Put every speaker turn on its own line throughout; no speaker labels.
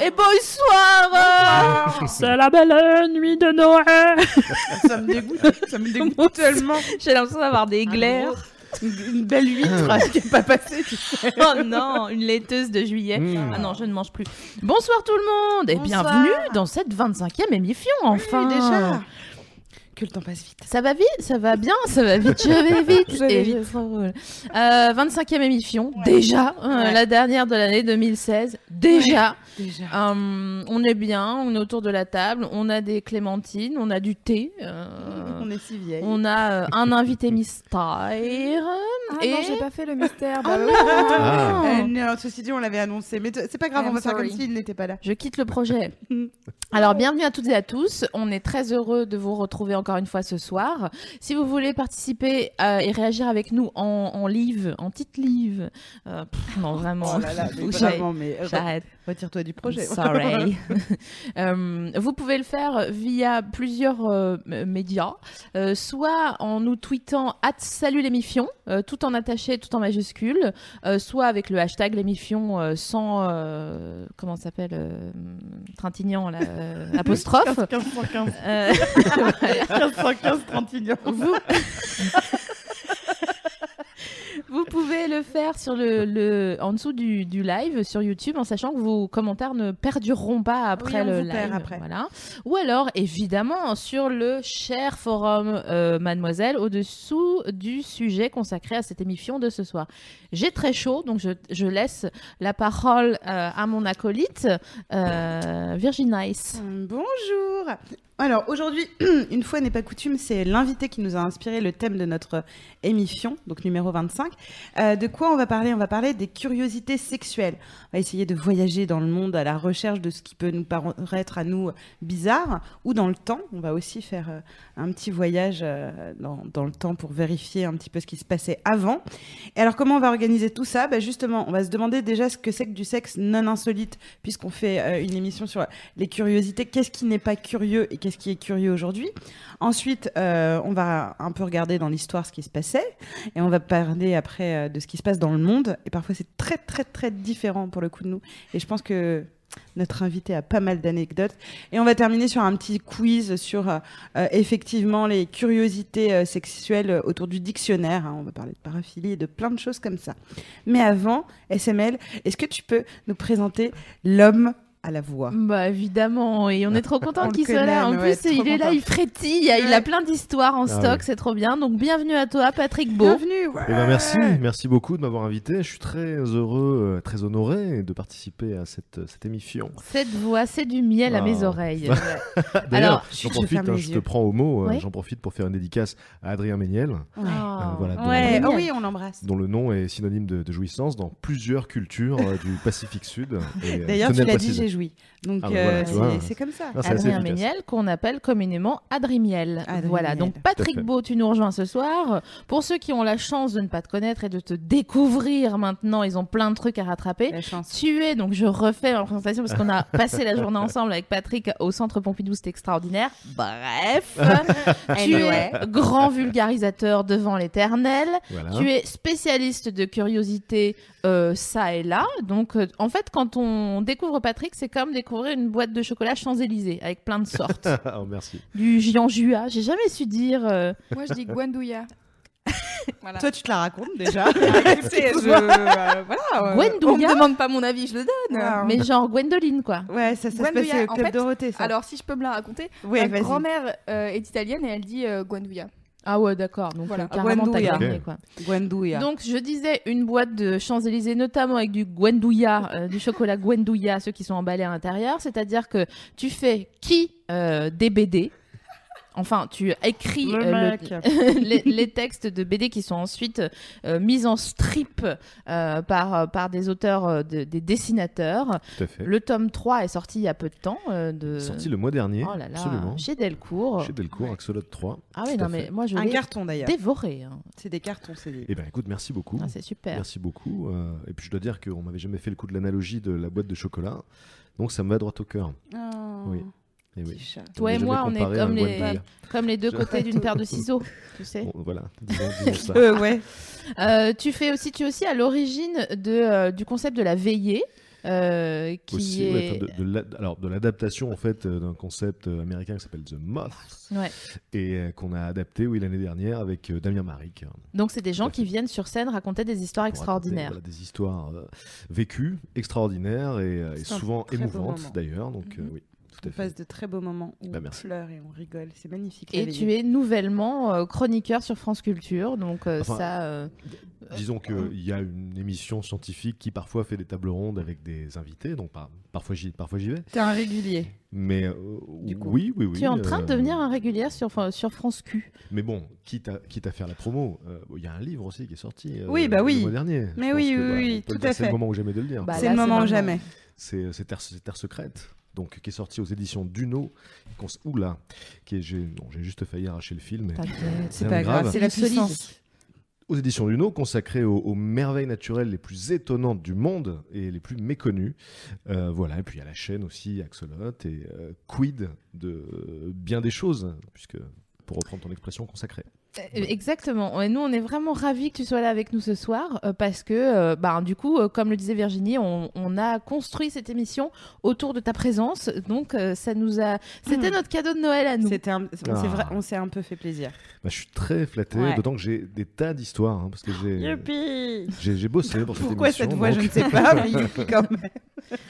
Et bonsoir euh,
C'est la belle nuit de Noël
Ça me dégoûte, ça me dégoûte tellement.
J'ai l'impression d'avoir des glaires.
Une, une belle huître qui n'est pas passée. tu sais.
Oh non, une laiteuse de juillet.
Mm.
Ah non, je ne mange plus. Bonsoir tout le monde et
Bonsoir.
bienvenue dans cette 25e émission enfin.
Oui, déjà. Que le temps passe vite.
Ça va vite, ça va bien, ça va vite, je vais vite.
Je vais
et vite. Euh, 25e émission, déjà, euh,
Ouais.
la dernière de l'année 2016, déjà.
Déjà.
Euh, on est bien, on est autour de la table, on a des clémentines, on a du thé, euh,
On est si vieille.
on a euh, un invité mystère.
Ah
Et-
non, j'ai pas fait le mystère.
Oh
bah oui.
Ah.
Euh, non, ceci dit, on l'avait annoncé, mais t- c'est pas grave,
I'm
on va faire
sorry.
comme s'il n'était pas là.
Je quitte le projet. Alors, bienvenue à toutes et à tous. On est très heureux de vous retrouver encore une fois ce soir. Si vous voulez participer euh, et réagir avec nous en, en live, en petite live, euh, pff, non, vraiment,
Oh là là, mais
J'arrête.
vraiment, mais euh,
j'arrête.
retire-toi du projet.
I'm Sorry. Euh, vous pouvez le faire via plusieurs euh, m- médias, Euh, soit en nous tweetant at salut l'émission, euh, tout en attaché, tout en majuscule, euh, soit avec le hashtag l'émission euh, sans euh, comment ça s'appelle euh, trintignant là, euh, apostrophe.
1515,
Euh,
1515, 31.
vous... Vous pouvez le faire sur le, le- en dessous du, du live sur YouTube en sachant que vos commentaires ne perdureront pas après
Oui, on
le
vous
live.
perd après.
Voilà. Ou alors, évidemment, sur le cher forum euh, Mademoiselle au-dessous du sujet consacré à cette émission de ce soir. J'ai très chaud, donc je, je laisse la parole euh, à mon acolyte, euh, Virginie Ice.
Euh, Bonjour Alors aujourd'hui, une fois n'est pas coutume, c'est l'invité qui nous a inspiré le thème de notre émission, donc numéro 25. Euh, de quoi on va parler On va parler des curiosités sexuelles. On va essayer de voyager dans le monde à la recherche de ce qui peut nous paraître à nous bizarre ou dans le temps. On va aussi faire euh, un petit voyage euh, dans, dans le temps pour vérifier un petit peu ce qui se passait avant. Et alors comment on va organiser tout ça Bah, Justement, on va se demander déjà ce que c'est que du sexe non insolite puisqu'on fait euh, une émission sur les curiosités, qu'est-ce qui n'est pas curieux et qu'est-ce qui est curieux aujourd'hui. Ensuite, euh, on va un peu regarder dans l'histoire ce qui se passait et on va parler après euh, de ce qui se passe dans le monde. Et parfois, c'est très, très, très différent pour le coup de nous. Et je pense que notre invité a pas mal d'anecdotes. Et on va terminer sur un petit quiz sur euh, euh, effectivement les curiosités euh, sexuelles euh, autour du dictionnaire. hein. On va parler de paraphilie et de plein de choses comme ça. Mais avant, SML, est-ce que tu peux nous présenter l'homme à la voix
Bah évidemment, et on est trop
On
content
le
qu'il soit
connaît,
là. En
mais ouais,
plus, il
trop
est là,
content.
il frétille, il a
Ouais.
plein d'histoires en
Ah
stock,
oui.
c'est trop bien. Donc bienvenue à toi, Patrick Beau.
Bienvenue. ouais.
Eh ben merci, merci beaucoup de m'avoir invité. Je suis très heureux, euh, très honoré de participer à cette, euh, cette émission.
Cette voix, c'est du miel à
Ah.
mes oreilles.
D'ailleurs,
Alors,
j'en
je
profite,
ferme
hein,
les
je te
yeux.
prends au mot, euh,
Ouais.
j'en profite pour faire une dédicace à Adrien Méniel, euh,
Ouais.
Oh,
Ah.
voilà, donc-
Ouais,
Génial.
ah oui, on l'embrasse.
dont le nom est synonyme de, de jouissance dans plusieurs cultures euh, du Pacifique Sud. Et, euh,
D'ailleurs,
je
tu
tenais
l'as dit,
à le préciser.
j'ai joui. Donc,
Ah, bah voilà,
euh,
tu vois.
c'est- c'est comme ça.
Non, c'est assez
Adrien
efficace.
Méniel, qu'on appelle communément Adrimiel.
Adrien
Voilà,
Méniel.
donc
Tout à
Patrick
fait.
Beau, tu nous rejoins ce soir. Pour ceux qui ont la chance de ne pas te connaître et de te découvrir maintenant, ils ont plein de trucs à rattraper.
La chance.
Tu es, donc je refais ma présentation parce qu'on a passé la journée ensemble avec Patrick au centre Pompidou, c'était extraordinaire. Bref, tu es
Anyway.
grand vulgarisateur devant l'éternel.
Voilà.
Tu es spécialiste de curiosité euh, ça et là. Donc, euh, en fait, quand on découvre Patrick, c'est comme découvrir une boîte de chocolat Champs-Élysées avec plein de sortes.
Oh, merci.
du Gian Jua. J'ai jamais su dire. euh,
Moi, je dis Gwendouya.
Ah. Toi, tu te la racontes déjà.
Écoutez, je- euh, voilà, euh, on
Gwendouya
me demande pas mon avis, je le donne.
Mais-
Mais genre Gwendoline, quoi.
Ouais, ça, ça se
Gwendouya,
passait au
en
Club
fait,
Dorothée, ça.
Alors, si je peux me la raconter,
ouais,
ma
vas-y.
grand-mère euh, est italienne et elle dit euh, Gwendouya.
Ah ouais, d'accord. Donc,
Voilà.
euh, carrément, t'as
Gwendouya.
gagné,
Ok.
quoi.
Gwendouya.
Donc, je disais une boîte de Champs-Élysées, notamment avec du Gwendouya, euh, du chocolat Gwendouya, ceux qui sont emballés à l'intérieur. C'est-à-dire que tu fais qui euh, des BD Enfin, tu écris
Le
euh, le-
mec.
les, les textes de BD qui sont ensuite euh, mis en strip euh, par, euh, par des auteurs, euh, de- des dessinateurs.
Tout à fait.
Le tome 3 est sorti il y a peu de temps. euh, de...
Sorti le mois dernier.
Oh là là,
absolument.
chez Delcourt.
Chez Delcourt, Axolot 3.
Ah oui,
Tout à
non, mais
fait.
moi je
Un
l'ai
carton d'ailleurs.
dévoré. hein.
C'est des cartons, c'est des...
Eh bien, écoute, merci beaucoup.
Ah, c'est super.
Merci beaucoup. euh, et puis je dois dire qu'on m'avait jamais fait le coup de l'analogie de la boîte de chocolat, donc ça me va droit au cœur. Oui.
Oh,
Et
Petit
oui.
chat.
Toi
On
et
n'est
moi,
jamais
on est
comparé à
comme
une boîte
les-
de bière.
Comme les deux
Je-
côtés d'une paire de ciseaux, tu sais.
Bon, voilà, disons, disons ça.
Euh, ouais.
Euh, tu fais aussi, tu es aussi à l'origine de, euh, du concept de la veillée, euh, qui
Aussi, ouais,
est
enfin, de, de la- alors de l'adaptation en fait euh, d'un concept euh, américain qui s'appelle The Moth
Ouais.
et euh, qu'on a adapté oui l'année dernière avec euh, Damien Maric hein,
donc c'est des gens
Tout à
qui
fait.
viennent sur scène raconter des histoires
pour raconter,
extraordinaires.
voilà, des histoires euh, vécues extraordinaires et, euh, et
C'est un
souvent
très beau moment.
émouvantes d'ailleurs donc euh,
Mhm.
oui
On
tout à fait
passe de très beaux moments où
Bah,
on
merci.
pleure et on rigole. C'est magnifique. la
Et
vie.
tu es nouvellement euh, chroniqueur sur France Culture, donc euh,
Enfin,
ça. euh,
Disons
Euh,
qu'il y a une émission scientifique qui parfois fait des tables rondes avec des invités, donc par- parfois j'y parfois j'y vais.
T'es un régulier.
Mais euh,
Du coup,
oui, oui, oui.
tu es en train de
euh,
devenir un régulier sur, enfin, sur France Q.
Mais bon, quitte à, quitte à faire la promo, euh, bon, il y a un livre aussi qui est sorti euh,
Oui, bah oui.
le mois dernier.
Mais
Je
oui,
pense que,
oui,
voilà,
oui,
on peut
tout
le dire,
à
C'est
fait.
le moment où j'aime de le dire.
Bah,
c'est
là,
le moment
maintenant.
ou jamais.
C'est c'est Terre, c'est Terre Secrète, donc, qui est sorti aux éditions Duno. qu'on s- Oula qui est- J'ai non, j'ai juste failli arracher le film. mais-
T'inquiète.
C'est
Rien
pas
de
grave.
grave.
C'est
Il
la
est solide.
puissance.
aux éditions Luno, consacrées aux, aux merveilles naturelles les plus étonnantes du monde et les plus méconnues. Euh, voilà, et puis il y a la chaîne aussi, Axolot, et euh, quid de euh, bien des choses, puisque pour reprendre ton expression consacrée.
Euh, Exactement. Et nous, on est vraiment ravis que tu sois là avec nous ce soir euh, parce que, euh, bah, du coup, euh, comme le disait Virginie, on, on a construit cette émission autour de ta présence. Donc, euh, ça nous a. C'était
Mm.
Hmm.
notre cadeau de Noël à nous.
C'était un- on s'est vra-
Ah.
on s'est un peu fait plaisir.
Bah, je suis très flatté,
Ouais. Oh,
d'autant que j'ai des tas d'histoires, hein, parce que j'ai,
Youpi
j'ai, j'ai bossé pour cette
Pourquoi
émission.
cette voix,
donc-
je ne sais pas, mais youpi quand même.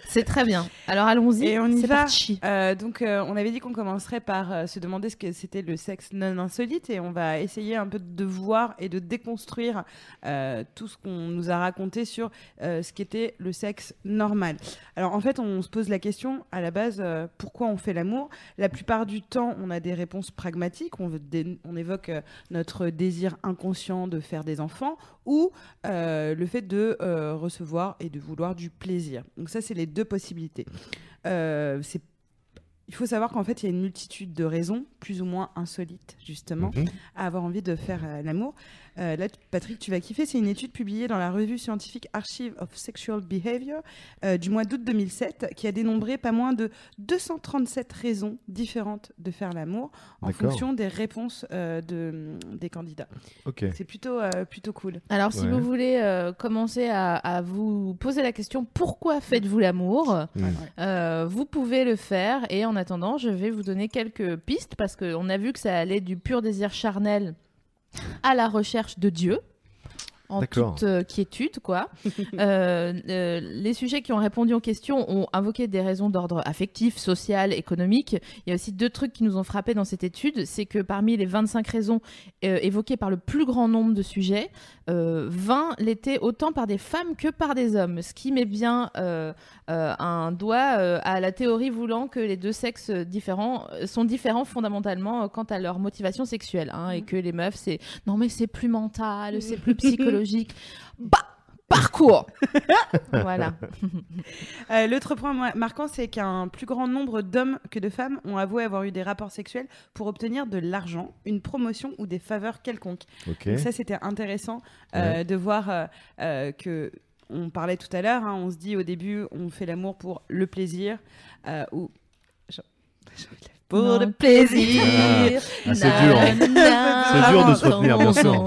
C'est très bien. Alors, allons-y.
Et on y
C'est
va.
parti.
Euh, donc, euh, on avait dit qu'on commencerait par euh, se demander ce que c'était le sexe non insolite et on va essayer un peu de voir et de déconstruire euh, tout ce qu'on nous a raconté sur euh, ce qu'était le sexe normal. Alors, en fait, on se pose la question à la base euh, pourquoi on fait l'amour La plupart du temps, on a des réponses pragmatiques. On, veut dé- on évoque euh, notre désir inconscient de faire des enfants ou euh, le fait de euh, recevoir et de vouloir du plaisir. Donc, ça, c'est les deux possibilités. Euh, c'est il faut savoir qu'en fait, il y a une multitude de raisons, plus ou moins insolites, justement,
Mhm.
à avoir envie de faire euh, l'amour. Euh, là, tu- Patrick, tu vas kiffer. C'est une étude publiée dans la revue scientifique Archive of Sexual Behavior euh, du mois d'août 2007 qui a dénombré pas moins de 237 raisons différentes de faire l'amour en
D'accord.
fonction des réponses euh, de, des candidats.
Ok.
C'est plutôt, euh, plutôt cool.
Alors, si
Ouais.
vous voulez euh, commencer à, à vous poser la question pourquoi faites-vous l'amour
Mm.
Euh, Vous pouvez le faire. Et en attendant, je vais vous donner quelques pistes parce qu'on a vu que ça allait du pur désir charnel à la recherche de Dieu. En
D'accord.
toute euh, quiétude, quoi. Euh, euh, les sujets qui ont répondu aux questions ont invoqué des raisons d'ordre affectif, social, économique. Il y a aussi deux trucs qui nous ont frappés dans cette étude. C'est que parmi les 25 raisons euh, évoquées par le plus grand nombre de sujets, euh, 20 l'étaient autant par des femmes que par des hommes, ce qui met bien euh, euh, un doigt euh, à la théorie voulant que les deux sexes différents euh, sont différents fondamentalement euh, quant à leur motivation sexuelle, hein, et que les meufs c'est non mais c'est plus mental, c'est plus psychologique. Bah parcours. voilà.
Euh, L'autre point mar- marquant, c'est qu'un plus grand nombre d'hommes que de femmes ont avoué avoir eu des rapports sexuels pour obtenir de l'argent, une promotion ou des faveurs quelconques.
Ok.
Donc ça, c'était intéressant euh, de voir euh, euh, que on parlait tout à l'heure. hein, on se dit au début, on fait l'amour pour le plaisir euh, ou Je- je- pour
Non,
le plaisir.
Ah, ah, c'est dur. hein.
C'est
dur de se retenir, bien sûr.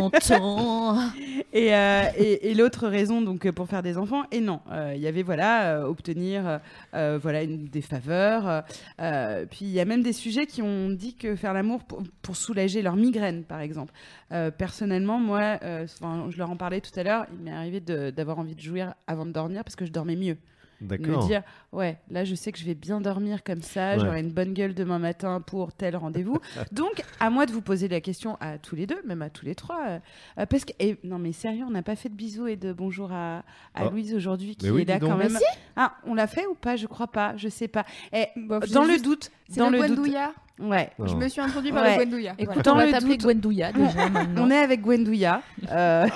Et, euh, et, et l'autre raison, donc euh, pour faire des enfants. Et non, euh, il y avait voilà euh, obtenir euh, euh, voilà une, des faveurs. euh, euh, puis il y a même des sujets qui ont dit que faire l'amour pour, pour soulager leur migraine, par exemple. Euh, personnellement, moi, euh, enfin, je leur en parlais tout à l'heure. Il m'est arrivé de- d'avoir envie de jouir avant de dormir parce que je dormais mieux. De me euh,
D'accord.
dire ouais, là je sais que je vais bien dormir comme ça,
Ouais.
j'aurai une bonne gueule demain matin pour tel rendez-vous. Donc à moi de vous poser la question à tous les deux, même à tous les trois, euh, euh, parce que et- non mais sérieux, on n'a pas fait de bisous et de bonjour à, à
Oh.
Louise aujourd'hui qui
oui,
est là
dis donc.
quand
Mais
même. Ah, on l'a fait ou pas Je crois pas, je sais pas. Eh,
Bof, j'ai
dans le
juste-
doute,
C'est
dans
le
le, doute.
Gwendouya.
Ah.
Ouais.
Je me suis introduit par
Ouais.
le Gwendouya.
Écoute,
Dans
on va
le
t'appeler
doute.
Gwendouya déjà
On
maintenant.
est avec Gwendouya. euh,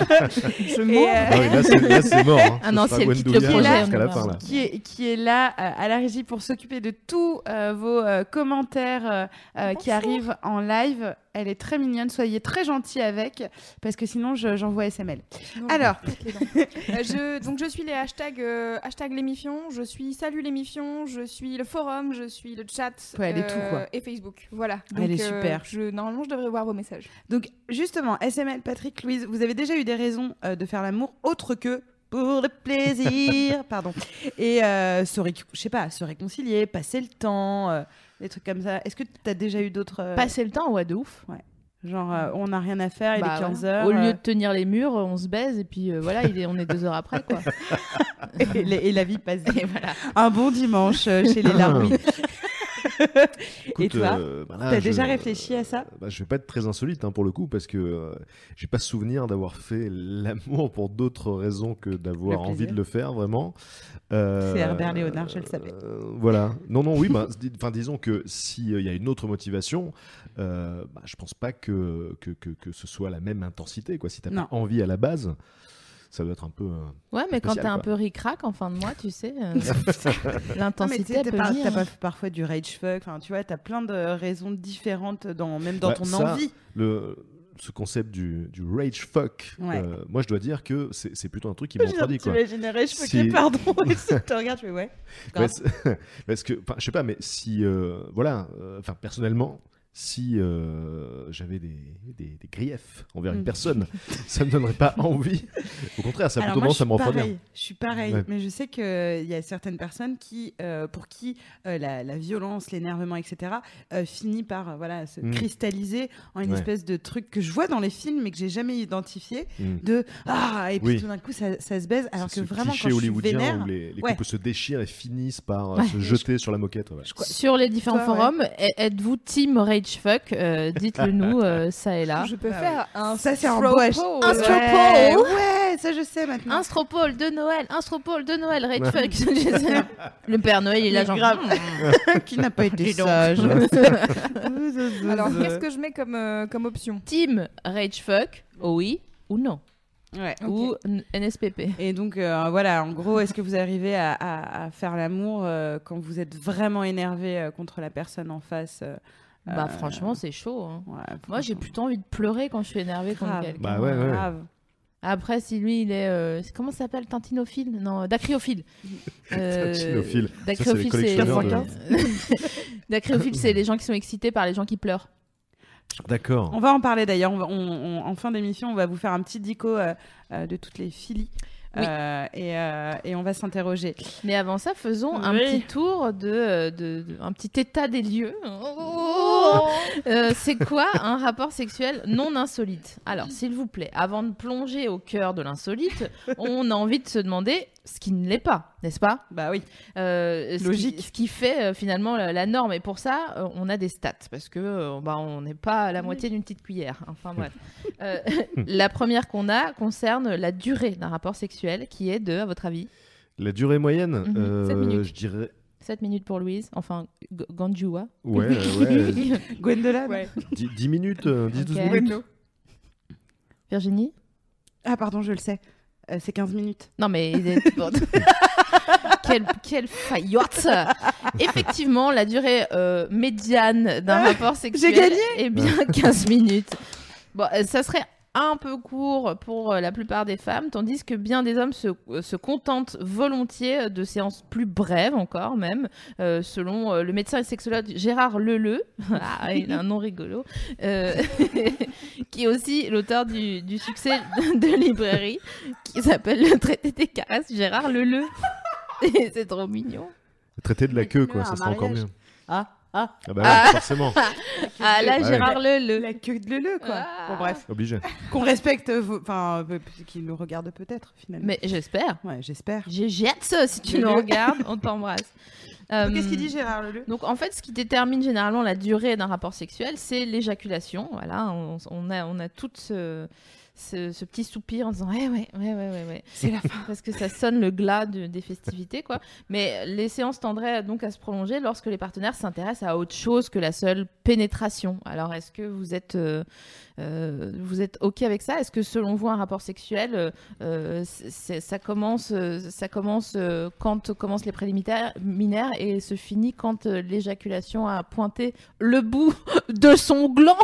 Je
et, euh,
Ah oui, là, c'est- là, c'est mort. hein.
Ah non,
Ce sera
si elle quitte le
Gwendouya
projet,
jusqu'à la
on en
fin, là.
qui est, qui est là euh, à la régie pour s'occuper de tous euh, vos euh, commentaires euh, euh, qui arrivent en live. Elle est très mignonne, soyez très gentils avec, parce que sinon je- j'envoie SML.
Non,
Alors.
je pète les dents. Euh, je, donc je suis les hashtags euh, hashtag les mifions, je suis salut les mifions, je suis le forum, je suis le chat euh,
Ouais, elle est tout, quoi.
et Facebook. Voilà.
Elle
Donc, euh,
est super.
Je, normalement, je devrais voir vos messages.
Donc justement, SML, Patrick, Louise, vous avez déjà eu des raisons euh, de faire l'amour autre que pour le plaisir, pardon, et euh, se, ré- je sais pas, se réconcilier, passer le temps, euh, des trucs comme ça. Est-ce que tu as déjà eu d'autres... euh,
Passer le temps, ouais, de ouf.
Genre, euh, on n'a rien à faire, il
Bah,
est 15h.
voilà. Au lieu de tenir les murs, on se baise et puis euh, voilà, il est- on est deux heures après quoi.
euh, et, la- et la vie passe.
Et voilà.
Un bon dimanche euh, chez les larmes.
Ah. Écoute,
Et toi,
euh, bah là,
t'as
je-
déjà réfléchi à ça
bah, Je vais pas être très insolite hein, pour le coup parce que euh, j'ai pas souvenir d'avoir fait l'amour pour d'autres raisons que d'avoir
Le
envie
plaisir.
de le faire vraiment. Euh,
C'est Herbert Léonard, je le savais.
euh, voilà. Non, non, oui. bah, dis- enfin, disons que s'il y a une autre motivation, euh, bah, je pense pas que, que, que, que ce soit la même intensité. Quoi. Si t'as
Non.
pas envie à la base, ça doit être un peu. euh,
Ouais, mais quand
spécial,
t'es un
quoi.
peu ric-rac en fin de mois, tu sais, euh,
Non, mais tu
l'intensité
sais,
elle
t'as
peut
par-
venir. hein.
t'as pas- parfois du rage fuck, enfin, tu vois, t'as plein de raisons différentes, dans, même dans
Bah,
ton
ça,
envie.
le, ce concept du, du rage fuck,
Ouais.
euh, moi je dois dire que c'est c'est plutôt un truc qui
Je viens
m'entraîne.
de
quoi.
t'imaginer rage
Si-
fucké, pardon, et si tu te regardes, je fais ouais.
Bah, c'est- parce que, enfin, je sais pas, mais si, euh, voilà, euh, enfin, personnellement, si euh, j'avais des, des, des griefs envers
Mm.
une personne, ça me donnerait pas envie. Au contraire, ça a plutôt
moi,
tendance à me
je suis
refroidir.
pareil, Je suis pareil,
Ouais.
mais je sais qu'il y a certaines personnes qui, euh, pour qui euh, la, la violence, l'énervement, etc., euh, finit par euh, voilà, se
Mm.
cristalliser en une
Ouais.
espèce de truc que je vois dans les films, mais que j'ai jamais identifié,
Mm.
de ah, et puis
Oui.
tout d'un coup, ça, ça se baise, alors
C'est
que
ce
vraiment, quand
cliché
je suis
hollywoodien
vénère,
où les, les
ouais.
couples se déchirent et finissent par euh,
Ouais.
se jeter sur la moquette. ouais.
quoi.
Sur les différents
Toi, ouais.
forums, e- êtes-vous team rage fuck Euh, Dites-le nous, euh, ça et là.
Je peux
Ah
faire un
ça, c'est un
throw
beau hashtag.
pose.
Un
Ouais.
throw
ouais,
pole.
ouais, ça je sais
Mm.
maintenant.
Instropole de Noël, Instropole de Noël, rage fuck. Je sais. Le Père Noël il est là,
Mais
genre.
grave.
mm.
qui n'a pas été
Dis donc.
sage.
Alors, qu'est-ce que je mets comme, euh, comme option
Team rage fuck, Oh oui ou non
Ouais.
Ou n- NSPP
Et donc, euh, voilà, en gros, est-ce que vous arrivez à, à- à faire l'amour euh, quand vous êtes vraiment énervé euh, contre la personne en face euh,
Bah
euh,
franchement, c'est chaud. hein.
ouais,
Moi, j'ai
franchement.
plutôt envie de pleurer quand je suis énervée contre
Grave.
quelqu'un.
Bah ouais, ouais.
Grave.
Après, si lui, il est. euh, c'est- comment ça s'appelle Tintinophile Non, euh, dacryophile. Euh,
Tintinophile.
Dacryophile,
Ça, c'est les
c'est.
collectionneurs
dacryophile, c'est les gens qui sont excités par les gens qui pleurent.
D'accord.
On va en parler d'ailleurs. On va- on- on- en fin d'émission, on va vous faire un petit dico euh, euh, de toutes les filies.
Oui.
Euh, et, euh, et on va s'interroger.
Mais avant ça, faisons un
Oui.
petit tour de, euh, de- de- un petit état des lieux.
Oh.
Euh, c'est quoi un rapport sexuel non insolite Alors, s'il vous plaît, avant de plonger au cœur de l'insolite, on a envie de se demander ce qui ne l'est pas, n'est-ce pas
Bah oui.
Euh, ce qui-
Logique.
ce qui fait euh, finalement la, la norme. Et pour ça, euh, on a des stats, parce que euh, bah, on n'est pas à la moitié d'une petite cuillère. hein. Enfin bref. Euh, la première qu'on a concerne la durée d'un rapport sexuel, qui est de, à votre avis,
La durée moyenne,
Mhm.
euh,
Sept minutes.
je dirais.
7 minutes pour Louise, enfin G- Ganjua.
Ouais, euh, ouais.
Gwendola.
Ouais.
10, minutes, 10-12
Ok.
minutes.
Virginie
Ah pardon, je le sais. Euh, c'est 15 minutes.
Non mais... bon. Quelle, quelle faillotte Effectivement, la durée euh, médiane d'un rapport sexuel
gagné
est bien 15 minutes. Bon, euh, ça serait un peu court pour euh, la plupart des femmes, tandis que bien des hommes se, euh, se contentent volontiers euh, de séances plus brèves encore même, euh, selon euh, le médecin et sexologue Gérard Leleu, ah, il a un nom rigolo, euh, qui est aussi l'auteur du, du succès de librairie, qui s'appelle Le traité des caresses Gérard Leleu. Et C'est trop mignon.
Traiter de la
Mais
queue,
dis-le
quoi,
à
ça
un
serait encore
mariage.
mieux.
Ah, ah.
Ah bah
Ah.
ouais, forcément,
Ah là,
Ouais.
Gérard Leleu.
La queue de leu quoi.
Ah.
Bon bref,
obligé.
qu'on respecte, vos- enfin, euh, qui nous regarde peut-être finalement.
Mais j'espère.
Ouais, j'espère.
Je jette ça si tu nous regardes. On t'embrasse. Euh,
Donc, Qu'est-ce qu'il dit Gérard Leleu
donc en fait, ce qui détermine généralement la durée d'un rapport sexuel, c'est l'éjaculation. Voilà, on, on a, on a toute ce- ce, ce petit soupir en disant ouais ouais ouais ouais ouais, ouais.
C'est la fin.
parce que ça sonne le glas de- des festivités quoi. Mais les séances tendraient donc à se prolonger lorsque les partenaires s'intéressent à autre chose que la seule pénétration. Alors est-ce que vous êtes euh, euh, vous êtes ok avec ça Est-ce que selon vous un rapport sexuel euh, euh, c'est- c'est- ça commence euh, ça commence euh, quand commencent les préliminaires minaires et se finit quand euh, l'éjaculation a pointé le bout de son gland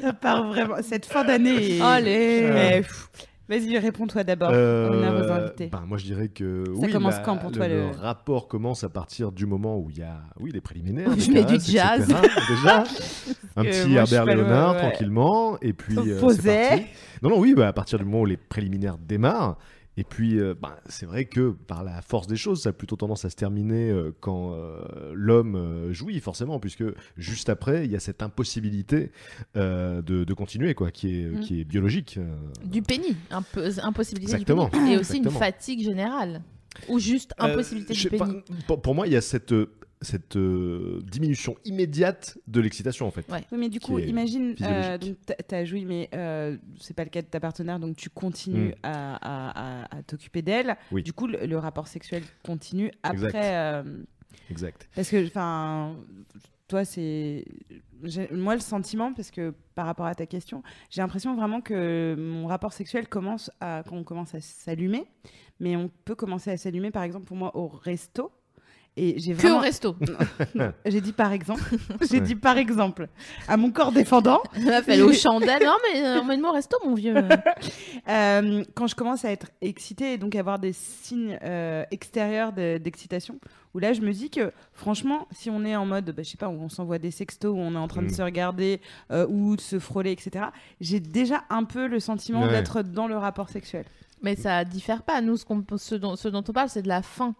Ça part vraiment. Cette fin d'année. est-
Allez.
Mais, pff, Vas-y, réponds-toi d'abord.
Euh,
On a vos invités.
ben, moi, je dirais que
Ça
oui,
commence
la-
quand pour
le,
toi,
le
le-
rapport commence à partir du moment où il y a oui les préliminaires,
Où
des
je mets du
caresses,
jazz.
etc.,
que moi,
déjà un
je
petit
suis
Herbert
pas le-
Léonard
ouais.
tranquillement et puis euh, c'est
Posé.
parti. Non non oui bah, à partir du moment où les préliminaires démarrent. Et puis, euh, ben, c'est vrai que par la force des choses, ça a plutôt tendance à se terminer euh, quand euh, l'homme euh, jouit, forcément, puisque juste après, il y a cette impossibilité euh, de, de continuer, quoi, qui est,
Mm.
qui est biologique. euh,
du pénis, impo- impossibilité
Exactement.
du pénis, et aussi
Exactement.
une fatigue générale ou juste impossibilité
Euh, je
du
sais pas,
pénis.
pour, pour moi, il y a cette, euh, cette euh, diminution immédiate de l'excitation, en fait.
Oui, mais du
qui
coup,
est
imagine, euh,
physiologique.
donc t'as- t'as joui, mais euh, c'est pas le cas de ta partenaire, donc tu continues
Mm.
à, à- à- à t'occuper d'elle.
Oui.
Du coup, le, le rapport sexuel continue
Exact.
après. euh,
Exact.
parce que, enfin, toi, c'est. j'ai- Moi, le sentiment, parce que par rapport à ta question, j'ai l'impression vraiment que mon rapport sexuel commence à, quand on commence à s'allumer, mais on peut commencer à s'allumer, par exemple, pour moi, au resto. Et j'ai
Que au
vraiment...
resto.
J'ai dit par exemple. J'ai
Ouais.
dit par exemple. À mon corps défendant.
La meuf, elle est aux chandelles. Non, mais euh, emmène-moi au resto, mon vieux.
Euh, quand je commence à être excitée et donc avoir des signes euh, extérieurs de- d'excitation, où là je me dis que franchement, si on est en mode, bah, je sais pas, on s'envoie des sextos, où on est en train
Mm.
de se regarder euh, ou de se frôler, etc., j'ai déjà un peu le sentiment
Ouais.
d'être dans le rapport sexuel.
Mais ça diffère pas. Nous, ce, qu'on- ce dont, ce dont on parle, c'est de la faim.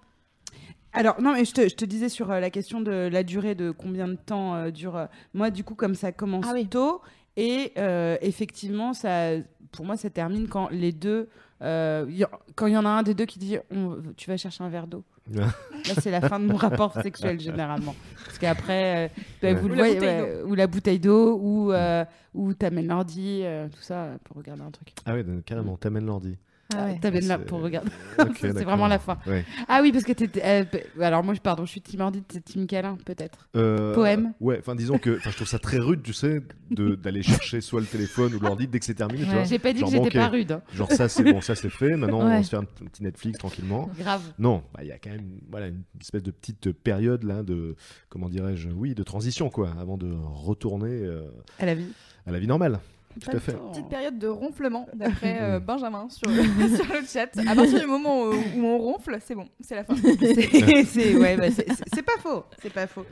Alors, non, mais je te, je te disais sur euh, la question de la durée, de combien de temps euh, dure. euh, moi, du coup, comme ça commence
Ah oui.
tôt, et euh, effectivement, ça, pour moi, ça termine quand les deux. euh, y a- quand il y en a un des deux qui dit On- Tu vas chercher un verre d'eau.
Ah.
Là, c'est la fin de mon rapport sexuel, généralement. Parce qu'après, euh, bah,
Ouais.
vous le
Ou la
voyez,
bouteille
ouais, ou la bouteille d'eau, ou, euh, ou t'amènes l'ordi, euh, tout ça, pour regarder un truc.
Ah ouais, donc, carrément, t'amènes l'ordi.
Ah
T'amènes là
C'est-
pour regarder.
Ok,
c'est
d'accord.
vraiment la fin.
Ouais.
Ah oui, parce que t'étais. euh, p- alors, moi, je- pardon, je suis Team Ordi, t'es Team Câlin, peut-être.
Euh,
Poème.
Ouais, enfin disons que enfin, je trouve ça très rude, tu sais, de- d'aller chercher soit le téléphone ou l'ordi dès que c'est terminé, tu
Ouais.
vois.
J'ai pas dit
Genre,
que j'étais
bon,
pas
ok.
rude. hein.
Genre ça c'est bon, ça c'est fait, maintenant on
Ouais.
va se fait un p- un petit Netflix tranquillement.
Grave.
Non, bah, il y a quand même voilà, une espèce de petite période là de, comment dirais-je, oui, de transition quoi, avant de retourner euh,
À la vie.
à la vie normale. Tout à fait.
Petite
Oh.
période de ronflement, d'après euh, Benjamin sur, sur le chat. À partir du moment où, où on ronfle, c'est bon, c'est la fin.
C'est- c'est ouais, bah, c'est- c'est- c'est pas faux. C'est pas faux.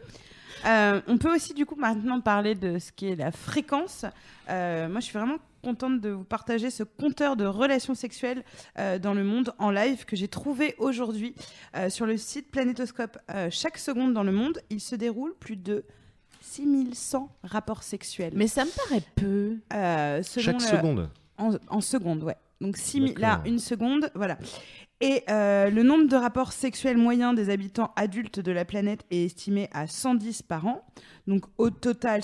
Euh, on peut aussi du coup maintenant parler de ce qui est la fréquence. Euh, moi, je suis vraiment contente de vous partager ce compteur de relations sexuelles euh, dans le monde en live que j'ai trouvé aujourd'hui euh, sur le site Planétoscope. Euh, chaque seconde dans le monde, il se déroule plus de 6100 rapports sexuels.
Mais ça me paraît peu.
Euh, selon
Chaque
le-
seconde.
En, en secondes, ouais. Donc six mi- là,
D'accord.
une seconde, voilà. Et euh, le nombre de rapports sexuels moyens des habitants adultes de la planète est estimé à 110 par an. Donc au total,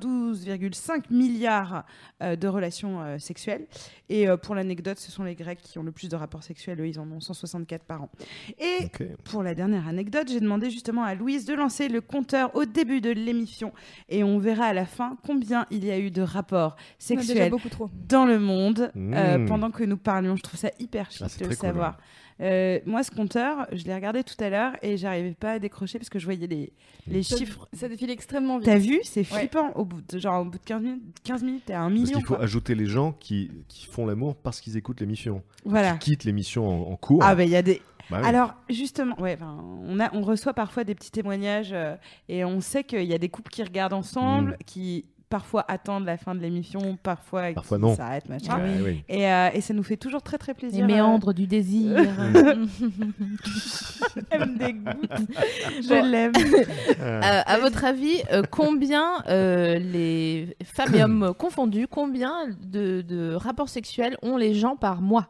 192,5 milliards euh, de relations euh, sexuelles. Et euh, pour l'anecdote, ce sont les Grecs qui ont le plus de rapports sexuels. Eux, ils en ont 164 par an. Et
Ok.
pour la dernière anecdote, j'ai demandé justement à Louise de lancer le compteur au début de l'émission. Et on verra à la fin combien il y a eu de rapports
On a déjà
sexuels
beaucoup trop.
dans le monde euh,
Mmh.
pendant que nous parlions. Je trouve ça hyper chic
Ah, c'est
de le
très cool,
savoir. Euh, moi, ce compteur, je l'ai regardé tout à l'heure et j'arrivais pas à décrocher parce que je voyais les,
Hmm.
les
Ça-
chiffres.
Ça défile extrêmement vite.
T'as vu C'est flippant. Au, bout de, genre, au bout de 15 minutes, 15 minutes t'es à un
Parce
million.
qu'il faut
quoi.
ajouter les gens qui, qui font l'amour parce qu'ils écoutent l'émission,
Voilà.
quittent l'émission en, en cours.
Ah, ben il y a des.
Bah oui.
Alors, justement, ouais, ben, on, a, on reçoit parfois des petits témoignages euh, et on sait qu'il y a des couples qui regardent ensemble,
Mm.
qui parfois attendent la fin de l'émission, parfois,
Parfois
qui
non.
s'arrêtent, machin.
Ah oui.
Et, euh, et ça nous fait toujours très très
Les
plaisir. euh,
méandres du désir.
Elle me dégoûte.
Bon.
Je l'aime.
Euh,
Euh, à votre avis, euh, combien euh, les femmes et hommes confondus, combien de, de rapports sexuels ont les gens par mois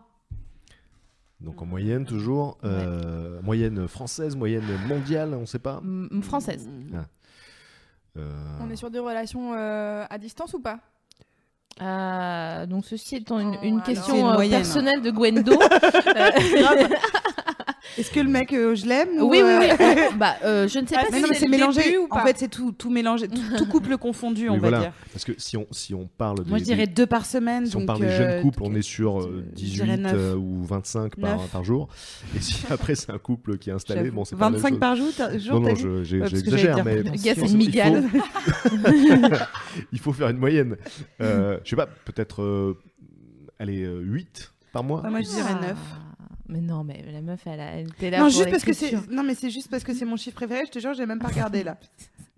donc en moyenne toujours, euh, moyenne française, moyenne mondiale, on ne sait pas.
M- Française.
Euh,
On est sur des relations euh, à distance ou pas
Ah, donc ceci étant une,
Oh,
une
alors.
C'est une
question euh,
moyenne.
personnelle de Gwendo. euh,
Grave. Est-ce que le mec, euh, je l'aime ou,
oui, oui,
euh,
oui. bah, euh, je ne sais
Ah,
pas
Mais
si
non, mais
c'est
c'est
le
mélangé.
début ou
En
pas
fait, c'est tout, tout mélangé, tout, tout couple confondu, on
Oui,
va
voilà.
dire.
Parce que si on, si on parle des,
Moi, je dirais
des-
deux par semaine.
si on
donc,
parle des
euh,
jeunes couples,
donc,
on est sur euh,
je dirais
18
neuf.
euh, ou 25 par,
Neuf.
par jour. Et si après c'est un couple qui est installé,
j'avoue.
bon, c'est pas la même
25
chose.
par jour, t'as- jour,
Non,
t'as
non,
dit
je- j'ai-
parce que
j'exagère,
j'allais
mais
dire,
Le
Bien
gars,
sûr.
c'est une
Il faut-
migale.
il faut faire une moyenne. Euh, je sais pas, peut-être euh, allez, euh, 8 par mois.
Ouais, moi, je dirais neuf.
Ah. Mais non, mais la meuf, elle, a- elle était là.
Non,
pour
juste parce que c'est.
l'écriture.
Non, mais c'est juste parce que c'est mon chiffre préféré. Je te jure, j'ai même pas regardé là.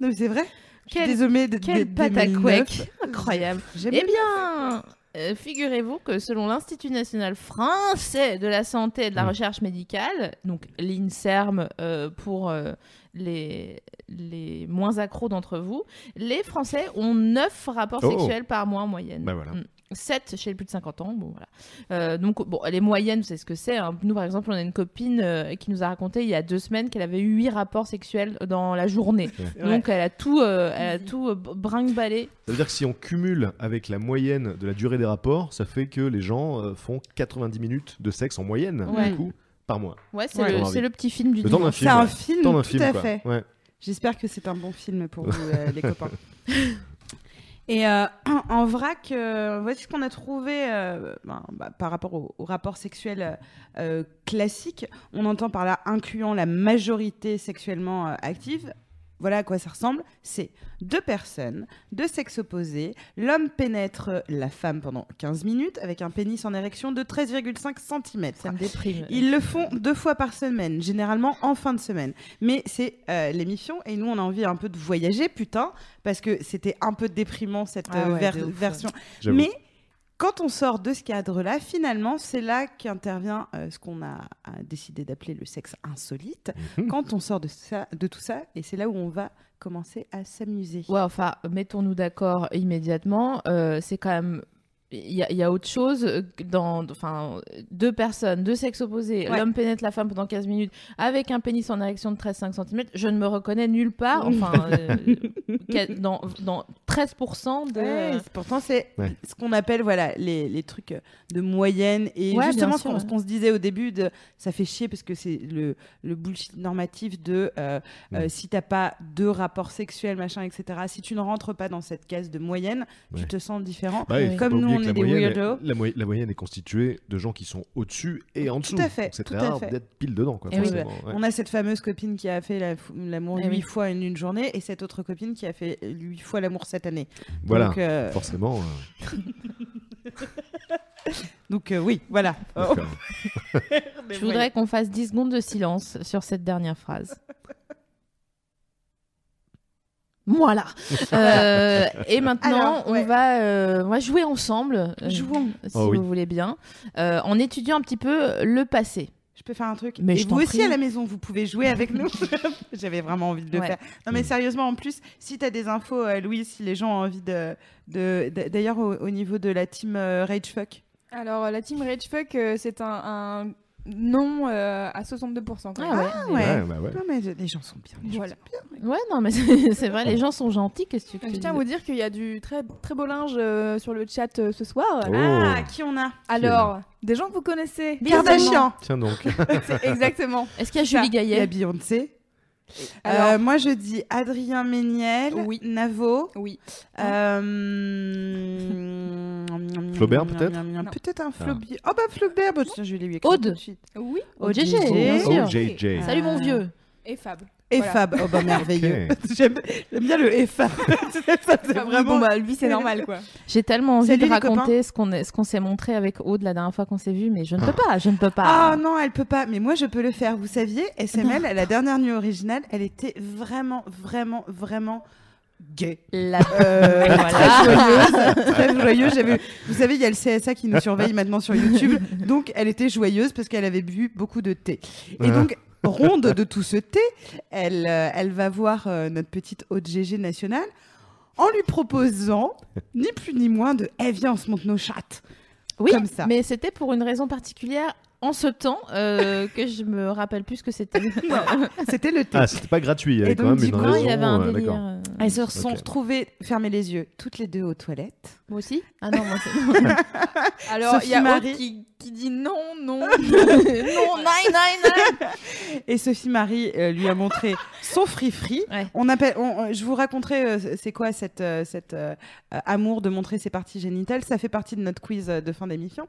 Non, mais c'est vrai. Je suis
Ah, Quelle-
désolée de- de-
Quelle
de
pâte à
2009.
couec Incroyable.
J'aime
Eh bien, euh, figurez-vous que selon l'Institut national français de la santé et de la
Mm.
recherche médicale, donc l'INSERM euh, pour euh, les, les moins accros d'entre vous, les Français ont 9 rapports
Oh.
sexuels par mois en moyenne.
Bah voilà.
7 chez les plus de 50 ans. Bon, voilà. Euh, donc, bon, les moyennes, c'est ce que c'est. hein. Nous, par exemple, on a une copine euh, qui nous a raconté il y a deux semaines qu'elle avait eu 8 rapports sexuels dans la journée.
Ouais.
Donc, elle a tout, euh, elle a tout euh, brinque-ballé.
Ça veut dire que si on cumule avec la moyenne de la durée des rapports, ça fait que les gens euh, font 90 minutes de sexe en moyenne,
Ouais.
du coup, par mois.
Ouais, c'est
Ouais.
le, c'est le petit film du
Le temps d'un
dimanche.
C'est
film.
un
ouais.
film,
Le temps d'un
Hmm, tout
film,
à
quoi.
fait.
Ouais.
J'espère que c'est un bon film pour vous, euh, les copains. Et euh, en vrac, euh, voici ce qu'on a trouvé euh, ben, bah, par rapport au, au rapport sexuel euh, euh, classique. On entend par là incluant la majorité sexuellement euh, active. Voilà à quoi ça ressemble. C'est deux personnes, de sexe opposé. L'homme pénètre la femme pendant 15 minutes avec un pénis en érection de 13,5 cm.
Ça me déprime.
Ils le font deux fois par semaine, généralement en fin de semaine. Mais c'est euh, l'émission et nous on a envie un peu de voyager, putain, parce que c'était un peu déprimant cette
Ah
euh,
ouais,
ver-
de ouf, ouais.
version.
J'avoue.
Mais quand on sort de ce cadre-là, finalement, c'est là qu'intervient euh, ce qu'on a, a décidé d'appeler le sexe insolite.
Mhm.
Quand on sort de, ça, de tout ça, et c'est là où on va commencer à s'amuser.
Ouais, enfin, mettons-nous d'accord immédiatement. euh, c'est quand même. Il y, a- il y a autre chose euh, dans. Enfin, deux personnes, deux sexes opposés,
Ouais.
l'homme pénètre la femme pendant 15 minutes avec un pénis en érection de 13,5 cm. Je ne me reconnais nulle part. Enfin, euh, qu'a- dans, dans 13% de.
Ouais, c'est- pourtant, c'est
Ouais.
ce qu'on appelle voilà, les, les trucs euh, de moyenne. Et
Ouais,
justement,
bien
ce qu'on
sûr,
ce qu'on se disait au début, de, ça fait chier parce que c'est le, le bullshit normatif de euh, euh, si t'as pas de rapport sexuel, machin, etc. Si tu ne rentres pas dans cette case de moyenne,
Ouais.
tu te sens différent.
Bah, il faut
Comme
pas
nous, on est
oublier que la
des
moyenne,
weirdos.
La, moy- la moyenne est constituée de gens qui sont au-dessus et en dessous.
à fait,
Donc C'est
tout
très
à
rare
fait.
d'être pile dedans. Quoi,
Eh oui,
forcément, ouais.
On a cette fameuse copine qui a fait la fou- l'amour
Eh
huit
oui.
fois en une journée et cette autre copine qui a fait huit fois l'amour cette année.
Voilà.
Donc, euh,
Forcément. euh,
donc, euh, oui, voilà.
faut faire-
Je voudrais qu'on fasse 10 secondes de silence sur cette dernière phrase. Voilà. Euh, et maintenant,
Alors, ouais.
on, va, euh, on va jouer ensemble. euh,
Jouons.
Si
Oh oui.
vous voulez bien. euh, en étudiant un petit peu le passé.
Je peux faire un truc.
Mais
et
je
vous
t'en
aussi
prie.
à la maison, vous pouvez jouer avec nous. J'avais vraiment envie de le
Ouais.
faire. Non mais
Mm.
sérieusement, en plus, si t'as des infos, euh, Louis, si les gens ont envie de, de- d- d'ailleurs au, au niveau de la team euh, Ragefuck.
Alors, euh, la team Ragefuck, euh, c'est un, un non euh, à 62%. Quand
Ah
même.
ouais.
Ah
Ouais, bah ouais.
Non mais les gens sont bien. les gens
Voilà.
Ouais, non, mais c'est c'est vrai, les gens sont gentils. Qu'est-ce
Ah,
que tu
Donc,
veux
je
que
tiens à
je
vous
dise
dire qu'il y a du très, très beau linge euh, sur le chat euh, ce soir.
Oh.
sont- Ah, qui on a
Alors, des gens que vous connaissez.
Bien
Kardashian,
Tiens donc.
C'est exactement.
Est-ce qu'il y a Julie
il y a
Gaillet
Beyoncé.
Alors,
Euh, moi je dis Adrien Méniel,
Oui.
Navo.
oui.
euh,
Flaubert, peut-être
Peut-être un Flaubert. Oh bah Flaubert, bah, tiens, je vais lui
Aude.
tout de suite.
Oui.
OJJ,
OJJ.
bien sûr.
Oh, JJ.
Salut mon vieux.
Et Fab.
Et
Voilà.
Fab, oh bah merveilleux.
Ok.
J'aime j'aime bien le et Fab. Ça, c'est
Fab, oui,
vraiment.
bon, bah, lui, c'est normal, quoi.
J'ai tellement envie
Salut,
de
les
raconter ce qu'on est- ce qu'on s'est montré avec Aude la dernière fois qu'on s'est vu, mais je ne peux pas, je ne peux
Ah
pas.
non, elle peut pas. Mais moi, je peux le faire. Vous saviez, SML, à la dernière nuit originale, elle était vraiment, vraiment, vraiment gay.
La...
Euh,
Voilà.
Très joyeuse. très joyeuse. J'avais- Vous savez, il y a le CSA qui nous surveille maintenant sur YouTube. Donc, elle était joyeuse parce qu'elle avait bu beaucoup de thé. Et donc, ronde de tout ce thé, elle, euh, elle va voir euh, notre petite OGG nationale en lui proposant, ni plus ni moins, de Eh, viens, on se monte nos chattes.
Oui,
Comme ça.
mais c'était pour une raison particulière en ce temps euh, que je me rappelle plus ce que c'était.
C'était le thé.
Ah, c'était pas gratuit, il y avait
Et
quand
donc,
même
du
une
coup,
raison.
il y avait un
euh,
délire.
d'accord.
euh,
Elles se sont
Ok.
retrouvées, fermées les yeux, toutes les deux aux toilettes.
Moi aussi Ah non, moi c'est.
Alors, il y
Sophie
a Aude
Marie.
qui, qui dit non, non, non, non, non, non,
Et Sophie Marie euh, lui a montré son free-free.
Ouais.
On appelle, on- euh, je vous raconterai euh, c'est quoi cette, euh, cette euh, euh, amour de montrer ses parties génitales. Ça fait partie de notre quiz euh, de fin d'émission.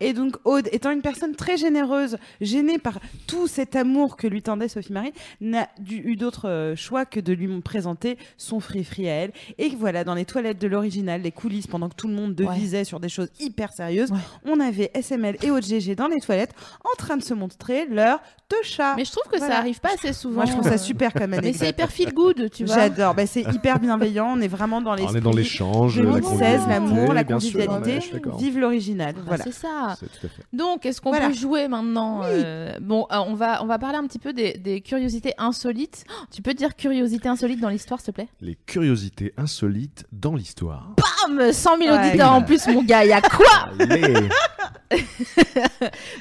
Et donc Aude, étant une personne très généreuse, gênée par tout cet amour que lui tendait Sophie Marie, n'a dû- eu d'autre euh, choix que de lui présenter son free-free à elle. Et voilà, dans les toilettes de l'original, les coulisses, pendant que tout le monde devisait sur des choses hyper sérieuses,
Ouais.
on avait SML et Aude GG dans les toilettes en train de se montrer leur deux chats.
Mais je trouve que
Voilà.
ça arrive pas assez souvent.
Moi, je trouve ça
euh,
super comme
Mais
anecdote.
c'est hyper feel good, tu vois.
J'adore. Bah, c'est hyper bienveillant. On est vraiment dans les.
Alors, on est dans l'échange, la
2016, l'amour, la
bien sûr, ouais,
convivialité.
je suis d'accord.
Vive l'original.
Bah,
Voilà.
C'est ça.
C'est tout à fait.
Donc, est-ce qu'on
Voilà.
peut jouer maintenant
Oui.
euh, Bon, euh, on va on va parler un petit peu des, des curiosités insolites. Oh, tu peux dire curiosité insolite dans l'histoire, s'il te plaît
Les curiosités insolites dans l'histoire.
Bam 100 000
Ouais.
auditeurs en plus, mon gars. Il y a quoi
Bah
Allez.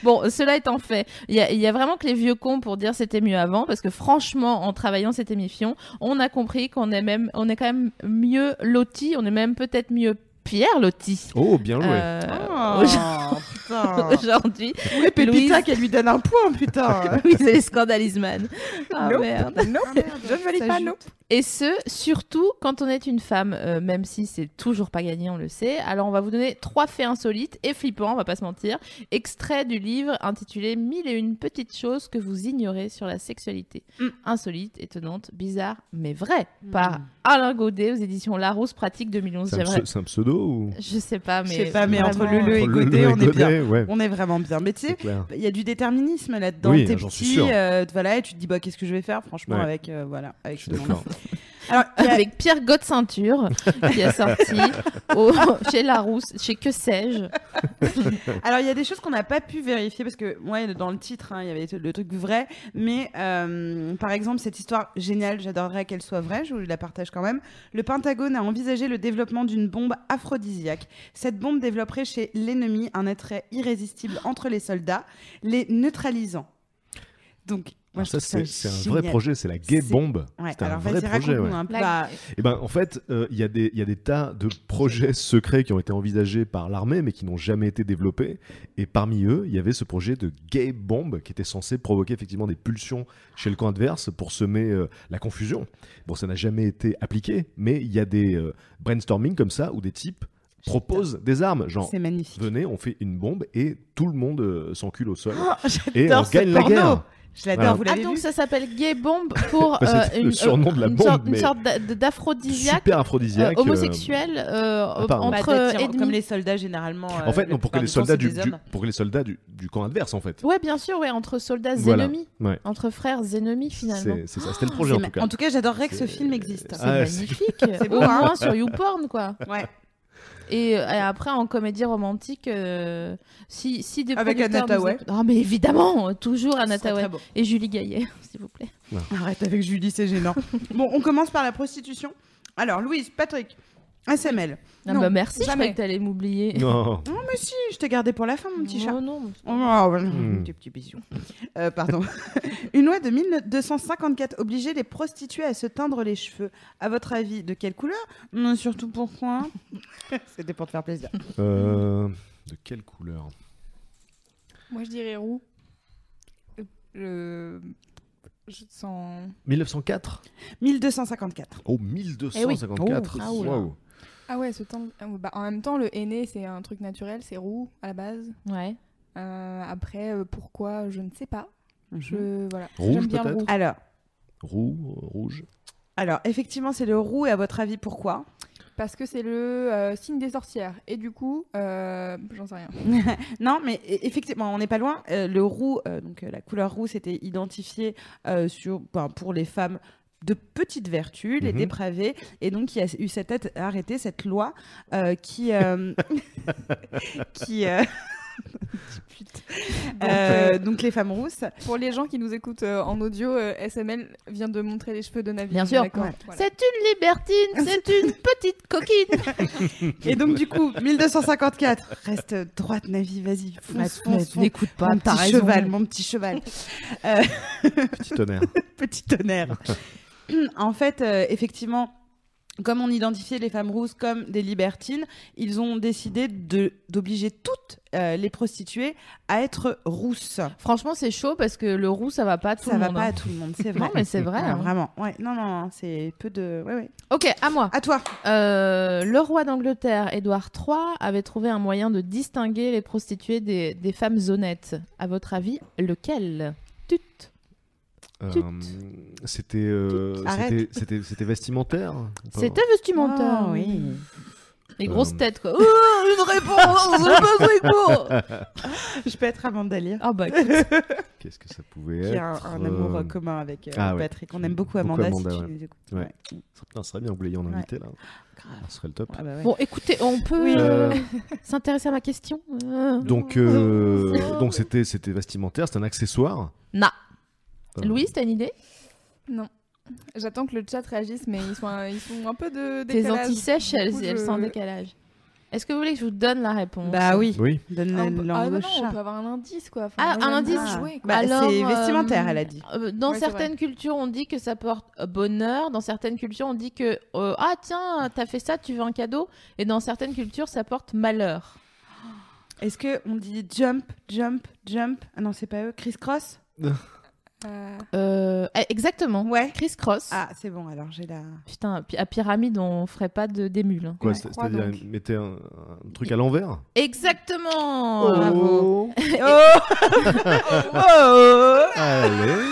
Bon, cela étant fait, il y, a- il y a vraiment que les vieux cons pour dire c'était mieux avant, parce que franchement, en travaillant cette émission, on a compris qu'on est même, on est quand même mieux loti, on est même peut-être mieux Pierre loti.
Oh, bien joué.
Euh, aujourd'hui-
Oh, putain.
Aujourd'hui,
Ou les pépitas
Ah, Louise.
qu'elle lui donne un point, putain.
oui, c'est les scandalisman. Ah
Ah. Nope.
merde.
non, je ne valide
Ça
pas,
joue.
non.
Et ce, surtout quand on est une femme, euh, même si c'est toujours pas gagné, on le sait. Alors on va vous donner trois faits insolites et flippants, on va pas se mentir. Extrait du livre intitulé Mille et une petites choses que vous ignorez sur la sexualité.
Mm.
Insolite, étonnante, bizarre, mais vraie. Par Alain Godet aux éditions Larousse Pratique 2011.
C'est un
J'aimerais-
pse- c'est un pseudo ou
Je sais pas,
Je
mais.
sais pas, Ah, mais entre
vraiment,
Lulu et
Entre
Godet, on est bien.
ouais,
On est vraiment bien. Mais tu
c'est
sais,
clair.
il y a du déterminisme là-dedans.
Oui,
T'es
j'en suis
petit,
sûr.
euh, voilà, et tu te dis, bah, qu'est-ce que je vais faire, franchement,
Ouais.
avec, euh, voilà, avec
Je suis
ce monde-là.
d'accord.
Alors, il y a-
Avec Pierre Gotte Ceinture, qui a sorti au- chez Larousse, chez que sais-je.
Alors, il y a des choses qu'on n'a pas pu vérifier parce que, ouais, dans le titre, hein, il y avait le truc vrai. Mais, euh, par exemple, cette histoire géniale, j'adorerais qu'elle soit vraie, je vous la partage quand même. Le Pentagone a envisagé le développement d'une bombe aphrodisiaque. Cette bombe développerait chez l'ennemi un attrait irrésistible entre les soldats, les neutralisant. Donc, moi,
Alors
je
ça,
trouve
c'est c'est un
génial.
vrai projet, c'est la gay
C'est-
bombe.
Ouais,
C'est un
alors
vrai
vas-y,
projet.
raconte-nous
ouais.
un peu.
La-
Bah,
Et ben, en fait, euh, il y, a des- il y a des tas de projets secrets qui ont été envisagés par l'armée, mais qui n'ont jamais été développés. Et parmi eux, il y avait ce projet de gay bomb qui était censé provoquer effectivement des pulsions chez le camp adverse pour semer euh, la confusion. Bon, ça n'a jamais été appliqué, mais il y a des euh, brainstorming comme ça où des types proposent des armes, genre
c'est magnifique.
venez, on fait une bombe et tout le monde euh, s'encule au sol.
Oh,
Et on
J'adore ce
gagne la
porno.
guerre.
Je l'adore,
Voilà.
vous
Ah
l'avez
donc
vu
ça s'appelle gay bomb pour
Bah,
euh,
c'est le
une,
surnom de la
une
bombe,
sorte, une
mais-
sorte d'a- de- d'aphrodisiaque
Super
euh,
aphrodisiaque. euh,
homosexuel euh,
apparemment.
Bah,
entre
t'attires-
ennemis.
comme les soldats généralement. euh,
En fait, non, pour que les soldats du, du- pour que les soldats du, du camp adverse, en fait.
Ouais bien sûr ouais entre soldats
Voilà.
ennemis
Ouais.
entre frères ennemis finalement.
C'est c'est ça, c'était le projet en tout cas.
En tout cas, j'adorerais que ce
C'est-
film existe.
C'est
Ah, ouais,
magnifique.
beau,
Au
hein.
moins sur YouPorn quoi.
Ouais.
Et, euh, et après en comédie romantique euh, si si des
Avec
producteurs
Anna
nous
Thaouet.
écoutent- Ah mais évidemment euh, toujours Anna
Ce serait
Thaouet
très beau.
et Julie Gaillet s'il vous plaît.
Arrête avec Julie, c'est gênant. bon, on commence par la prostitution. Alors, Louise, Patrick, SML.
Ah,
Non,
bah, merci je
jamais.
croyais que t'allais m'oublier.
Non.
Non, Ah, mais si, je t'ai gardé pour la fin, mon petit chat.
Oh, non.
Oh, voilà,
Hmm.
tes petits bisous. Euh, pardon. Une loi de 1254 obligeait les prostituées à se teindre les cheveux. À votre avis, de quelle couleur Non, surtout pourquoi C'était pour te faire plaisir.
Euh, de quelle couleur
Moi, je dirais roux. Euh, Je... Je sens...
1904
1254.
Oh, 1254
Eh oui. Oh. Ah, oula.
Waouh.
Ah ouais, ce temps... ah ouais, bah, en même temps, le aîné, c'est un truc naturel, c'est roux à la base.
Ouais.
Euh, après, euh, pourquoi, je ne sais pas. Je... Voilà.
Rouge
J'aime bien le
peut-être
rouge.
Alors,
Roux, euh, rouge.
alors, effectivement, c'est le roux. Et à votre avis, pourquoi
Parce que c'est le euh, signe des sorcières. Et du coup, euh, j'en sais rien.
Non, mais e- effectivement, on n'est pas loin. Euh, le roux, euh, donc euh, la couleur rousse était identifiée euh, sur, ben, pour les femmes de petites vertus, les
Mhm.
dépravées, et donc il y a eu cette arrêtée, cette loi euh, qui euh, qui euh, Euh, donc les femmes rousses.
Pour les gens qui nous écoutent euh, en audio, euh, SML vient de montrer les cheveux de Navi.
Bien sûr.
D'accord,
Ouais.
voilà.
C'est une libertine, c'est une petite coquine.
Et donc du coup, 1254. Reste droite, Navi, vas-y. Fonce, fonce, fonce.
N'écoute
Mon petit cheval, mon petit cheval.
Petit tonnerre.
petit tonnerre. en fait, euh, effectivement, comme on identifiait les femmes rousses comme des libertines, ils ont décidé de- d'obliger toutes euh, les prostituées à être rousses.
Franchement, c'est chaud parce que le roux, ça va pas à tout
Ça
le
va
monde.
pas
hein.
à tout le monde, c'est vrai.
Non, mais c'est vrai.
Ah,
hein.
Vraiment, ouais, non, non, non, c'est peu de. Ouais, ouais.
Ok, à moi.
À toi.
Euh, le roi d'Angleterre, Édouard III, avait trouvé un moyen de distinguer les prostituées des, des femmes honnêtes. À votre avis, lequel Tut. Tut.
Euh, C'était euh,
Tut.
c'était-
Arrête.
c'était- c'était vestimentaire
C'était vestimentaire.
Oh. Ah, oui.
Les
Euh.
grosses têtes, quoi. Ouh, une réponse c'est pas Grégo
Je peux être Amanda Lear,
Ah bah, écoute,
Qu'est-ce que ça pouvait
qui
être
a un, un
euh,
amour euh, commun avec euh,
ah ouais.
Patrick. On aime beaucoup
Beaucoup
Amanda,
Amanda,
si tu
ouais.
nous écoutes.
Ouais. ça- putain, ça serait bien, vous l'ayez en
Ouais.
invité là.
Grave.
Ça serait le top.
Ah bah ouais.
bon, écoutez, on peut
Oui.
euh, s'intéresser à ma question Euh,
Donc, euh, donc c'était c'était vestimentaire, c'était un accessoire.
Na.
Euh,
Louise, t'as une idée
Non. J'attends que le chat réagisse, mais ils sont un, ils sont un peu de
Tes
décalage.
antisèches,
Du
elles,
coup,
elles
je-
sont en décalage. Est-ce que vous voulez que je vous donne la réponse
Bah oui,
Oui.
donne
Ah, on
le
peut- ah,
langue
non,
au
non, on
chat.
peut avoir un indice quoi. Enfin,
Ah,
moi,
un
j'aime
indice.
bien
Ah.
jouer, quoi.
Bah,
Alors,
c'est
euh,
vestimentaire, elle a dit.
Euh, Dans
Ouais, c'est
certaines cultures, on dit que ça porte euh, bonheur. Dans certaines cultures, on dit que euh, ah tiens, t'as fait ça, tu veux un cadeau. Et dans certaines cultures, ça porte malheur.
Est-ce que on dit jump, jump, jump Ah non, c'est pas eux. Criss Cross
Ah.
Euh,
Euh, eh, exactement.
Ouais.
Chris Cross.
Ah, c'est bon, alors j'ai la.
Putain, pi- à pyramide, on ferait pas de d'émule. hein.
Quoi
Ouais,
c'est-
crois
C'est-à-dire,
donc.
ils mettaient un, un truc à l'envers
Exactement.
Oh,
Oh,
bravo. Oh!
Allez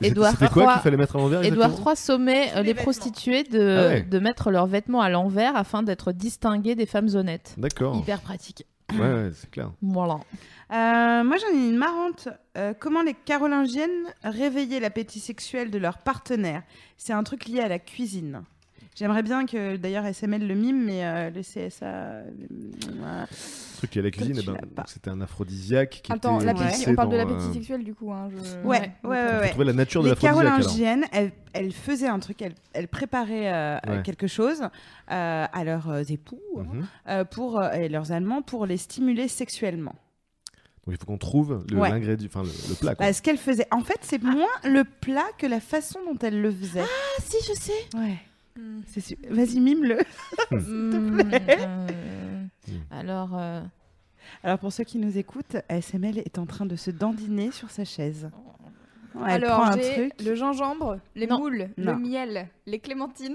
Et
Édouard
C'était quoi
Trois-
qu'il fallait mettre à l'envers
Édouard
exactement
III sommet euh, les,
les vêtements.
prostituées de,
Oh, Ah ouais.
de mettre leurs vêtements à l'envers afin d'être distinguées des femmes honnêtes.
D'accord.
Hyper pratique.
Ouais, ouais, c'est clair.
Voilà.
Euh, moi, j'en ai une marrante. Euh, comment les Carolingiennes réveillaient l'appétit sexuel de leur partenaire C'est un truc lié à la cuisine. J'aimerais bien que d'ailleurs SML le mime, mais euh, le CSA. euh, voilà.
Le truc qui est à la cuisine,
tu
eh ben,
l'as pas.
c'était un aphrodisiaque qui
Attends,
était
l'appétit-
glissé
on parle de
dans,
l'appétit
euh,
sexuel du coup. Hein, je-
Ouais, ouais, ouais,
on
ouais.
peut trouver la nature
Les
de l'aphrodisiaque alors.
Carolingiennes, elles, elles faisaient un truc, elles, elles préparaient euh,
Ouais.
quelque chose euh, à leurs euh, époux hein,
Mhm.
euh, pour, euh, et leurs Allemands pour les stimuler sexuellement.
Donc il faut qu'on trouve le-
Ouais.
l'ingrédient, enfin le, le plat. quoi.
Bah, ce qu'elle faisait. En fait, c'est moins le plat que la façon dont elle le faisait.
Ah si, je sais.
ouais.
Hmm.
C'est su- Vas-y, mime-le.
Mm, euh, alors, euh,
Alors, pour ceux qui nous écoutent, ASML est en train de se dandiner sur sa chaise. Ouais, elle prend
Alors,
un
j'ai
truc.
le gingembre, les
Non.
moules,
Non.
le miel, les clémentines,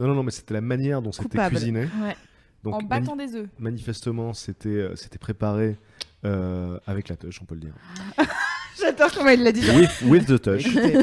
Non, non, non, mais c'était la manière dont c'était
Bah, Coupable.
cuisiné.
Ouais.
Donc
en
mani-
battant des œufs.
manifestement, c'était euh, c'était préparé euh, avec la touche, on peut le dire.
J'adore comment il l'a dit.
With, with the touch,
Écoutez, je,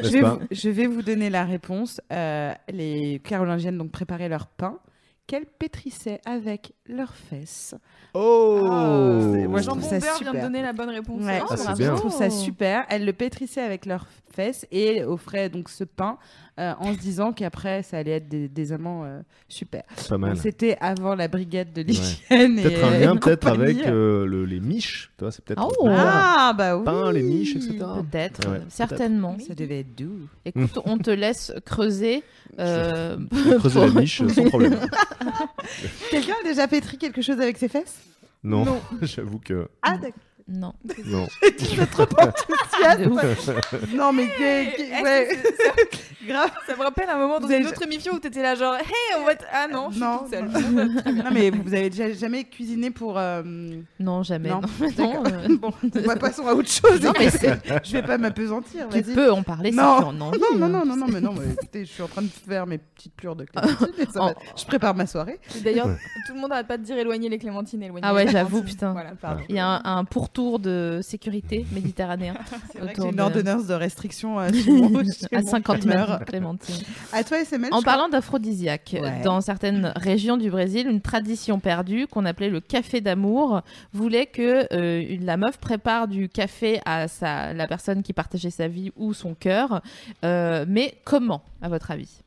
n'est-ce
vais
pas
vous, je vais vous donner la réponse. Euh, les Carolingiennes donc préparaient leur pain qu'elles pétrissaient avec leurs fesses.
Oh
Ah, c'est- moi, je
Ah, Jean
trouve ça
Bombert vient de
super.
donner la bonne réponse.
Ouais.
Oh,
Ah, c'est
bravo.
bien.
Je trouve ça super. Elles le pétrissaient avec leurs fesses et offraient donc ce pain euh, en se disant qu'après ça allait être des, des amants euh, super.
Pas mal.
Donc, C'était avant la brigade de l'hygiène. et,
Peut-être un
euh,
lien
et
peut-être
compagnie.
avec euh, le- les miches, tu vois, c'est peut-être
Oh.
plus tard.
Ah bah oui.
pain, les miches, etc.
peut-être,
Ouais,
euh, certainement.
Ça devait être doux.
Écoute, on te laisse creuser. euh,
creuser la miche euh, sans problème.
Quelqu'un a déjà pétri quelque chose avec ses fesses
Non, j'avoue que
Ah d'accord.
Non.
non.
trop enthousiaste. non mais que-
Eh,
que-
eh,
ouais.
c'est- c'est-
grave.
Ça me rappelle un moment dans
Vous avez-
une autre émission où t'étais là genre Hey on va être- Ah non, je suis
Non,
toute seule.
Non mais vous avez déjà jamais cuisiné pour euh,
Non, jamais.
Non.
Non, non, euh,
bon. bah, passons à autre chose.
Non, mais c'est-
Je vais pas m'apesantir.
tu
vas-y.
peux en parler
Non.
si tu en as envie.
Non, non,
hein.
non, non, non, mais non, mais écoutez, je suis en train de faire mes petites plures de clémentine et ça va-
Oh.
je prépare ma soirée.
Et D'ailleurs, tout le monde arrête pas de dire éloigner les clémentines, éloigner
Ah
les
ouais,
clémentines.
j'avoue, putain.
Voilà, pardon.
Il y a un, un pourtour de sécurité méditerranéen
C'est vrai que
autour
j'ai une
de...
ordonnance de restriction euh, sur mon- chez
à
mon
50
primeur.
mètres, Clémentine.
À toi, SML.
En
je crois.
parlant d'aphrodisiaque,
Ouais.
dans certaines régions du Brésil, une tradition perdue qu'on appelait le café d'amour voulait que euh, une- la meuf prépare du café à sa, la personne qui partageait sa vie ou son cœur. Euh, mais comment, à votre avis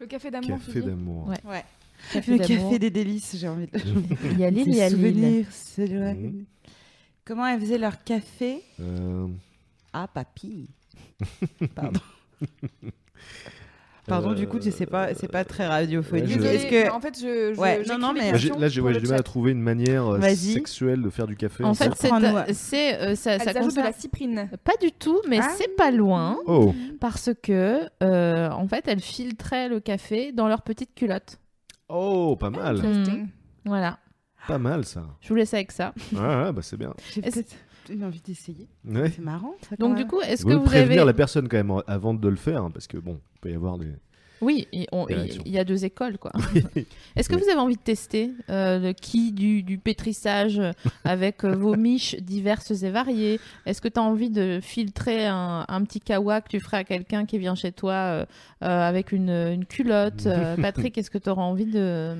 Le café d'amour. tu
Café
dis
d'amour.
Ouais. Café
Le
d'amour.
café des délices, j'ai envie de
Il y a l'île, il y a
Ces
l'île.
souvenirs s'éloignent.
Mmh.
Comment elles faisaient leur café
Euh,
Ah, papy. Pardon. Pardon, du coup, tu sais pas, c'est pas très radiophonique.
Euh, ouais, je-
Désolée,
Est-ce que
mais en fait, je. je-
Ouais, non,
j'écris
non,
les
mais-
Moi, bah, j'ai-
questions
Là, j'ai
pour
ouais,
le
j'ai du mal
chat.
à trouver une manière euh,
Vas-y.
sexuelle de faire du café.
En fait,
sait-
c'est,
Reprends-nous.
euh, c'est, euh, ça,
Elles
ça
ajoutent de
concerne-
la cyprine.
Pas du tout, mais
Ah.
c'est pas loin.
oh,
Parce que, euh, en fait, elles filtraient le café dans leur petite culotte.
oh, pas mal,
Interesting.
Hmm. Voilà.
pas mal ça.
Je vous laisse avec ça.
Ah, ouais, bah c'est bien.
j'ai
Est-ce-
peut-être une envie d'essayer
Ouais.
C'est marrant. ça, quand
Donc, du
même.
coup, est-ce
Vaut
que
mieux
vous avez.
prévenir la personne quand même avant de le faire, hein, parce que bon, il peut y avoir des.
Oui, il on-
Des
il-
réactions.
il y a deux écoles, quoi.
Oui.
Est-ce que
Oui.
vous avez envie de tester euh, le qui du, du pétrissage avec euh, vos miches diverses et variées Est-ce que tu as envie de filtrer un, un petit kawa que tu ferais à quelqu'un qui vient chez toi euh, euh, avec une, une culotte Euh, Patrick, est-ce que tu auras envie de...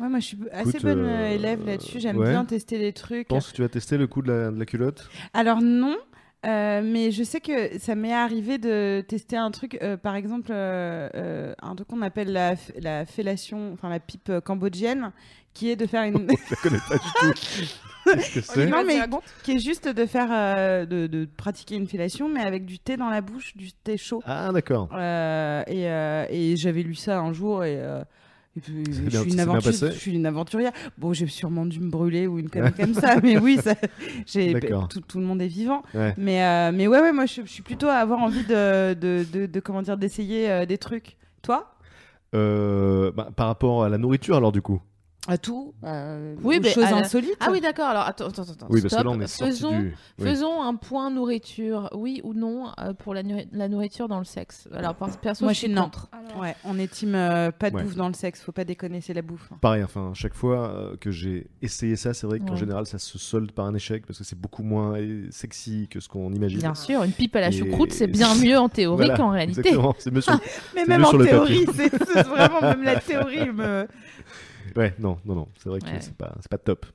Ouais, moi, je suis assez
Écoute,
bonne euh,
euh,
élève là-dessus. J'aime
ouais.
bien tester les trucs.
Je pense que tu vas tester le coup de la, de la culotte.
Alors non, euh, mais je sais que ça m'est arrivé de tester un truc, euh, par exemple, euh, euh, un truc qu'on appelle la, f- la fellation, enfin la pipe euh, cambodgienne, qui est de faire une,
Je la connais pas du tout. Qu'est-ce que c'est
Non,
Vas-y,
mais-
raconte.
qui est juste de faire, euh, de, de pratiquer une fellation, mais avec du thé dans la bouche, du thé chaud.
Ah, d'accord.
Euh, et euh, et j'avais lu ça un jour et. euh, et puis,
C'est
je,
bien-
suis
ça
une
s'est bien
aventure-
passé
je suis une aventurière. Bon, j'ai sûrement dû me brûler ou une connerie comme ça, mais oui, ça, j'ai-
D'accord.
tout, tout le monde est vivant.
Ouais.
Mais, euh, mais ouais, ouais, moi je, je suis plutôt à avoir envie de, de, de, de- comment dire, d'essayer euh, des trucs. Toi
Euh, bah, par rapport à la nourriture, alors du coup.
À tout euh,
Oui,
Aux
mais
choses
à la-
insolites
Ah oui, d'accord. Alors, attends, attends, attends.
Oui, parce
Ah, stop.
que là, on est sorti
Faisons,
du. oui.
faisons un point nourriture, oui ou non, euh, pour la, nu- la nourriture dans le sexe. Alors, par- perso, je
Moi, je
suis
suis non.
contre.
Alors,
Ouais, on est team euh, pas de
Ouais.
bouffe dans le sexe, faut pas déconner, c'est la bouffe. hein.
Pareil, enfin, à chaque fois euh, que j'ai essayé ça, c'est vrai qu'en
Ouais.
général, ça se solde par un échec parce que c'est beaucoup moins euh, sexy que ce qu'on imagine.
Bien sûr, une pipe à la
Et-
choucroute, c'est bien mieux en théorie
Voilà,
qu'en réalité.
Exactement, c'est monsieur.
Mais
C'est
même
mieux
en
sur le
théorie, c'est c'est vraiment même la théorie. me-
ouais, non, non, non, c'est vrai que
Ouais.
c'est pas, c'est pas top.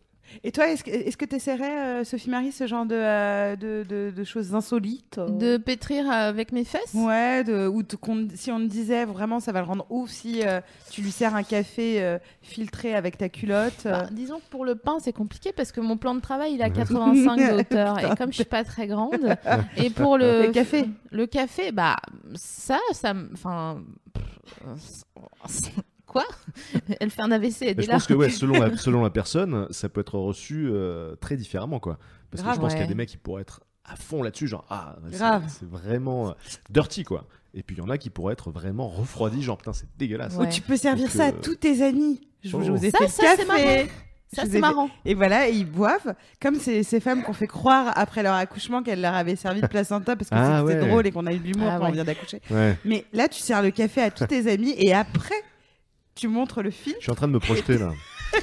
Et toi, est-ce que est-ce que t'essaierais, euh, Sophie Marie, ce genre de, euh, de, de, de choses insolites euh
De pétrir avec mes fesses
Ouais, de, ou te- qu'on- si on te disait vraiment ça va le rendre ouf si euh, tu lui sers un café euh, filtré avec ta culotte. euh.
Bah, disons que pour le pain, c'est compliqué parce que mon plan de travail, il a 85 de hauteur. et comme je suis pas très grande, et pour le,
Le café.
le café, bah, ça, ça me. Enfin. pff, euh, Quoi Elle fait un AVC, elle
Mais
est
je
là.
pense que ouais, selon, la, selon la personne, ça peut être reçu euh, très différemment. quoi. Parce que
Grave,
je pense qu'il y a
ouais.
des mecs qui pourraient être à fond là-dessus, genre, ah, c'est-
Grave.
c'est vraiment euh, dirty, quoi. Et puis il y en a qui pourraient être vraiment refroidis, genre, putain, c'est dégueulasse.
Ouais.
Ou tu peux servir
Donc,
ça à
euh,
tous tes amis. Je, vous- je
oh.
vous ai
Ça,
fait
ça,
le
c'est
café.
Ça,
Je vous
c'est
ai-
marrant.
Et voilà, et ils boivent, comme ces, ces femmes qu'on fait croire après leur accouchement qu'elles leur avaient servi de placenta parce que
Ah
c'était
ouais.
drôle et qu'on a eu de l'humour
Ah
quand on
ouais.
vient d'accoucher.
Ouais.
Mais là, tu sers le café à tous tes amis et après, tu montres le film.
Je suis en train de me projeter là,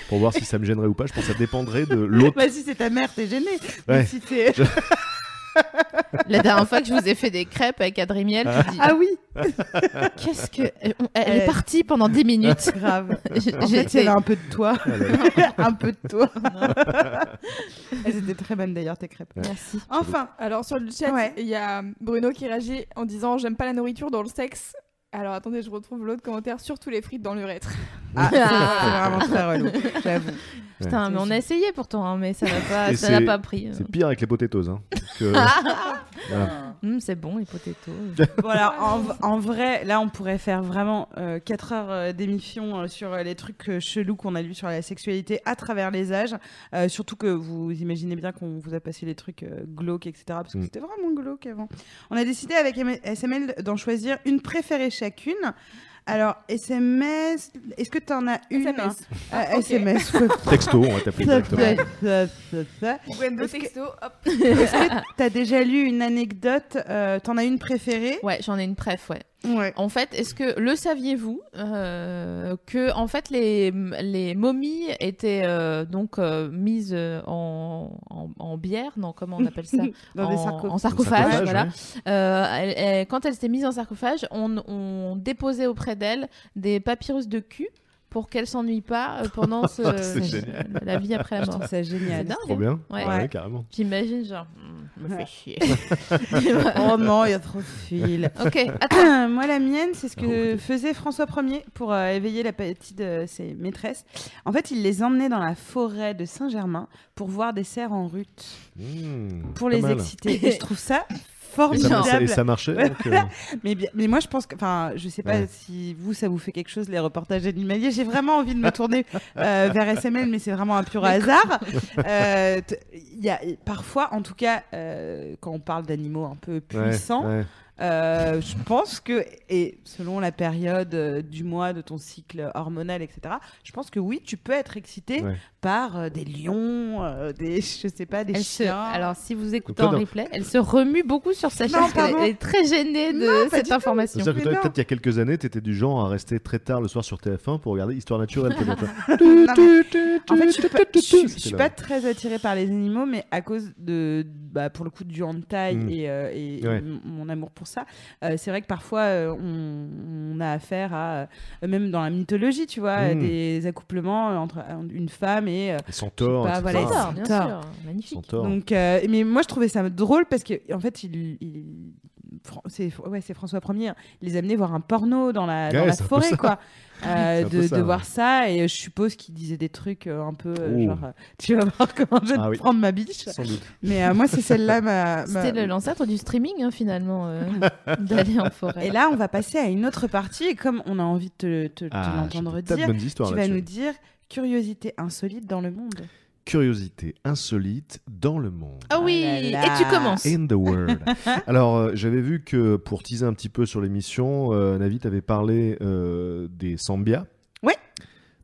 pour voir si ça me gênerait ou pas. Je pense que ça dépendrait de l'autre.
Bah, si c'est ta mère, t'es gêné.
Ouais.
Mais si t'es-
La dernière fois que je vous ai fait des crêpes avec Adrimiel, je dis Ah,
Ah oui,
Qu'est-ce que. Elle
Eh.
est partie pendant 10 minutes.
grave. En fait, il y
J'étais
avait un peu de toi.
Ah là là.
un peu de toi. Elles étaient très bonnes d'ailleurs, tes crêpes.
Merci.
Enfin,
Alors sur le chat, il
Ouais.
y a hum, Bruno qui réagit en disant j'aime pas la nourriture dans le sexe. Alors attendez, je retrouve l'autre commentaire, surtout les frites dans l'urètre.
ah, ça, c'est vraiment très relou, j'avoue.
Putain, mais on a essayé pourtant, hein, mais ça n'a pas,
Et
ça n'a
c'est-
pas pris. hein.
C'est pire avec les potatoes. Hein. Donc, euh, voilà.
Hum, c'est bon, les potatoes.
Bon, alors, en, v- en vrai, là, on pourrait faire vraiment 4 heures euh, d'émission euh, sur euh, les trucs euh, chelous qu'on a lus sur la sexualité à travers les âges. Euh, surtout que vous imaginez bien qu'on vous a passé les trucs euh, glauques, etc. Parce que
Mm.
c'était vraiment glauque avant. On a décidé avec M- SML d'en choisir une préférée chacune. Alors, SMS, est-ce que tu en as une
SMS.
Euh,
Ah,
ok.
SMS, ouais.
Texto, on va taper directement.
Est-ce
Gwendo
Est-ce que-
texto, hop.
que t'as déjà lu une anecdote euh, T'en as une préférée
Ouais, j'en ai une préf, ouais.
Ouais.
En fait, est-ce que le saviez-vous euh, que en fait les, les momies étaient euh, donc euh, mises euh, en, en, en bière, non comment on appelle ça
Dans
en,
des sarcophages.
en sarcophage,
Sarcophage,
voilà.
ouais.
Euh, elle- elle- quand elle s'était mise en sarcophage, on, on déposait auprès d'elle des papyrus de cul pour qu'elle s'ennuie pas euh, pendant ce-
C'est génial.
la vie après la
Je
mort.
trouve
C'est
ça génial.
dingue. hein.
Trop bien.
Ouais.
Ouais, ouais, carrément.
J'imagine genre. hmm. me fait chier.
Oh non, il y a trop de fils.
ok, attends.
Moi, la mienne, c'est ce
Ah, bon,
que faisait François Ier pour euh, éveiller l'appétit de ses maîtresses. En fait, il les emmenait dans la forêt de Saint-Germain pour voir des cerfs en rut,
Mmh,
pour
pas
les
mal.
exciter. Et je trouve ça
Et ça,
formidable.
et ça marchait.
Ouais,
donc, euh,
Mais, bien- mais moi, je pense que. Enfin, je sais pas
Ouais.
si vous, ça vous fait quelque chose, les reportages animaliers. J'ai vraiment envie de me tourner euh, vers SML, mais c'est vraiment un pur hasard. Euh, t- Il y a, parfois, en tout cas, euh, quand on parle d'animaux un peu
ouais,
puissants,
ouais.
euh, je pense que. Et selon la période euh, du mois, de ton cycle hormonal, etc., je pense que oui, tu peux être excité
Ouais.
par euh, des lions, euh, des. Je sais pas, des
Elle se-
chiens.
Alors, si vous écoutez
toi,
en
non.
replay, elle se remue beaucoup sur sa
Non,
chaise. Elle,
pardon.
elle est très gênée de
Non, pas du
cette
tout.
information.
C'est-à-dire que toi,
Mais non.
peut-être il y a quelques années, t'étais du genre à rester très tard le soir sur TF1 pour regarder Histoire naturelle. peut-être.
Non, mais- En fait, je suis pas, je suis- je suis
là.
pas très attirée par les animaux, mais à cause de, bah, pour le coup, du hentai
Mm.
et, euh, et
Ouais.
m- mon amour pour ça, euh, c'est vrai que parfois euh, on, on a affaire à, euh, même dans la mythologie, tu vois,
Mm.
des accouplements entre euh, une femme et. euh,
Les centaures,
Je sais pas,
etc.
voilà,
Centaure, bien
Centaure.
sûr. Magnifique.
Centaures.
donc, euh, mais moi, je trouvais ça drôle parce que, en fait, il. il- Fran- c'est ouais, c'est François Ier. Il les amenait voir un porno dans la, dans
Ouais,
la
c'est un peu
forêt,
ça.
quoi. Euh,
C'est un peu
de,
ça,
de
ouais.
voir ça. Et je suppose qu'il disait des trucs euh, un peu euh,
Oh.
genre, euh, tu vas voir comment je vais
Ah
te
oui.
prendre ma biche.
Sans doute.
Mais euh, moi, c'est celle-là. Ma, ma-
C'était le- l'ancêtre du streaming, hein, finalement, euh, d'aller en forêt.
Et là, on va passer à une autre partie. Et comme on a envie de te, te- te
Ah,
l'entendre dire,
bonnes histoires
tu vas
là-dessus.
nous dire curiosité insolite dans le monde.
Curiosité insolite dans le monde.
Ah oui,
Oh là là.
et tu commences.
In the world. Alors, euh, j'avais vu que pour teaser un petit peu sur l'émission, euh, Navi t'avait parlé euh, des Sambia.
Ouais.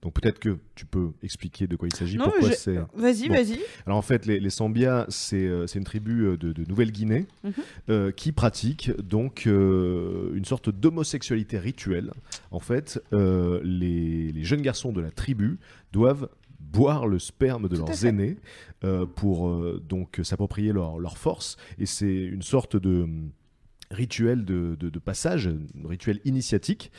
Donc peut-être que tu peux expliquer de quoi il s'agit,
Non,
pourquoi
je-
c'est...
Vas-y,
Bon.
vas-y.
Alors en fait, les, les Sambia, c'est euh, c'est une tribu euh, de, de Nouvelle-Guinée
Mhm.
euh, qui pratique donc euh, une sorte d'homosexualité rituelle. En fait, euh, les, les jeunes garçons de la tribu doivent boire le sperme de
Tout à
leurs
fait.
aînés euh, pour euh, donc s'approprier leur, leur force. Et c'est une sorte de hum, rituel de, de- de passage, un rituel initiatique.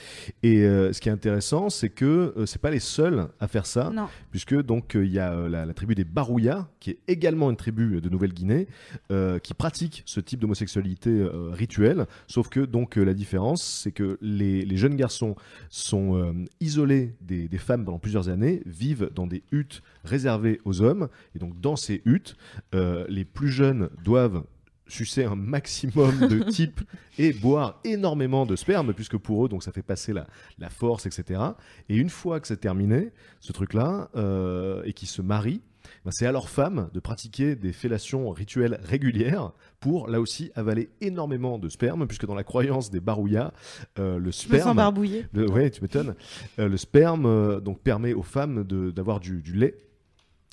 Et euh, ce qui est intéressant, c'est que euh, c'est pas les seuls à faire ça
Non.
puisque donc euh, il y a euh, la, la tribu des Barouya, qui est également une tribu euh, de Nouvelle-Guinée, euh, qui pratique ce type d'homosexualité euh, rituelle. Sauf que donc euh, la différence, c'est que les, les jeunes garçons sont euh, isolés des, des femmes pendant plusieurs années, vivent dans des huttes réservées aux hommes, et donc dans ces huttes, euh, les plus jeunes doivent sucer un maximum de types et boire énormément de sperme puisque pour eux donc ça fait passer la, la force etc et une fois que c'est terminé ce truc-là, euh, et qui se marient, ben, c'est à leur femme de pratiquer des fellations rituelles régulières pour, là aussi, avaler énormément de sperme, puisque dans la croyance des barouillas, euh, le
Je me sens
sperme...
barbouillée.
Le, ouais, tu m'étonnes. Euh, le sperme euh, donc, permet aux femmes de- d'avoir du, du lait,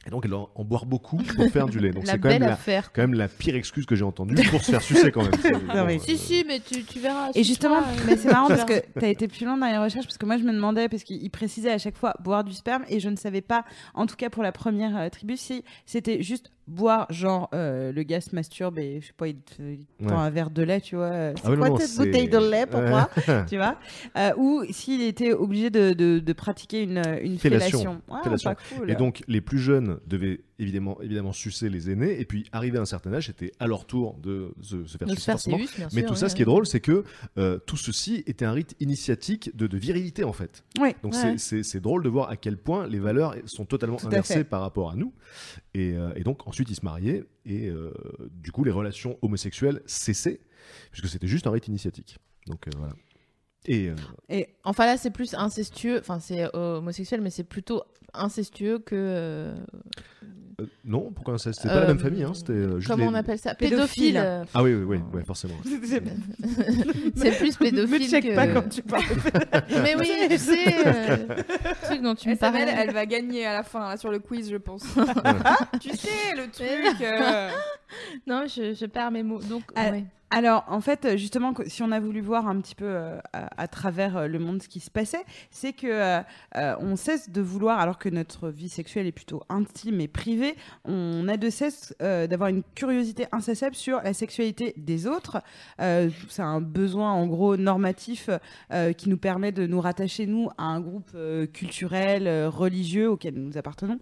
et donc elles en, en boivent beaucoup pour faire du lait. Donc
la
c'est quand, même
belle
la-
affaire.
quand même la pire excuse que j'ai entendue pour se faire sucer quand même. C'est-
Non, mais-
bon,
Si,
euh,
si, mais tu, tu verras. suis-toi,
Et justement,
euh,
mais c'est marrant
tu
parce
verras.
que tu as été plus loin dans les recherches parce que moi je me demandais parce qu'il il précisait à chaque fois boire du sperme et je ne savais pas en tout cas pour la première euh, tribu si c'était juste boire genre euh, le gars se masturbe et je sais pas il te, il te
Ouais. Ah
tend un verre de lait tu vois euh, c'est
oui,
quoi
non, non,
cette
c'est-
bouteille de lait pour
Ouais.
moi tu vois Euh, ou s'il était obligé de, de- de pratiquer une, euh, une
Fellation.
fellation, Ah,
Fellation.
pas cool.
Et donc, les plus jeunes devaient évidemment, évidemment sucer les aînés, et puis, arrivé à un certain âge, c'était à leur tour de se, se faire
Nos
sucer. forcément.
Perséus, bien
Mais
sûr,
tout ça,
ouais.
ce qui est drôle, c'est que euh, tout ceci était un rite initiatique de, de virilité, en fait.
Ouais.
Donc,
Ouais.
c'est- c'est c'est drôle de voir à quel point les valeurs sont totalement
Tout à fait.
inversées par rapport à nous. Et, euh, et donc, ensuite, ils se mariaient, et euh, du coup, les relations homosexuelles cessaient, puisque c'était juste un rite initiatique. Donc, euh, voilà. Et euh,
Et
Enfin là, c'est plus incestueux. Enfin, c'est euh, homosexuel, mais c'est plutôt incestueux que. euh,
euh, non, pourquoi ça C'était pas
euh,
la même famille, hein, c'était euh, juste
Comment
les-
on appelle ça
Pédophile.
Pédophile. euh,
Ah oui, oui, oui, ouais, forcément.
C'est plus
me
pédophile
check
que.
pas quand tu parles.
Mais oui, tu sais, euh, le truc dont tu me
SML,
parlais.
elle va gagner à la fin là, sur le quiz, je pense. Ah, tu sais, le truc. euh,
Non, je, je perds mes mots. Donc,
Ah,
ouais.
Alors, en fait, justement, que- si on a voulu voir un petit peu euh, à, à travers euh, le monde ce qui se passait, c'est que euh, euh, on cesse de vouloir, alors que notre vie sexuelle est plutôt intime et privée, on a de cesse euh, d'avoir une curiosité insatiable sur la sexualité des autres. Euh, c'est un besoin, en gros, normatif euh, qui nous permet de nous rattacher, nous, à un groupe euh, culturel, euh, religieux auquel nous appartenons.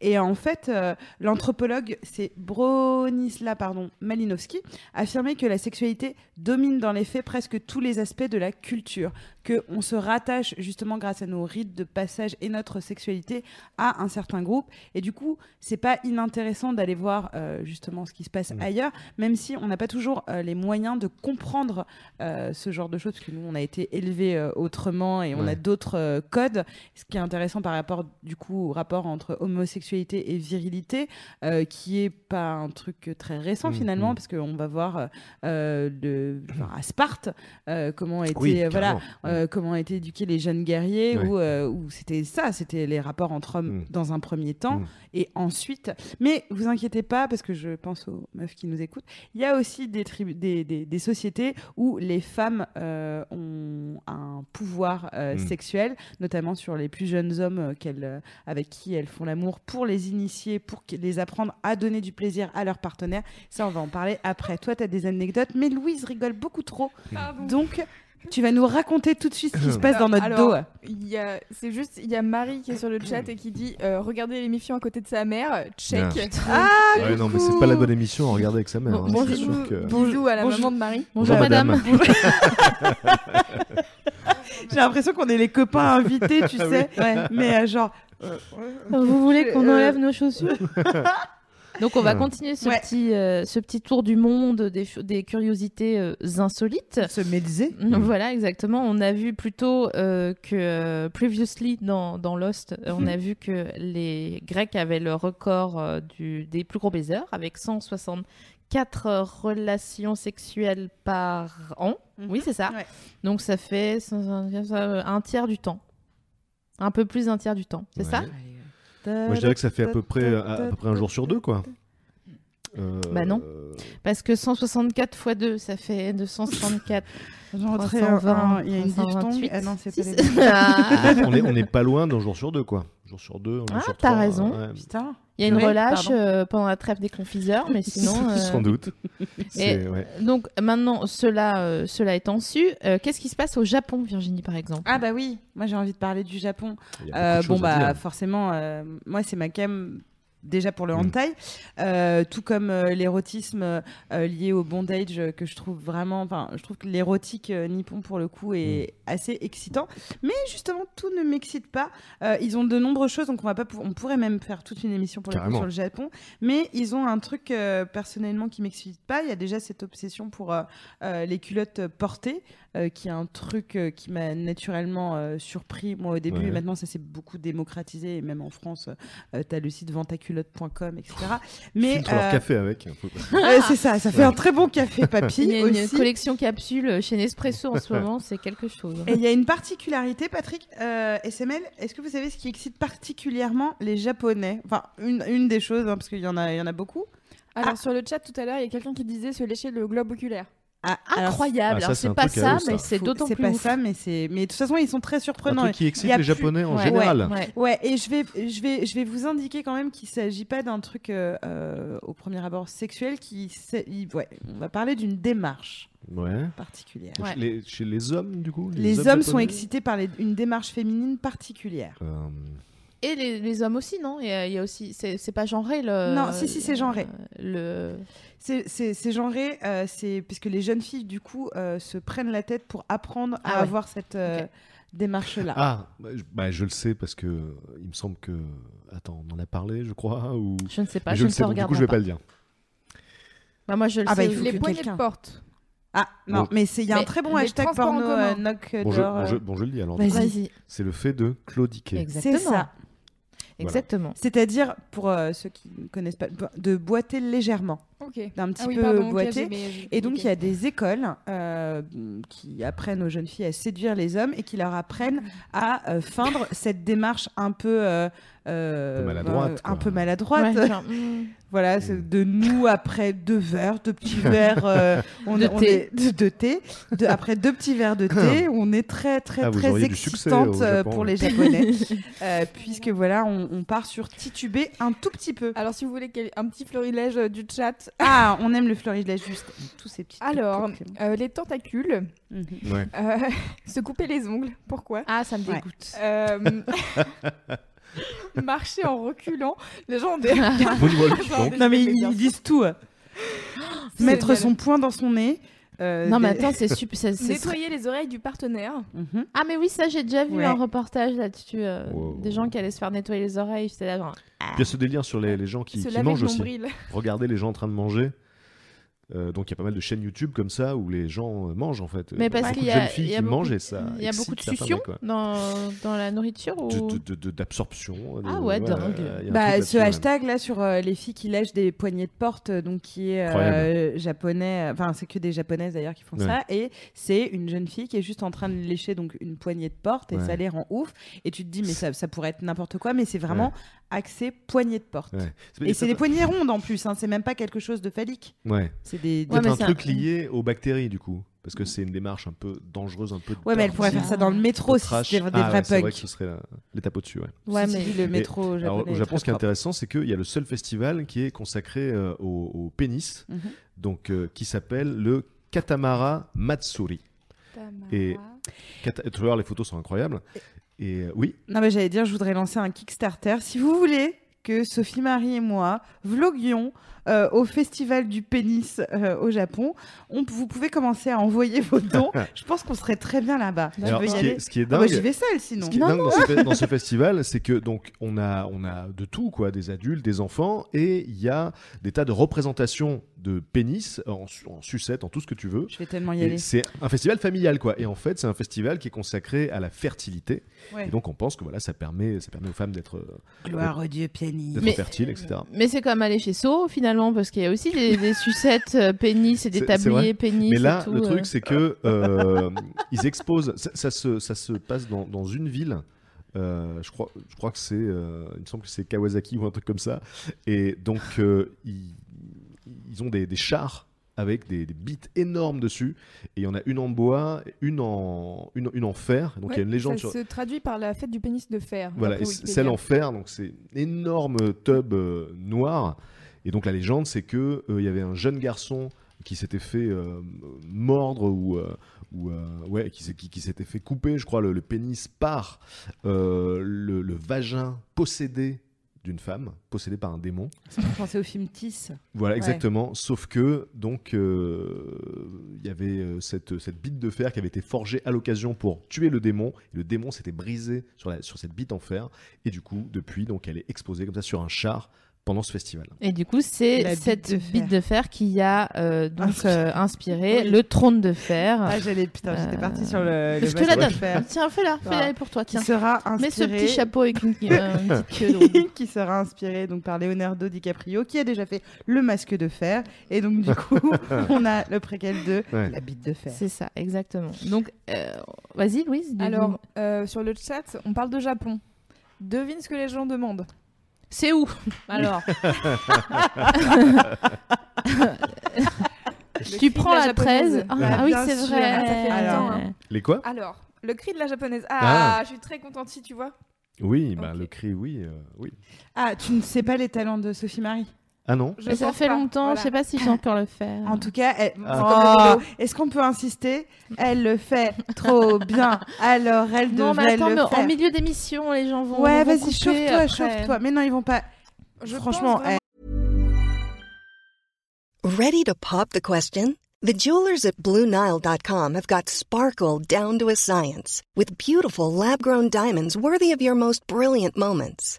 Et en fait, euh, l'anthropologue, c'est Bronisla pardon, Malinowski, affirmait que la sexualité domine dans les faits presque tous les aspects de la culture, que on se rattache justement grâce à nos rites de passage et notre sexualité à un certain groupe. Et du coup, c'est pas inintéressant d'aller voir euh, justement ce qui se passe
Mm.
ailleurs, même si on n'a pas toujours euh, les moyens de comprendre euh, ce genre de choses, parce que nous, on a été élevés euh, autrement et on
Ouais.
a d'autres euh, codes. Ce qui est intéressant par rapport du coup au rapport entre homosexualité et virilité, euh, qui est pas un truc euh, très récent
Mm,
finalement,
mm.
parce qu'on va voir euh, euh, le, genre à Sparte euh, comment étaient euh, voilà
carrément.
euh, comment étaient éduqués les jeunes guerriers
Ouais.
où, euh, où c'était ça c'était les rapports entre hommes
Mm.
dans un premier temps
Mm.
et ensuite mais vous inquiétez pas parce que je pense aux meufs qui nous écoutent il y a aussi des tribus des, des- des sociétés où les femmes euh, ont un pouvoir euh,
Mm.
sexuel notamment sur les plus jeunes hommes euh, qu'elles euh, avec qui elles font l'amour pour les initier pour qu'ils- les apprendre à donner du plaisir à leur partenaire ça on va en parler après toi tu as des anecdotes mais Louise rigole beaucoup trop
Pardon.
donc, tu vas nous raconter tout de suite ce qui se passe dans notre
Alors,
dos.
Il y a- C'est juste, il y a Marie qui est sur le chat et qui dit euh, Regardez l'émission à côté de sa mère, check.
Ah,
Ouais, non, mais c'est pas la bonne émission à regarder avec sa mère.
Bon-
hein,
bonjour.
c'est sûr que...
Bonjour à la
Bonjour.
maman de Marie.
Bonjour, madame.
J'ai l'impression qu'on est les copains invités,
Ah
tu sais. Ouais, mais euh, genre. euh,
Vous voulez qu'on
Euh,
enlève nos chaussures Donc on va
Ouais.
continuer ce,
Ouais.
petit, euh, ce petit tour du monde des, cho- des curiosités euh, insolites.
se méliser.
Mm, Voilà, exactement. On a vu plutôt euh, que euh, previously dans, dans Lost, euh,
Mm.
on a vu que les Grecs avaient le record euh, du, des plus gros baisers avec 164 euh, relations sexuelles par an.
Mhm.
Oui, c'est ça.
Ouais.
Donc ça fait 175, euh, un tiers du temps. Un peu plus d'un tiers du temps, c'est
Ouais.
ça
Moi, je dirais que ça fait à peu près, à, à peu près un jour sur deux, quoi. Euh,
Bah non.
euh,
Parce que 164 fois 2, ça fait 264.
Genre, très,
320,
euh, il y a une
328.
diphtongue. Ah non, c'est pas
Six.
les mêmes.
Ah.
on, est, on est pas loin d'un jour sur deux, quoi. Un jour sur deux, un jour
Ah,
sur
t'as
trois.
raison.
euh, ouais.
Putain.
Il y a une
Oui,
relâche
pardon.
euh, pendant la trêve des confiseurs, mais sinon. euh,
Sans doute. C'est- ouais.
Donc maintenant, cela, euh, cela étant su, euh, qu'est-ce qui se passe au Japon, Virginie, par exemple
Ah bah oui, moi j'ai envie de parler du Japon.
Il y a
Euh,
beaucoup de
bon
choses à
bah
dire.
forcément, euh, moi c'est ma cam déjà pour le
Mm.
hentai, euh, tout comme euh, l'érotisme euh, euh, lié au bondage euh, que je trouve vraiment, enfin je trouve que l'érotique euh, nippon pour le coup est
Mm.
assez excitant, mais justement tout ne m'excite pas. Euh, ils ont de nombreuses choses, donc on va pas, pou- on pourrait même faire toute une émission pour le coup
Carrément.
sur le Japon, mais ils ont un truc euh, personnellement qui m'excite pas. Il y a déjà cette obsession pour euh, euh, les culottes portées, euh, qui est un truc euh, qui m'a naturellement euh, surpris moi au début,
Ouais.
et maintenant ça s'est beaucoup démocratisé, et même en France, euh, t'as le site ventaculotte.com, etc. Mais
Filtre leur
euh,
café avec. Faut pas-
euh, c'est ça, ça fait
Ouais.
un très bon café
Il y a
papy
une
aussi.
collection capsule chez Nespresso en ce moment, c'est quelque chose.
Et il y a une particularité, Patrick, euh, SML, est-ce que vous savez ce qui excite particulièrement les Japonais Enfin, une, une des choses, hein, parce qu'il y, en a- il y en a beaucoup.
Alors sur le chat tout à l'heure, il y a quelqu'un qui disait se lécher le globe oculaire.
Ah, alors,
Incroyable,
Ah, ça,
Alors,
c'est
c'est
un
pas
truc à
ça,
eux, ça.
mais c'est
faut-
d'autant
C'est
plus
pas
ouf.
ça, mais c'est. Mais de toute façon, ils sont très
Un
surprenants.
truc qui excite
y a
les
plus-
Japonais en
Ouais.
général.
Ouais.
Ouais, et je vais, je vais, je vais vous indiquer quand même qu'il s'agit pas d'un truc euh, euh, au premier abord sexuel. Qui, s'est- il- ouais, on va parler d'une démarche
Ouais.
particulière.
Chez, les, chez les hommes, du coup
Les, hommes sont
japonais
excités par les- une démarche féminine particulière.
Euh,
Et les, les hommes aussi, non euh, Il y a- il y a aussi, c'est c'est pas genré le.
Non, si, si, c'est genré.
euh. Le.
C'est- C'est c'est genré, euh, c'est puisque les jeunes filles du coup euh, se prennent la tête pour apprendre à
Ah ouais.
avoir cette euh,
Ok.
démarche-là.
Ah, bah, je, bah, je le sais parce que euh, il me semble que. Attends, on en a parlé, je crois ou...
Je ne sais pas,
Mais
je,
je
ne
le
te
sais, donc du
regarde
coup, je vais pas le dire.
Bah, moi, je le
Ah, bah,
sais.
il faut
les
que
poignées
quelqu'un-
de porte.
Ah, non,
Bon.
mais c'est- il y a un
Mais
très bon
les
hashtag
transports en
porno
commun.
euh, knock
Bon, je,
door,
bon,
euh,
je- bon, je le dis alors.
vas-y.
Vas-y.
C'est le fait de claudiquer.
Exactement.
C'est ça.
Exactement.
C'est-à-dire, pour euh, ceux qui ne connaissent pas, de boiter légèrement.
Ok.
d'un petit
Ah oui,
peu
pardon, ok,
boité.
j'ai- mais j'ai-
Et donc,
ok.
il y a des écoles euh, qui apprennent aux jeunes filles à séduire les hommes et qui leur apprennent à euh, feindre cette démarche un peu, euh, euh,
Un peu maladroite,
euh,
quoi.
un peu maladroite.
Ouais, genre, mm.
Voilà, c'est de nous après deux verres, deux petits verres euh, on,
De
on
thé.
est- de, de thé. De- après deux petits verres de thé, on est très très
Ah, vous
très
auriez du succès au
excitante euh,
Japon,
pour
ouais.
les Japonais, Euh, puisque voilà, on, on part sur tituber un tout petit peu.
Alors, si vous voulez quel- un petit fleurilège euh, du chat,
Ah, on aime le florilège juste tous ces petits.
alors,
trucs, Clément.
euh, les tentacules,
Mhm.
Ouais.
euh, se couper les ongles, pourquoi
Ah, ça me
Ouais.
dégoûte.
Euh, Marcher en reculant, les gens ont des.
Bonne évolution.
Genre des-
Non mais
des-
ils,
des-
ils disent tout. hein.
c'est
Mettre
génial.
son poing dans son nez. euh,
Non, mais
des-
attends, c'est super. ça- c'est-
Nettoyer les oreilles du partenaire.
Mhm.
Ah, mais oui, ça, j'ai déjà vu
Ouais.
un reportage là-dessus. euh,
Wow. Euh,
Des gens qui allaient se faire nettoyer les oreilles. J'étais là, genre.
Puis il y a ce délire sur les, les gens qui,
se
qui
laver
mangent
le
aussi.
nombril.
Regardez les gens en train de manger. Euh, donc il y a pas mal de chaînes YouTube comme ça où les gens euh, mangent en fait.
Mais parce
Beaucoup
qu'il y
de
a-
jeunes filles
il y a
qui
beaucoup
mangent
de-
et ça.
Il y a
excite
beaucoup de
certains
suctions
mecs, ouais.
dans, dans la nourriture ou...
De- de- de- D'absorption. de-
Ah ouais, dingue.
euh, il y a
Bah,
un truc
ce
là-dessus, ouais.
hashtag là sur euh, les filles qui lèchent des poignées de porte, euh, donc qui est euh,
Incroyable.
japonais, euh, enfin c'est que des japonaises d'ailleurs qui font
Ouais.
ça, et c'est une jeune fille qui est juste en train de lécher donc une poignée de porte et
Ouais.
ça les rend ouf. Et tu te dis mais ça, ça pourrait être n'importe quoi, mais c'est vraiment axé poignée de porte.
Ouais.
Et c'est des poignées rondes en plus, hein, c'est même pas quelque chose de phallique.
Ouais.
C'est des. des-
Peut-être
mais
un
c'est un-
truc lié aux bactéries du coup. Parce que c'est une démarche un peu dangereuse, un peu.
Ouais, mais elle pourrait
dirty,
faire ça dans le métro
un peu
si
trash.
c'était des
Ah
vrais
ouais, C'est vrai
punks.
que ce serait la- l'étape au-dessus. ouais.
Ouais,
Ceci
mais-
dit, le métro japonais.
Alors, au
est très
Japon, ce qui est
propre.
intéressant, c'est qu'il y a le seul festival qui est consacré euh, au, au pénis,
Mhm.
donc euh, qui s'appelle le Katamara Matsuri. Et- Kata- Tu vas voir, les photos sont incroyables. Et euh, oui,
Non, mais j'allais dire, je voudrais lancer un Kickstarter. Si vous voulez que Sophie Marie et moi vloguions euh, au Festival du pénis euh, au Japon, on, vous pouvez commencer à envoyer vos dons. je pense qu'on serait très bien là-bas. Bah, Je
alors,
veux y
ce, qui
aller.
est, ce qui est
Ah
dingue,
bah, J'y vais seule sinon.
ce qui est dingue dans, ce, fe- dans ce festival, c'est que donc on a, on a de tout, quoi, des adultes, des enfants, et il y a des tas de représentations de pénis en, su- en sucette, en tout ce que tu veux.
Je vais tellement y
Et
aller.
C'est un festival familial, quoi. Et en fait, c'est un festival qui est consacré à la fertilité.
Ouais.
Et donc, on pense que voilà, ça permet, ça permet aux femmes d'être euh,
Gloire au Dieu pénis.
d'être
Mais-
fertiles, etc.
Mais c'est comme aller chez So finalement, parce qu'il y a aussi des, des sucettes euh, pénis et des
C'est- c'est vrai.
tabliers pénis.
Mais là,
et tout,
le
euh.
truc, c'est que euh, ils exposent. Ça, ça se, ça se passe dans, dans une ville. Euh, je crois, je crois que c'est, euh, il me semble que c'est Kawasaki ou un truc comme ça. Et donc, euh, ils, ils ont des, des chars avec des, des bites énormes dessus. Et il y en a une en bois, une en, une, une en fer. Donc il y a une légende
ça
sur.
se traduit par la fête du pénis de fer.
Voilà, et
d'après
c- celle en
Wikipédia.
fer, donc c'est une énorme tub euh, noir. Et donc la légende, c'est que euh, il y avait un jeune garçon qui s'était fait euh, mordre ou, euh, ou euh, ouais, qui, s'est- qui- qui s'était fait couper, je crois, le, le pénis par euh, le, le vagin possédé d'une femme, possédé par un démon.
Je pensais au film Tiss.
Voilà,
Ouais.
exactement. Sauf que, donc, euh, il y avait euh, cette, cette bite de fer qui avait été forgée à l'occasion pour tuer le démon. Et le démon s'était brisé sur, la, sur cette bite en fer. Et du coup, depuis, donc, elle est exposée comme ça sur un char pendant ce festival.
Et du coup, c'est
La bite
cette
de fer.
bite de fer qui a euh, donc
Inspiré.
euh, inspiré
Oui.
le trône de fer.
Ah, j'allais, putain, j'étais
Euh,
partie sur le. le
je te la
basket
donne.
fer
Tiens, fais-la, fais-la pour toi.
Qui
Tiens,
sera inspiré.
mets ce petit chapeau avec une, euh, une petite queue. donc.
qui sera inspiré donc par Leonardo DiCaprio qui a déjà fait le masque de fer et donc du coup on a le préquel de
Ouais.
la bite de fer.
C'est ça, exactement. Donc, euh, vas-y, Louise. dis-nous.
Alors, euh, sur le chat, on parle de Japon. Devine ce que les gens demandent.
c'est où Alors,
Le cri
tu
de
prends la,
japonaise.
13. Ah,
Ouais.
ah oui,
Bien
c'est
sûr.
vrai.
Ah,
ça fait longtemps, hein.
Les quoi
Alors, le cri de la japonaise. Ah, je suis très contente si tu vois.
Oui, bah,
Ok.
le cri, oui. euh, oui.
Ah, tu ne sais pas les talents de Sophie Marie.
Ah non
Je
Mais ça
pense
fait
pas.
longtemps,
Voilà.
je sais pas si je vais encore le faire.
En tout cas, elle-
Ah.
Oh, est-ce qu'on peut insister Elle le fait trop bien. Alors elle
non, mais
devrait
attends,
le
mais en
faire.
milieu d'émission, les gens vont.
Ouais,
vont
vas-y,
couper
chauffe-toi,
après.
chauffe-toi. Mais non, ils vont pas.
Je
Franchement,
pense vraiment-
Ready to pop the question? The jewelers at BlueNile.com have got sparkle down to a science with beautiful lab grown diamonds worthy of your most brilliant moments.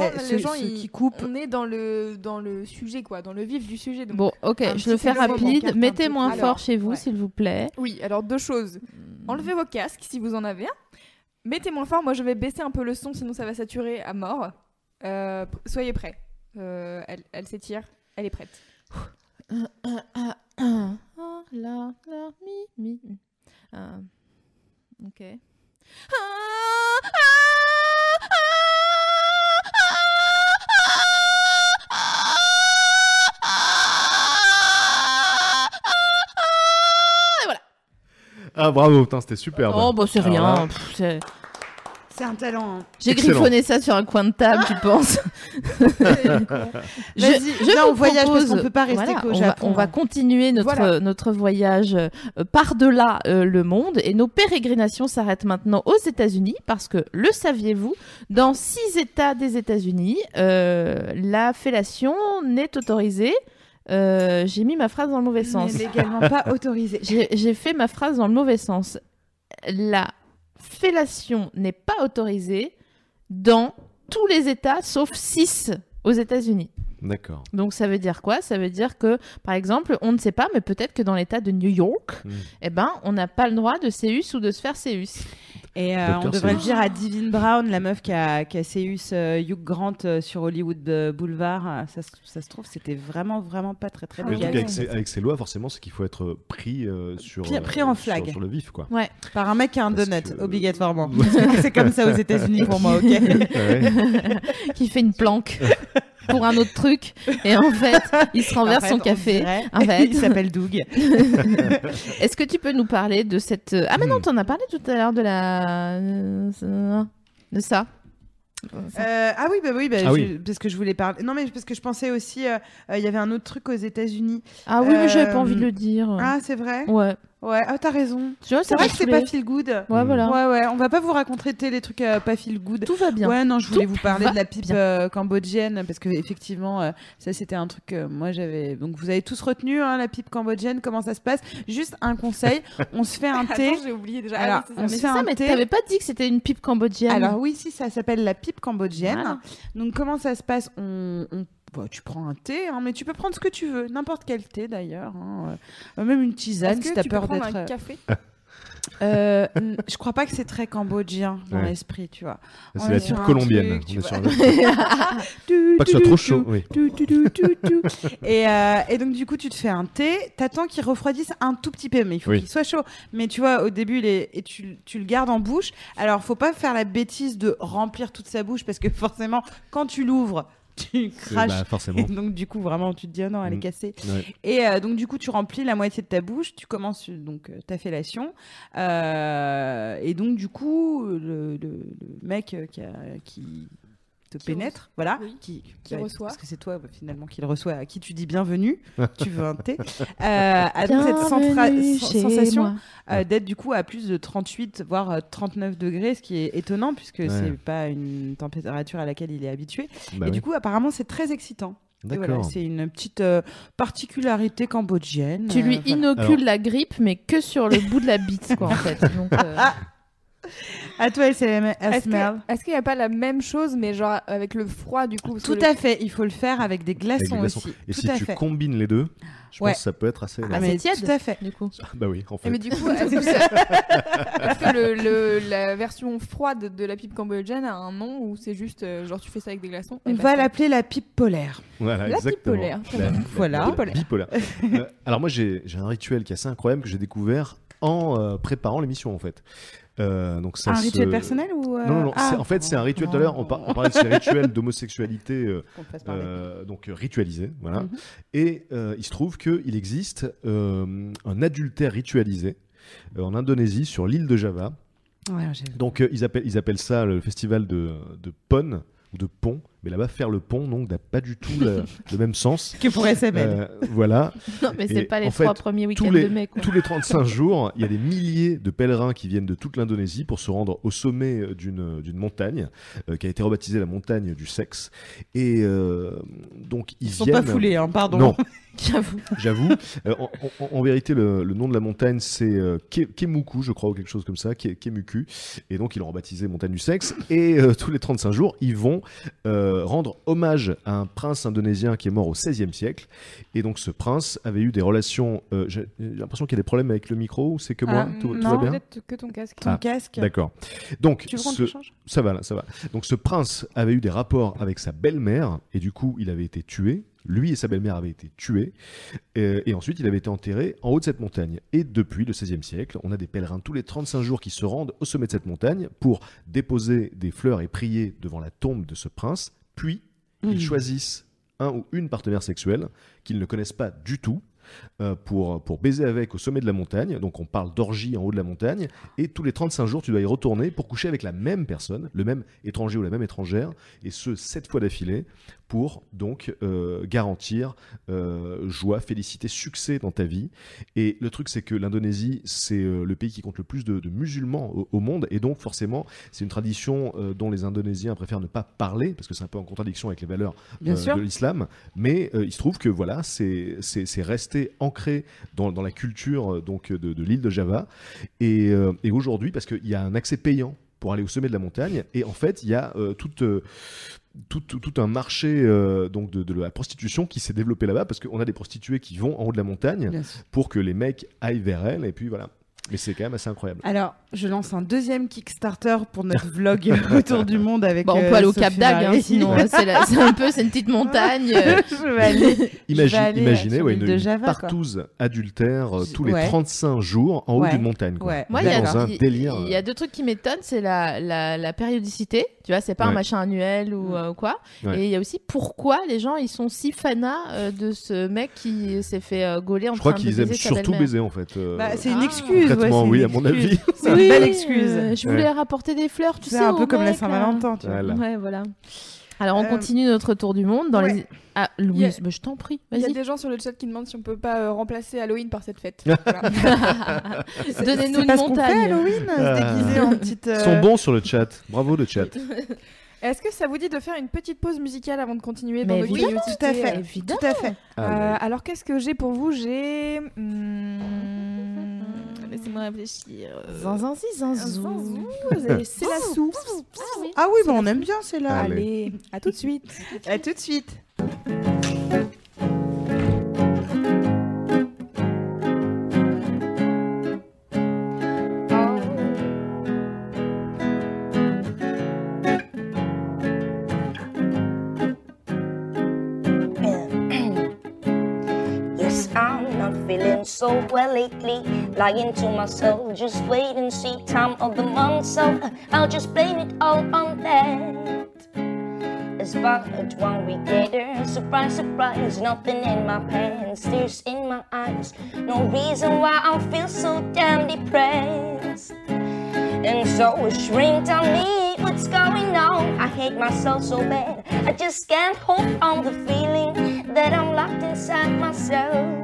Ah,
Eh,
mais
ceux-
les gens,
ceux
ils-
qui coupent-
On est dans le, dans le sujet, quoi, dans le vif du sujet. donc-
Bon, ok,
Un
je le
petit
fais
peu de pancarte,
rapide.
un
Mettez
peu
moins
plus.
fort
Alors,
chez vous,
ouais.
s'il vous plaît.
Oui, alors deux choses.
Hmm.
Enlevez vos casques si vous en avez un. Mettez moins fort, moi je vais baisser un peu le son, sinon ça va saturer à mort. Euh, pr- soyez prêts. Euh, elle elle s'étire, elle est prête.
Un, un, un. Ah, la, la, mi, mi. Ah, ok. Ah, ah, ah, ah, ah, ah, ah, ah, ah, et voilà.
Ah, bravo, putain, c'était super.
Oh, bah c'est
Alors là-
rien. pff, c'est-
C'est un talent. hein.
J'ai
Excellent.
griffonné ça sur un coin de table, tu penses
Vas-y, là, on
vous
voyage parce qu'on peut pas rester
voilà,
qu'au
on Va,
Japon,
on va
hein.
continuer notre,
Voilà.
notre voyage euh, par-delà euh, le monde et nos pérégrinations s'arrêtent maintenant aux États-Unis parce que, le saviez-vous, dans six États des États-Unis, euh, la fellation n'est autorisée. Euh, J'ai mis ma phrase dans le mauvais sens.
Mais légalement pas autorisé.
J'ai j'ai fait ma phrase dans le mauvais sens. La fellation n'est pas autorisée dans tous les États sauf 6 aux États-Unis.
D'accord.
Donc ça veut dire quoi Ça veut dire que, par exemple, on ne sait pas, mais peut-être que dans l'État de New York,
Mm.
eh ben, on n'a pas le droit de séus ou de se faire séus.
Et euh,
Docteur
on devrait le
Seuss.
dire à Divine Brown, la meuf qui a, qui a séus euh, Hugh Grant euh, sur Hollywood euh, Boulevard. Euh, Ça, se- ça se trouve, c'était vraiment, vraiment pas très, très
Ah,
Mais le
oui,
truc
légal.
avec ces, avec ces lois, forcément, c'est qu'il faut être pris euh, sur.
Pris- pris en
sur-
flag.
Sur, le vif, quoi.
Ouais.
Par un mec qui a un
Parce
donut,
que-
obligatoirement. c'est comme ça aux États-Unis pour moi, ok
Ouais.
Qui fait une planque pour un autre truc, et en fait, il se renverse
En fait,
son
on
café.
dirait-
En fait.
Il s'appelle Doug.
Est-ce que tu peux nous parler de cette... Ah mais non,
Hmm.
t'en as parlé tout à l'heure de la... De ça.
Euh, ah oui, bah oui, bah,
Ah
je-
oui.
parce que je voulais parler. Non, mais parce que je pensais aussi, euh, euh, il y avait un autre truc aux États-Unis.
Ah oui, mais j'avais
Euh,
pas envie de le dire.
Ah, c'est vrai
Ouais.
Ouais, ah, t'as raison.
Tu vois, ça
C'est vrai
m'a
que c'est
saoulée.
pas feel good.
Ouais, voilà.
Ouais, ouais, on va pas vous raconter t'es, les trucs euh, pas feel good.
Tout va bien.
Ouais, non, je voulais
Tout
vous parler
va
de la pipe
bien.
euh, cambodgienne parce que effectivement, euh, ça c'était un truc que moi j'avais. Donc vous avez tous retenu hein, la pipe cambodgienne, comment ça se passe Juste un conseil, on se fait un thé.
Attends, j'ai oublié déjà.
Alors,
ah,
Mais
on
oui, c'est ça.
se
c'est
fait
ça,
un
mais
thé.
t'avais pas dit que c'était une pipe cambodgienne.
Alors oui, si ça s'appelle la pipe cambodgienne.
Voilà.
Donc comment ça se passe On, on- bah, tu prends un thé, hein, mais tu peux prendre ce que tu veux, n'importe quel thé d'ailleurs, hein, euh, même une tisane
Est-ce
si
que
t'as
tu
peur
peux prendre
d'être.
un café
Euh, n- je crois pas que c'est très cambodgien dans
Ouais.
l'esprit, tu vois. On
C'est
est
la
sur
type
un
colombienne.
truc,
On
tu
est sur
vois.
un- Pas que ce soit trop chaud. Oui.
Tu, tu, tu, tu, tu. et, euh, et donc du coup tu te fais un thé, t'attends qu'il refroidisse un tout petit peu, mais il faut
Oui.
qu'il soit chaud. Mais tu vois au début il est- et tu, tu le gardes en bouche. Alors faut pas faire la bêtise de remplir toute sa bouche parce que forcément quand tu l'ouvres tu
C'est-
craches.
bah, forcément.
Et donc du coup vraiment tu te dis oh non elle est
Mm.
cassée.
Ouais.
Et euh, donc du coup tu remplis la moitié de ta bouche, tu commences euh, donc euh, ta fellation. Euh, et donc du coup le, le- le mec euh, qui, a- qui te
Qui
pénètre, voilà,
oui.
qui,
Qui reçoit.
parce que c'est toi bah, finalement qui le reçoit, à qui tu dis bienvenue, tu veux un thé, euh, a donc cette centra-
Bienvenue
sen-
chez
sensation
moi.
euh, d'être du coup à plus de 38 voire euh, 39 degrés, ce qui est étonnant puisque
Ouais.
c'est pas une température à laquelle il est habitué.
Bah
et
oui.
du coup apparemment c'est très excitant. Et voilà,
D'accord.
c'est une petite euh, particularité cambodgienne.
Tu lui
euh, voilà.
inocules
Alors-
la grippe, mais que sur le bout de la bite, quoi, en fait. Donc, euh,
À toi, SLM,
Est-ce que-
Asmerl.
est-ce qu'il n'y a pas la même chose, mais genre avec le froid du coup parce que
Tout
le-
à fait, il faut le faire avec des glaçons,
Avec des glaçons.
aussi.
Et
tout
si
à
tu
fait.
combines les deux, je
Ouais.
pense que ça peut être assez.
Ah,
énorme.
mais Ah,
C'est tiède.
Tout à fait.
du coup.
Bah oui, en
Et
fait.
mais du coup, est-ce que, ça- est-ce que le, le- la version froide de la pipe cambodgienne a un nom ou c'est juste euh, genre tu fais ça avec des glaçons
Eh
et
ben,
On
basta
va l'appeler la pipe polaire.
Voilà,
La
exactement.
bipolaire.
La- la-
Voilà.
la- la Bipolaire. Euh, alors moi, j'ai j'ai un rituel qui est assez incroyable que j'ai découvert en euh, préparant l'émission, en fait. Euh, donc ça
un
se-
rituel personnel ou euh,
Non, non, non.
ah, Oh.
c'est- en fait, c'est un rituel. Tout à l'heure, on, par- on parlait de ces rituels d'homosexualité, euh,
qu'on te fasse parler.
euh, donc euh, ritualisés, voilà.
Mhm.
Et euh, il se trouve qu'il existe euh, un adultère ritualisé euh, en Indonésie, sur l'île de Java.
Ouais, j'ai-
Donc euh, ils, appellent, ils appellent ça le festival de, de Pon ou de Pont, mais là-bas faire le pont donc n'a pas du tout le, le même sens.
Que pour SML.
Euh, voilà,
Non, mais c'est
Et
pas les
en fait,
trois premiers week-ends
tous les,
de mai, quoi.
tous les 35 jours, il y a des milliers de pèlerins qui viennent de toute l'Indonésie pour se rendre au sommet euh, d'une d'une montagne euh, qui a été rebaptisée la montagne du sexe. Et euh, donc ils,
Ils sont
viennent...
pas foulés, hein, pardon.
Non,
J'avoue.
J'avoue. Euh, en, en- en vérité, le, le nom de la montagne, c'est euh, Ke- Kemuku, je crois, ou quelque chose comme ça, Ke- Kemuku. Et donc, ils l'ont rebaptisé Montagne du Sexe. Et euh, tous les 35 jours, ils vont euh, euh, rendre hommage à un prince indonésien qui est mort au XVIe siècle. Et donc ce prince avait eu des relations. euh, J'ai j'ai l'impression qu'il y a des problèmes avec le micro ou c'est que moi
Ah,
tout, tout va
non,
bien
peut-être que ton casque.
Ton
Ah,
casque.
D'accord. Donc
Tu veux qu'on
ce-
te change
ça va là, ça va. Donc ce prince avait eu des rapports avec sa belle-mère et du coup il avait été tué. Lui et sa belle-mère avaient été tués Euh, et ensuite il avait été enterré en haut de cette montagne. Et depuis le XVIe siècle, on a des pèlerins tous les 35 jours qui se rendent au sommet de cette montagne pour déposer des fleurs et prier devant la tombe de ce prince. Puis
Mhm.
ils choisissent un ou une partenaire sexuelle qu'ils ne connaissent pas du tout euh, pour, pour baiser avec au sommet de la montagne. Donc on parle d'orgie en haut de la montagne. Et tous les 35 jours, tu dois y retourner pour coucher avec la même personne, le même étranger ou la même étrangère, et ce, 7 fois d'affilée, pour donc euh, garantir euh, joie, félicité, succès dans ta vie. Et le truc, c'est que l'Indonésie, c'est euh, le pays qui compte le plus de, de musulmans au, au monde, et donc forcément, c'est une tradition euh, dont les Indonésiens préfèrent ne pas parler, parce que c'est un peu en contradiction avec les valeurs
Bien
euh,
sûr.
de l'islam. Mais euh, il se trouve que voilà, c'est c'est- c'est resté ancré dans, dans la culture euh, donc de, de l'île de Java. Et, euh, et aujourd'hui, parce qu'il y a un accès payant pour aller au sommet de la montagne, et en fait, il y a euh, toute, euh, tout, tout- tout un marché euh, donc de, de la prostitution qui s'est développé là-bas, parce qu'on a des prostituées qui vont en haut de la montagne
Bien sûr.
pour que les mecs aillent vers elles, et puis voilà. Mais c'est quand même assez incroyable.
Alors, je lance un deuxième Kickstarter pour notre vlog autour du monde avec.
Bon, Bah, on
euh,
peut aller au
Sophie
Cap d'Agde, hein,
Marie.
sinon euh, c'est la- c'est un peu c'est une petite montagne. euh,
je vais aller.
Imagine-
aller, euh,
imaginez
sur
ouais,
l'île
une,
de
une
Java, quoi.
partouze adultère euh, tous les
Ouais.
35 jours en haut
Ouais.
d'une montagne. quoi.
Ouais.
Moi,
Là,
il y, a-
dans un
il-
délire.
il y a deux trucs qui m'étonnent, c'est la, la, la périodicité, tu vois, c'est pas un
Ouais.
machin annuel ou euh, quoi.
Ouais.
Et il y a aussi pourquoi les gens ils sont si fanas euh, de ce mec qui s'est fait euh, gauler en
Je crois
train de
qu'ils aiment
baiser sa
surtout
belle-mère.
baiser en fait. euh,
Bah, c'est une
Ah.
excuse. ouais,
concrètement,
c'est
oui,
une
à mon
excuse.
avis.
C'est une belle
Oui,
excuse.
euh, je voulais rapporter des fleurs, tu sais.
C'est un
au
peu comme la
mec, là.
Saint-Valentin, tu vois.
Voilà.
Ouais, voilà. Alors, on
Euh,
continue notre tour du monde dans
ouais.
les. Ah,
Y
Louise,
a-
mais je t'en prie,
Il y a
vas-y.
des gens sur le chat qui demandent si on peut pas euh, remplacer Halloween par cette fête. Voilà.
Donnez-nous
C'est
une
pas ce qu'on fait à
montagne.
Halloween, se déguiser en petite.
Ah. Ils
euh,
sont bons sur le chat. Bravo le chat.
Est-ce que ça vous dit de faire une petite pause musicale avant de continuer dans
Mais
nos
évidemment,
curiosités,
tout à fait.
euh,
Évidemment.
Tout à fait.
Ah,
Euh, alors qu'est-ce que j'ai pour vous J'ai. hmm, Laissez-moi réfléchir.
Zinzin, si, zinzou.
C'est la soupe.
Ah oui, bah on aime bien, c'est là.
Allez.
Allez, à tout de suite.
À tout de suite.
Yes, I'm not feeling so well lately. Lying to myself, just wait and see time of the month. So uh, I'll just blame it all on that. It's about one week later, surprise, surprise, nothing in my pants, tears in my eyes. No reason why I feel so damn depressed. And so shrink tell me what's going on. I hate myself so bad. I just can't hold on the feeling that I'm locked inside myself.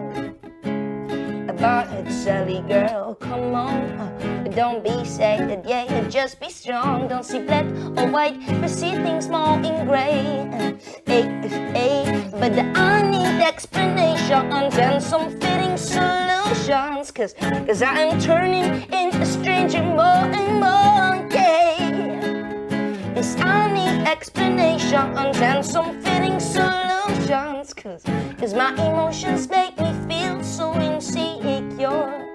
About it, silly girl, come on. uh, Don't be sad, yeah, yeah, just be strong. Don't see black or white, but see things more in gray. Hey, hey, but I need explanation and some fitting solutions. Cause, cause I am turning into a stranger more and more, yeah. Yes, I need explanation and some fitting solutions. Cause, cause my emotions make me feel so insecure.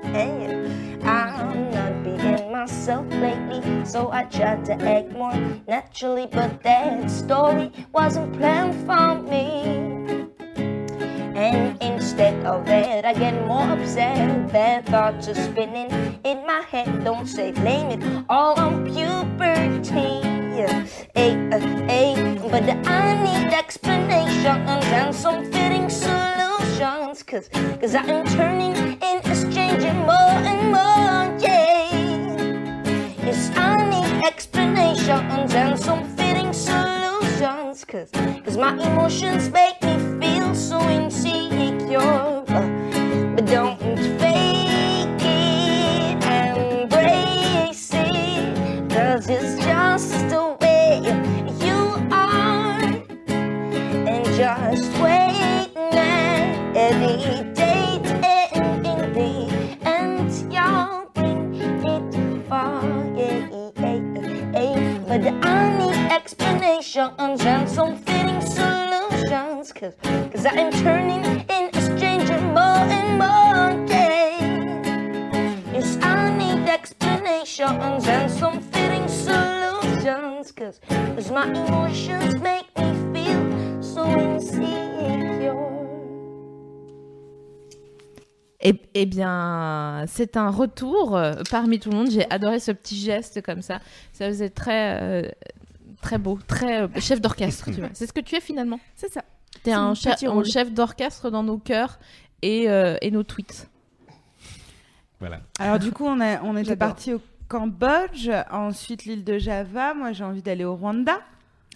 Hey, I'm not being myself lately, so I tried to act more naturally, but that story wasn't planned for me. And instead of that, I get more upset. Bad thoughts are spinning in my head. Don't say blame it all on puberty. Hey, uh, hey, but I need explanations and some fitting solutions. Cause, cause I'm turning into a stranger more and more, yeah. Yes, I need explanations and some fitting solutions. Cause, cause my emotions make me feel so insecure. Uh, But don't fake it, embrace it. Cause it's just the way you are and just wait now. Any date and in the end, y'all bring it far. Yeah, yeah, yeah, yeah. But I need explanation illusions and some fitting solutions. Cause, cause I'm turning in a stranger more and more day. Yes, I need explanations and some fitting solutions. Cause, cause my emotions make me feel so insecure.
Eh, eh bien, c'est un retour euh, parmi tout le monde. J'ai adoré ce petit geste comme ça. Ça faisait très, euh, très beau, très euh, chef d'orchestre. tu vois. C'est ce que tu es finalement.
C'est ça.
T'es
C'est
un,
mon
che-
petit
un
rôle.
chef d'orchestre dans nos cœurs et, euh, et nos tweets.
Voilà.
Alors du coup, on, a, on était
J'adore.
parti au Cambodge, ensuite l'île de Java. Moi, j'ai envie d'aller au Rwanda.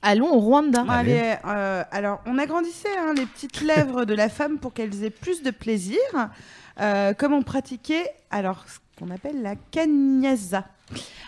Allons au Rwanda.
Moi,
Allez.
aller, euh, alors, on agrandissait hein, les petites lèvres de la femme pour qu'elles aient plus de plaisir, euh, comme on pratiquait alors ce qu'on appelle la cagnazza.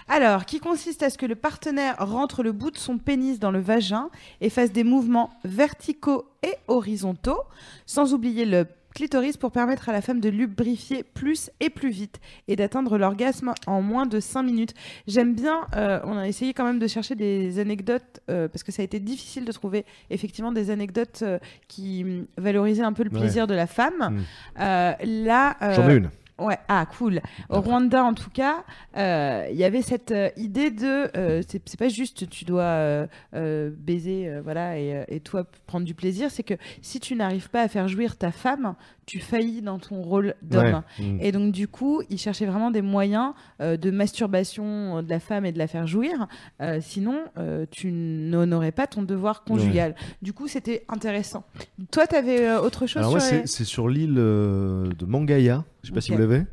Alors, qui consiste à ce que le partenaire rentre le bout de son pénis dans le vagin et fasse des mouvements verticaux et horizontaux, sans oublier le clitoris pour permettre à la femme de lubrifier plus et plus vite et d'atteindre l'orgasme en moins de 5 minutes. J'aime bien, euh, on a essayé quand même de chercher des anecdotes, euh, parce que ça a été difficile de trouver effectivement des anecdotes euh, qui hum, valorisaient un peu le
Ouais.
plaisir de la femme.
Mm.
Euh, là, euh,
J'en ai une.
Ouais, ah cool. Au Rwanda, en tout cas, euh, il y avait cette euh, idée de, euh, c'est c'est pas juste tu dois euh, euh, baiser, euh, voilà, et, euh, et toi p- prendre du plaisir. C'est que si tu n'arrives pas à faire jouir ta femme, tu faillis dans ton rôle d'homme.
Ouais. Mm.
Et donc du coup, ils cherchaient vraiment des moyens euh, de masturbation euh, de la femme et de la faire jouir. Euh, sinon, euh, tu n'honorais pas ton devoir conjugal. Du coup, c'était intéressant. Toi, t'avais euh, autre chose
Alors
sur
moi, c'est
les-
c'est sur l'île euh, de Mangaya. Je sais pas si
Ok.
vous l'avez.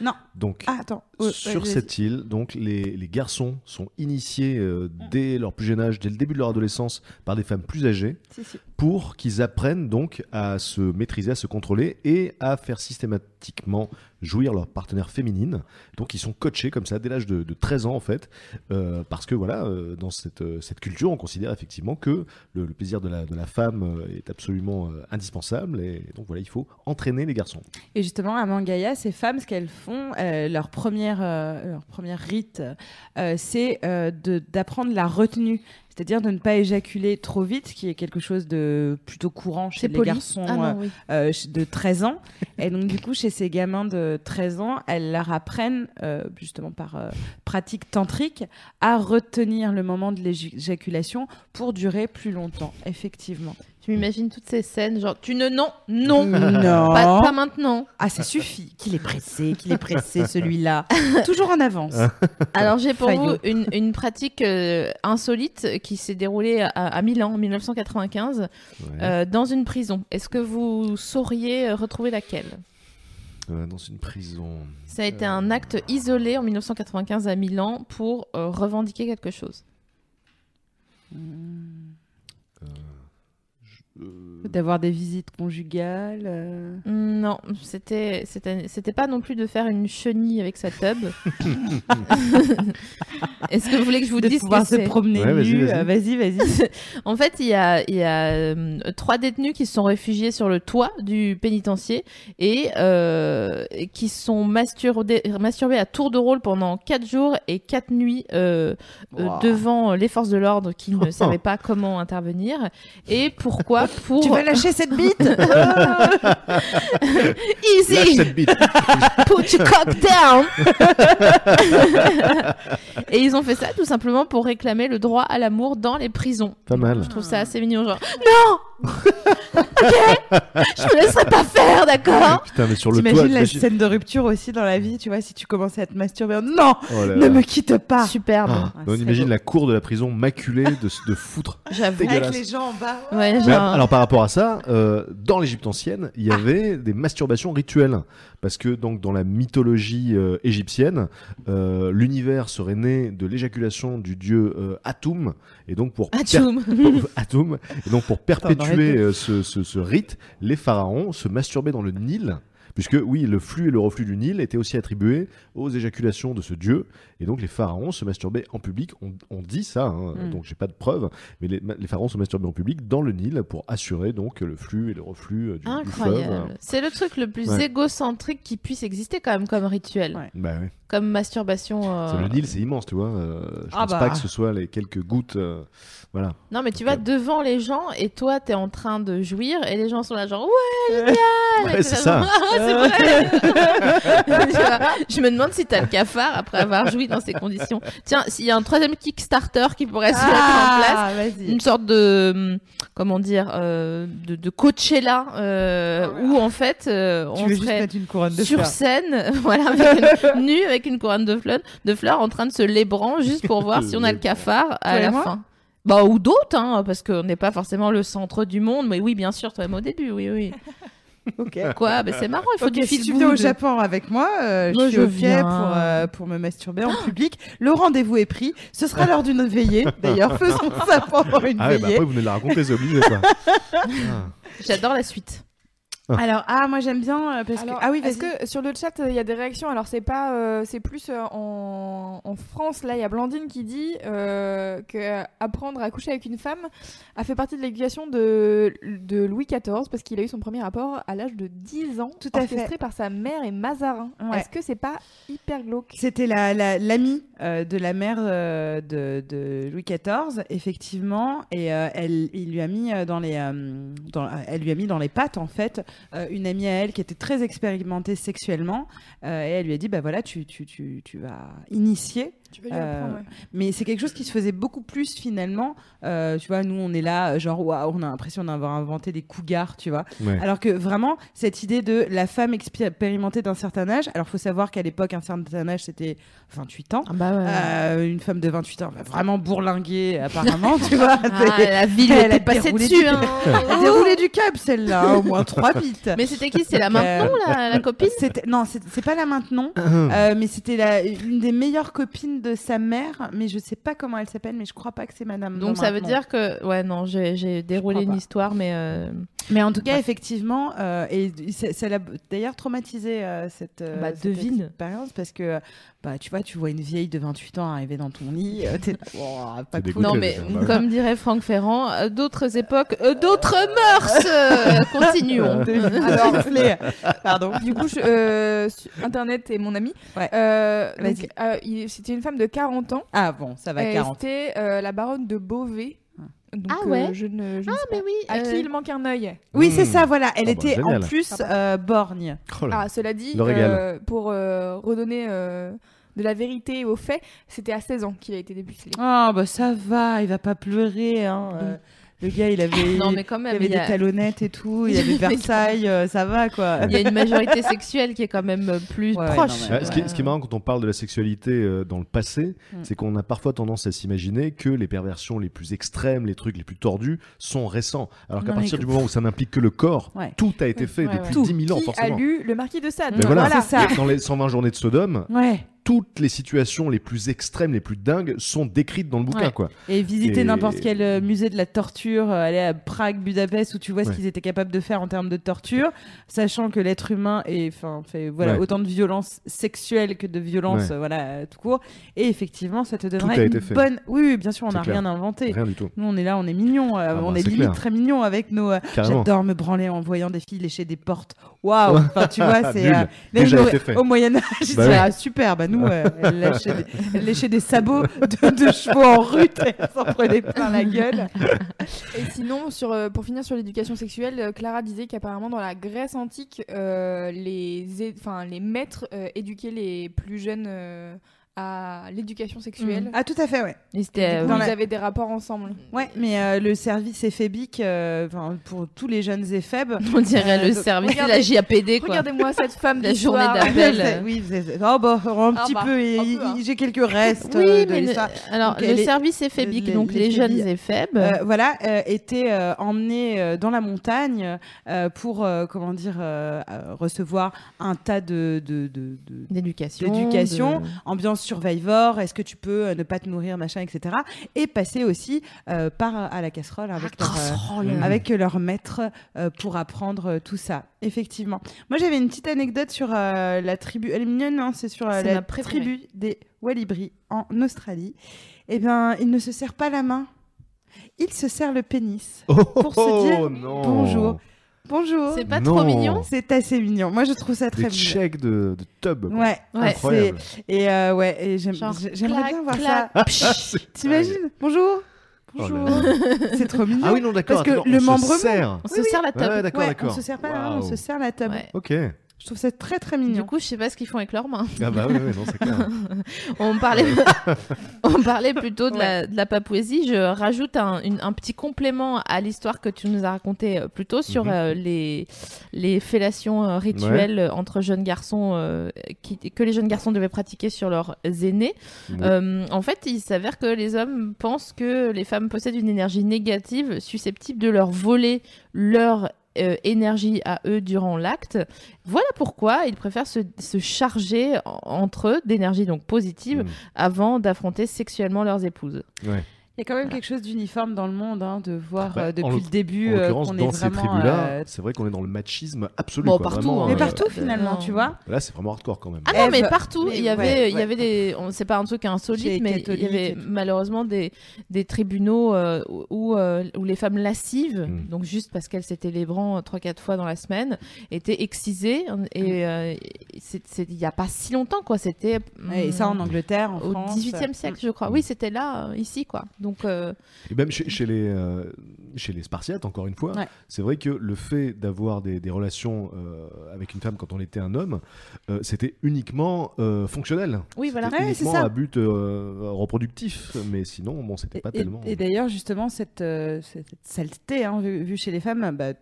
Non.
Donc,
Ah, attends. Oh, ouais,
sur
vas-y.
cette île, donc les, les garçons sont initiés euh, dès leur plus jeune âge, dès le début de leur adolescence, par des femmes plus âgées,
Si, si.
pour qu'ils apprennent donc à se maîtriser, à se contrôler et à faire systématiquement jouir leur partenaire féminine. Donc ils sont coachés comme ça dès l'âge de, de 13 ans en fait, euh, parce que voilà, euh, dans cette, euh, cette culture, on considère effectivement que le, le plaisir de la, de la femme euh, est absolument euh, indispensable et donc voilà, il faut entraîner les garçons.
Et justement, à Mangaya, ces femmes, ce qu'elles font, euh, leur, première, euh, leur première rite, euh, c'est euh, de- d'apprendre la retenue. C'est-à-dire de ne pas éjaculer trop vite, ce qui est quelque chose de plutôt courant chez
C'est
les
poli.
garçons
Ah
euh,
non, oui.
euh, ch- de 13 ans. Et donc, du coup, chez ces gamins de 13 ans, elles leur apprennent, euh, justement par euh, pratique tantrique, à retenir le moment de l'éjaculation pour durer plus longtemps, effectivement.
Tu m'imagines toutes ces scènes, genre tu ne non, non,
Non.
pas, pas maintenant.
Ah, ça suffit qu'il est pressé, qu'il est pressé, celui-là. Toujours en avance.
Hein
Alors j'ai pour
Fayot.
vous une, une pratique euh, insolite qui s'est déroulée à, à Milan en 1995 euh, dans une prison. Est-ce que vous sauriez euh, retrouver laquelle
Euh, dans une prison.
Ça a été
Euh.
un acte isolé en 1995 à Milan pour euh, revendiquer quelque chose.
Euh,
D'avoir des visites conjugales. euh.
Non, c'était c'était c'était pas non plus de faire une chenille avec sa tub. Est-ce que vous voulez que je vous
de
dise
pouvoir
que
se
c'est
promener
Ouais, vas-y,
nu.
vas-y.
euh, Vas-y, vas-y.
En fait, il y a, il y a euh, trois détenus qui se sont réfugiés sur le toit du pénitencier et euh, et qui se sont masturbés, masturbés à tour de rôle pendant quatre jours et quatre nuits euh, euh,
Wow.
devant euh, les forces de l'ordre qui ne savaient pas comment intervenir et pourquoi pour
Tu vas lâcher cette bite
Lâche
easy
cette bite.
put your cock down et ils ont fait ça tout simplement pour réclamer le droit à l'amour dans les prisons.
Pas mal.
Je trouve ça assez mignon, genre non, ok, je me laisserai pas faire, d'accord.
Putain, mais sur le toit.
Oh, T'imagines la
t'imagines-
scène de rupture aussi dans la vie, tu vois, si tu commençais à te masturber. en- Non,
Oh là
ne
là.
me quitte pas
Superbe,
Ah,
Ouais,
on
c'est
imagine
beau.
la cour de la prison maculée de, de foutre.
j'avoue.
Dégueulasse.
Avec les bah, gens en bas.
Ouais,
Mais
genre,
alors par rapport à ça, euh, dans l'Égypte ancienne,
Ah.
il y avait des masturbations rituelles parce que donc dans la mythologie euh, égyptienne, euh, l'univers serait né de l'éjaculation du dieu euh, Atum et donc
Ah,
pour per-
Atchoum.
pour- Atum et donc pour
aurait
perpétuer
été.
euh, ce, ce- ce rite, les pharaons se masturbaient dans le Nil Puisque, oui, le flux et le reflux du Nil étaient aussi attribués aux éjaculations de ce dieu, et donc les pharaons se masturbaient en public. On, on dit ça, hein,
Hmm.
Mm.
donc j'ai pas de preuves, mais les, ma- les pharaons se masturbaient en public dans le Nil pour assurer donc le flux et le reflux euh, du, du fleuve.
Incroyable. C'est le truc le plus
Ouais.
égocentrique qui puisse exister quand même comme rituel,
Ouais.
Bah ouais.
comme masturbation. euh,
Ça, Le Nil, c'est immense, tu vois. euh, je
Ah
pense
bah.
pas que ce soit les quelques gouttes. euh, voilà.
Non, mais tu vas
Ok.
devant les gens et toi, t'es en train de jouir et les gens sont là genre ouais,
Ouais.
génial.
Ouais,
Et t'es
c'est
là,
ça.
genre, Ah, c'est vrai. Tu vois, Je me demande si t'as le cafard après avoir joui dans ces conditions. Tiens, s'il y a un troisième Kickstarter qui pourrait se mettre en place.
Ah, vas-y.
Une sorte de, hum, comment dire, euh, de, de Coachella, euh,
Ah,
où en fait, euh,
Tu
on
veux juste
serait
mettre une couronne de
sur
fleurs.
scène, voilà, avec une, nue avec une couronne de fleurs, de fleurs en train de se lébrant juste pour voir si on a le cafard à
Toi et
la
moi
fin. Bah ou d'autres, hein, parce qu'on n'est pas forcément le centre du monde, mais oui, bien sûr, toi même au début, oui, oui.
Ok.
Quoi Bah, c'est marrant, il faut
Ok,
du
si
feel
tu viens au
good.
Japon avec moi, euh,
Moi,
je suis
je
ok
viens.
pour, euh, pour me masturber en public. Le rendez-vous est pris. Ce sera l'heure d'une veillée. D'ailleurs, faisons ça pendant une
Ah ouais,
veillée.
bah après, vous venez de la raconter, c'est obligé, quoi. Ah.
J'adore la suite.
Alors, ah, moi j'aime bien euh, parce
Alors,
que. Ah oui,
est-ce
vas-y.
que sur le chat, il y a des réactions Alors, c'est pas, euh, c'est plus euh, en, en France. Là, il y a Blandine qui dit euh, que apprendre à coucher avec une femme a fait partie de l'éducation de, de Louis XIV parce qu'il a eu son premier rapport à l'âge de 10 ans,
Tout à fait.
orchestré par sa mère et Mazarin.
Ouais.
Est-ce que c'est pas hyper glauque
C'était la, la- l'amie euh, de la mère euh, de, de Louis XIV, effectivement, et euh, elle, il lui a mis euh, dans les, euh, dans- euh, elle lui a mis dans les pattes en fait euh, une amie à elle qui était très expérimentée sexuellement, euh, et elle lui a dit bah voilà tu, tu, tu, tu vas initier
Tu peux
lui apprendre, ouais. mais c'est quelque chose qui se faisait beaucoup plus finalement. Euh, tu vois, nous on est là, euh, genre waouh, on a l'impression d'avoir inventé des cougars, tu vois.
Ouais.
Alors que vraiment, cette idée de la femme expé- expérimentée d'un certain âge, alors faut savoir qu'à l'époque, un certain âge c'était 28 ans.
bah ouais.
Euh, une femme de 28 ans, bah, vraiment bourlinguée apparemment, tu vois. C'est-
la ville
elle
elle
a
était passée
déroulé
dessus.
du-
hein.
Elle a déroulé du câble celle-là, hein, au moins trois bites.
Mais c'était qui C'est la
Donc, euh,
maintenant, la, la copine
C'était- Non, c'est c'est pas la maintenant, euh, mais c'était la- une des meilleures copines de sa mère, mais je sais pas comment elle s'appelle, mais je crois pas que c'est Madame.
Donc
non
ça veut
Maintenon.
dire que, ouais, non, j'ai j'ai déroulé
crois
une
pas.
histoire, mais... euh,
Mais en tout cas, effectivement, euh, et c'est- ça l'a d'ailleurs traumatisé euh, cette, euh,
Bah,
cette
devine.
expérience parce que bah tu vois, tu vois une vieille de 28 ans arriver dans ton lit, euh, t'es là, Ouah, pas
T'es
cool.
Non,
Ok,
mais
c'est normal.
comme dirait Franck Ferrand, euh, d'autres époques, euh, d'autres mœurs. euh, continuons.
Devine.
Alors-
Siffler. Pardon.
Du coup, je- euh, su- Internet est mon ami.
Ouais.
Euh, donc,
Vas-y.
euh, il- C'était une femme de 40 ans.
Ah bon, ça va
Euh,
40.
C'était euh, la baronne de Beauvais. Donc,
Ah ouais.
euh, je ne, je ne sais pas.
Mais oui,
À qui
euh,
il manque un œil
Oui, c'est
Mmh.
ça, voilà. Elle
bah,
était en
génial.
plus euh, borgne.
Oh là.
Ah, cela dit,
Le régal.
euh, pour euh, redonner euh, de la vérité aux faits, c'était à 16 ans qu'il a été dépucelé.
Ah bah ça va, il va pas pleurer. hein, euh, le gars, il avait,
Euh, non, mais quand
il
même,
avait
il y,
des
a,
talonnettes et tout, il avait Versailles, euh, ça va quoi.
il y a une majorité sexuelle qui est quand même euh, plus
Ouais,
proche.
non, mais-
Ah, ce, qui est, ce qui est marrant quand on parle de la sexualité euh, dans le passé,
Mm.
c'est qu'on a parfois tendance à s'imaginer que les perversions les plus extrêmes, les trucs les plus tordus sont récents. Alors qu'à
Non, mais
partir
que-
du moment où ça n'implique que le corps,
Ouais.
tout a été fait
Ouais,
depuis
ouais.
10 000 ans,
qui a
forcément.
lu le marquis de Sade
Mais voilà,
c'est ça.
Et Dans les 120 journées de Sodome,
Ouais.
toutes les situations les plus extrêmes, les plus dingues sont décrites dans le bouquin.
Ouais.
Quoi.
Et visiter
Et-
n'importe quel euh, musée de la torture, euh, aller à Prague, Budapest, où tu vois ce
Ouais.
qu'ils étaient capables de faire en termes de torture, sachant que l'être humain est, enfin, fait voilà,
Ouais.
autant de violence sexuelle que de violence
Ouais.
euh, voilà, euh, tout court. Et effectivement, ça te
a
donnerait
été
une
fait.
bonne. Oui, oui, bien sûr, on
C'est
n'a
clair.
rien inventé.
Rien du tout.
Nous, on est là, on est mignon, euh,
Ah bah,
on est
c'est
limite
clair.
très mignon avec nos. euh,
Carrément.
J'adore me branler en voyant des filles lécher des portes. Waouh! Enfin, tu vois, c'est.
Nul.
euh,
Déjà
même au-
été fait.
Au Moyen-Âge, ils
Bah
sont
oui.
là, super. Bah nous, euh, elles lâchaient des, elles léchaient des sabots de, de chevaux en rut et elles s'en prenaient plein la gueule.
Et sinon, sur, euh, pour finir sur l'éducation sexuelle, euh, Clara disait qu'apparemment dans la Grèce antique, euh, les, é- enfin, les maîtres euh, éduquaient les plus jeunes euh, à l'éducation sexuelle.
Ah, tout à fait, ouais.
Et
Et
Mmh. c'était, euh,
du coup,
dans
ils
la-
avaient des rapports ensemble.
Ouais, mais euh, le service éphébique, euh, enfin, pour tous les jeunes éphèbes.
on dirait le
Euh,
service de la
regardez-
JAPD, quoi.
Regardez-moi cette femme
La
de
journée
soir.
d'après. Belle.
Oui, c'est- oh bah, un
Ah
petit
bah,
peu, et-
un peu, hein.
j'ai quelques restes euh,
Oui,
de
mais le,
l'histoire.
alors,
Donc,
le
elle est-
service éphébique,
les-
donc
les
les, jeunes
phobies.
et faibles.
Euh, voilà, euh, était euh, emmené euh, dans la montagne euh, pour, euh, comment dire, euh, euh, recevoir un tas de, de, de- de-
d'éducation.
d'éducation,
de-
ambiance Survivor, est-ce que tu peux euh, ne pas te nourrir, machin, etc. Et passer aussi euh, par euh, à la casserole avec, leur, euh, avec leur maître euh, pour apprendre euh, tout ça. Effectivement. Moi, j'avais une petite anecdote sur euh, la tribu. Elle est mignonne, hein, c'est sur euh,
C'est
la
ma préférée.
tribu des Walibris en Australie. Eh bien, ils ne se serrent pas la main. Ils se serrent le pénis.
Oh,
Pour se dire
non.
bonjour. Bonjour.
C'est pas
Non.
trop mignon
C'est assez mignon. Moi, je trouve ça très
Des
mignon.
checks de, de tub. quoi.
Ouais,
Ouais.
Incroyable.
c'est- Et euh, ouais, et j'aime-
Genre,
j'ai- j'aimerais
clac,
bien voir
clac,
ça.
C'est
T'imagines Bonjour.
Oh là
Bonjour.
là.
c'est trop mignon.
Ah oui, non, d'accord.
Parce que
attends,
le
on
membrement-
se serre.
On se sert la
Ouais,
table.
d'accord,
Ouais,
d'accord.
on se serre pas la main, on
Waouh.
se serre la table.
Ouais.
Ok. Ah
Je trouve ça très très
Du
mignon.
coup, je sais pas ce qu'ils font avec leurs mains.
bah oui, oui, non, c'est clair.
On parlait, on parlait plutôt de, la, de la Papouasie. Je rajoute un, une- un petit complément à l'histoire que tu nous as racontée euh, plus tôt sur
Mhm.
euh, les, les fellations euh, rituelles euh, entre jeunes garçons euh, qui- que les jeunes garçons devaient pratiquer sur leurs aînés.
Oui.
Euh, en fait, il s'avère que les hommes pensent que les femmes possèdent une énergie négative susceptible de leur voler leur euh, énergie à eux durant l'acte. Voilà pourquoi ils préfèrent se, se charger en- entre eux d'énergie donc positive
Mm.
avant d'affronter sexuellement leurs épouses.
Il y a quand même quelque chose d'uniforme dans le monde, hein, de voir
Bah,
euh,
en
depuis
l'oc-
le début
En
euh,
l'occurrence,
qu'on est
dans ces
vraiment.
tribus-là,
euh,
c'est vrai qu'on est dans le machisme absolu.
Bon,
quoi,
partout,
vraiment,
hein.
Mais
euh,
partout
euh,
finalement,
non.
tu vois.
Là, c'est vraiment hardcore quand même.
Ah non,
Ève,
mais partout,
mais
il y avait,
ouais,
il y
ouais.
avait des, on- c'est pas un truc
Chez les
insolite, mais il y
catholiques et
avait
tout.
malheureusement des, des tribunaux euh, où- où, euh, où les femmes lascives,
Mm.
donc juste parce qu'elles s'étaient les bras 3-4 fois dans la semaine, étaient excisées.
Hmm.
Et euh, c'est- c'est- il y a pas si longtemps, quoi. C'était
Et ça en
hum,
Angleterre, en
au
France. hmm. Mm.
18e siècle, je crois. Oui, c'était là, euh, ici, quoi. Donc, euh,
Et même chez, chez les, euh, chez les Spartiates, encore une fois,
Ouais.
c'est vrai que le fait d'avoir des, des relations euh, avec une femme quand on était un homme, euh, c'était uniquement euh, fonctionnel.
oui, voilà.
C'était
Ouais, c'est
uniquement
ça.
à but euh, reproductif, mais sinon, bon, c'était
Et,
pas
et-
tellement. hein.
et d'ailleurs, justement, cette, euh, cette cette saleté hein, vue, vue chez les femmes, bah,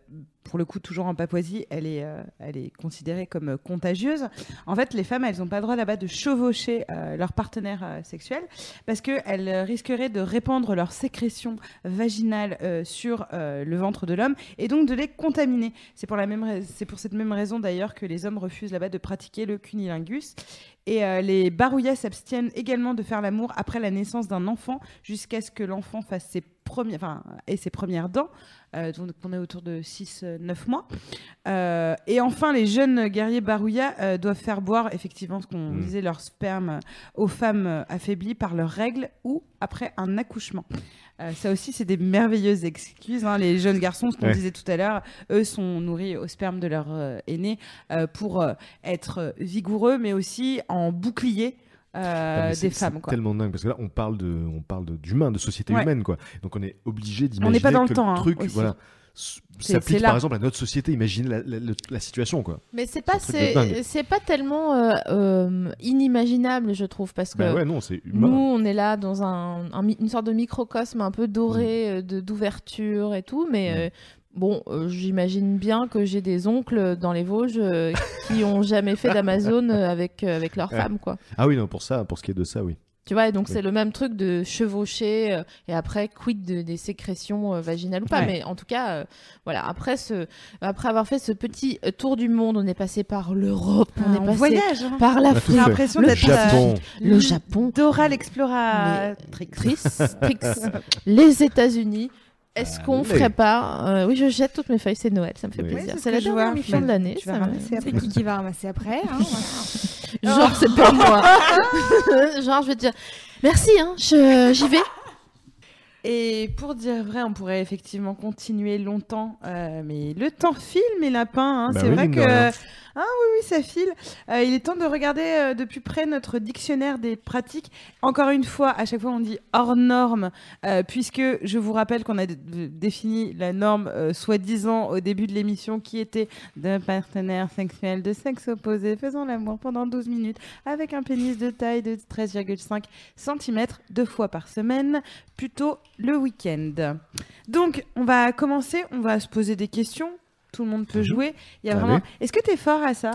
pour le coup, toujours en Papouasie, elle est, euh, elle est considérée comme euh, contagieuse. En fait, les femmes, elles n'ont pas le droit là-bas de chevaucher euh, leur partenaire euh, sexuel parce qu'elles euh, risqueraient de répandre leur sécrétion vaginale euh, sur euh, le ventre de l'homme et donc de les contaminer. C'est pour, la même rais- c'est pour cette même raison d'ailleurs que les hommes refusent là-bas de pratiquer le cunilingus. Et euh, les barouillas s'abstiennent également de faire l'amour après la naissance d'un enfant jusqu'à ce que l'enfant fasse ses premiers, enfin, et ses premières dents. Euh, donc on est autour de 6-9 mois. Euh, et enfin, les jeunes guerriers barouillas euh, doivent faire boire effectivement ce qu'on
Mm.
disait leur sperme aux femmes euh, affaiblies par leurs règles ou après un accouchement. Euh, ça aussi, c'est des merveilleuses excuses. hein. Les jeunes garçons, ce qu'on
Ouais.
disait tout à l'heure, eux sont nourris au sperme de leurs euh, aînés euh, pour euh, être euh, vigoureux, mais aussi en bouclier euh,
Putain, Ah, mais c'est-
des femmes.
c'est
Quoi.
tellement dingue parce que là on parle de on parle de- d'humain de société
Ouais.
humaine quoi donc on est obligé
On
d'imaginer
n'est pas dans
que
le temps, hein,
truc
aussi.
voilà s-
C'est-
s'applique
c'est
par
là.
exemple à notre société imaginez la, la- la- la situation quoi
Mais c'est pas,
C'est un truc de dingue.
c'est c'est pas tellement euh, euh, inimaginable, je trouve, parce que
bah ouais non c'est humain
Nous, on est là dans un, un mi- une sorte de microcosme un peu doré euh, de d'ouverture et tout, mais
Mm.
euh, bon, euh, j'imagine bien que j'ai des oncles dans les Vosges euh, qui ont jamais fait d'Amazon euh, avec, euh, avec leur
Ouais.
femme, quoi.
ah oui non pour ça pour ce qui est de ça oui
Tu vois, et donc
Oui.
c'est le même truc de chevaucher euh, et après quid de- des sécrétions euh, vaginales ou pas.
Ouais.
Mais en tout cas, euh, voilà, après, ce, après avoir fait ce petit euh, tour du monde, on est passé par l'Europe, on est
Ah,
passé
voyage. hein.
par
On a Bah, tout
l'Afrique,
J'ai
fait.
l'impression
le
d'être euh,
Japon
le Japon.
Dora l'exploratrice.
Euh, Trix, les États-Unis. Est-ce qu'on
Allez.
ferait pas euh, Oui, je jette toutes mes feuilles, c'est Noël, ça me fait
Oui.
plaisir.
Oui, c'est
C'est
ce
la
que je
dernière
vois.
mission de
Mais
l'année.
tu vas
ça me-
ramasser après.
C'est qui qui va ramasser après hein, voilà.
Genre, c'est pas moi. Genre, je vais te dire merci, hein, je- j'y vais.
Et pour dire vrai, on pourrait effectivement continuer longtemps, euh, mais le temps file, mes lapins. hein.
Bah
c'est
oui,
vrai
mine
que.
de rien.
Ah oui, oui, ça file. Euh, il est temps de regarder euh, de plus près notre dictionnaire des pratiques. Encore une fois, à chaque fois, on dit hors norme, euh, puisque je vous rappelle qu'on a d- d- défini la norme euh, soi-disant au début de l'émission qui était d'un partenaire sexuel de sexe opposé faisant l'amour pendant 12 minutes avec un pénis de taille de 13,5 cm deux fois par semaine, plutôt le week-end. Donc, on va commencer, on va se poser des questions. Tout le monde peut
Mhm.
jouer. Il y a
Allez.
vraiment. Est-ce que t'es fort à ça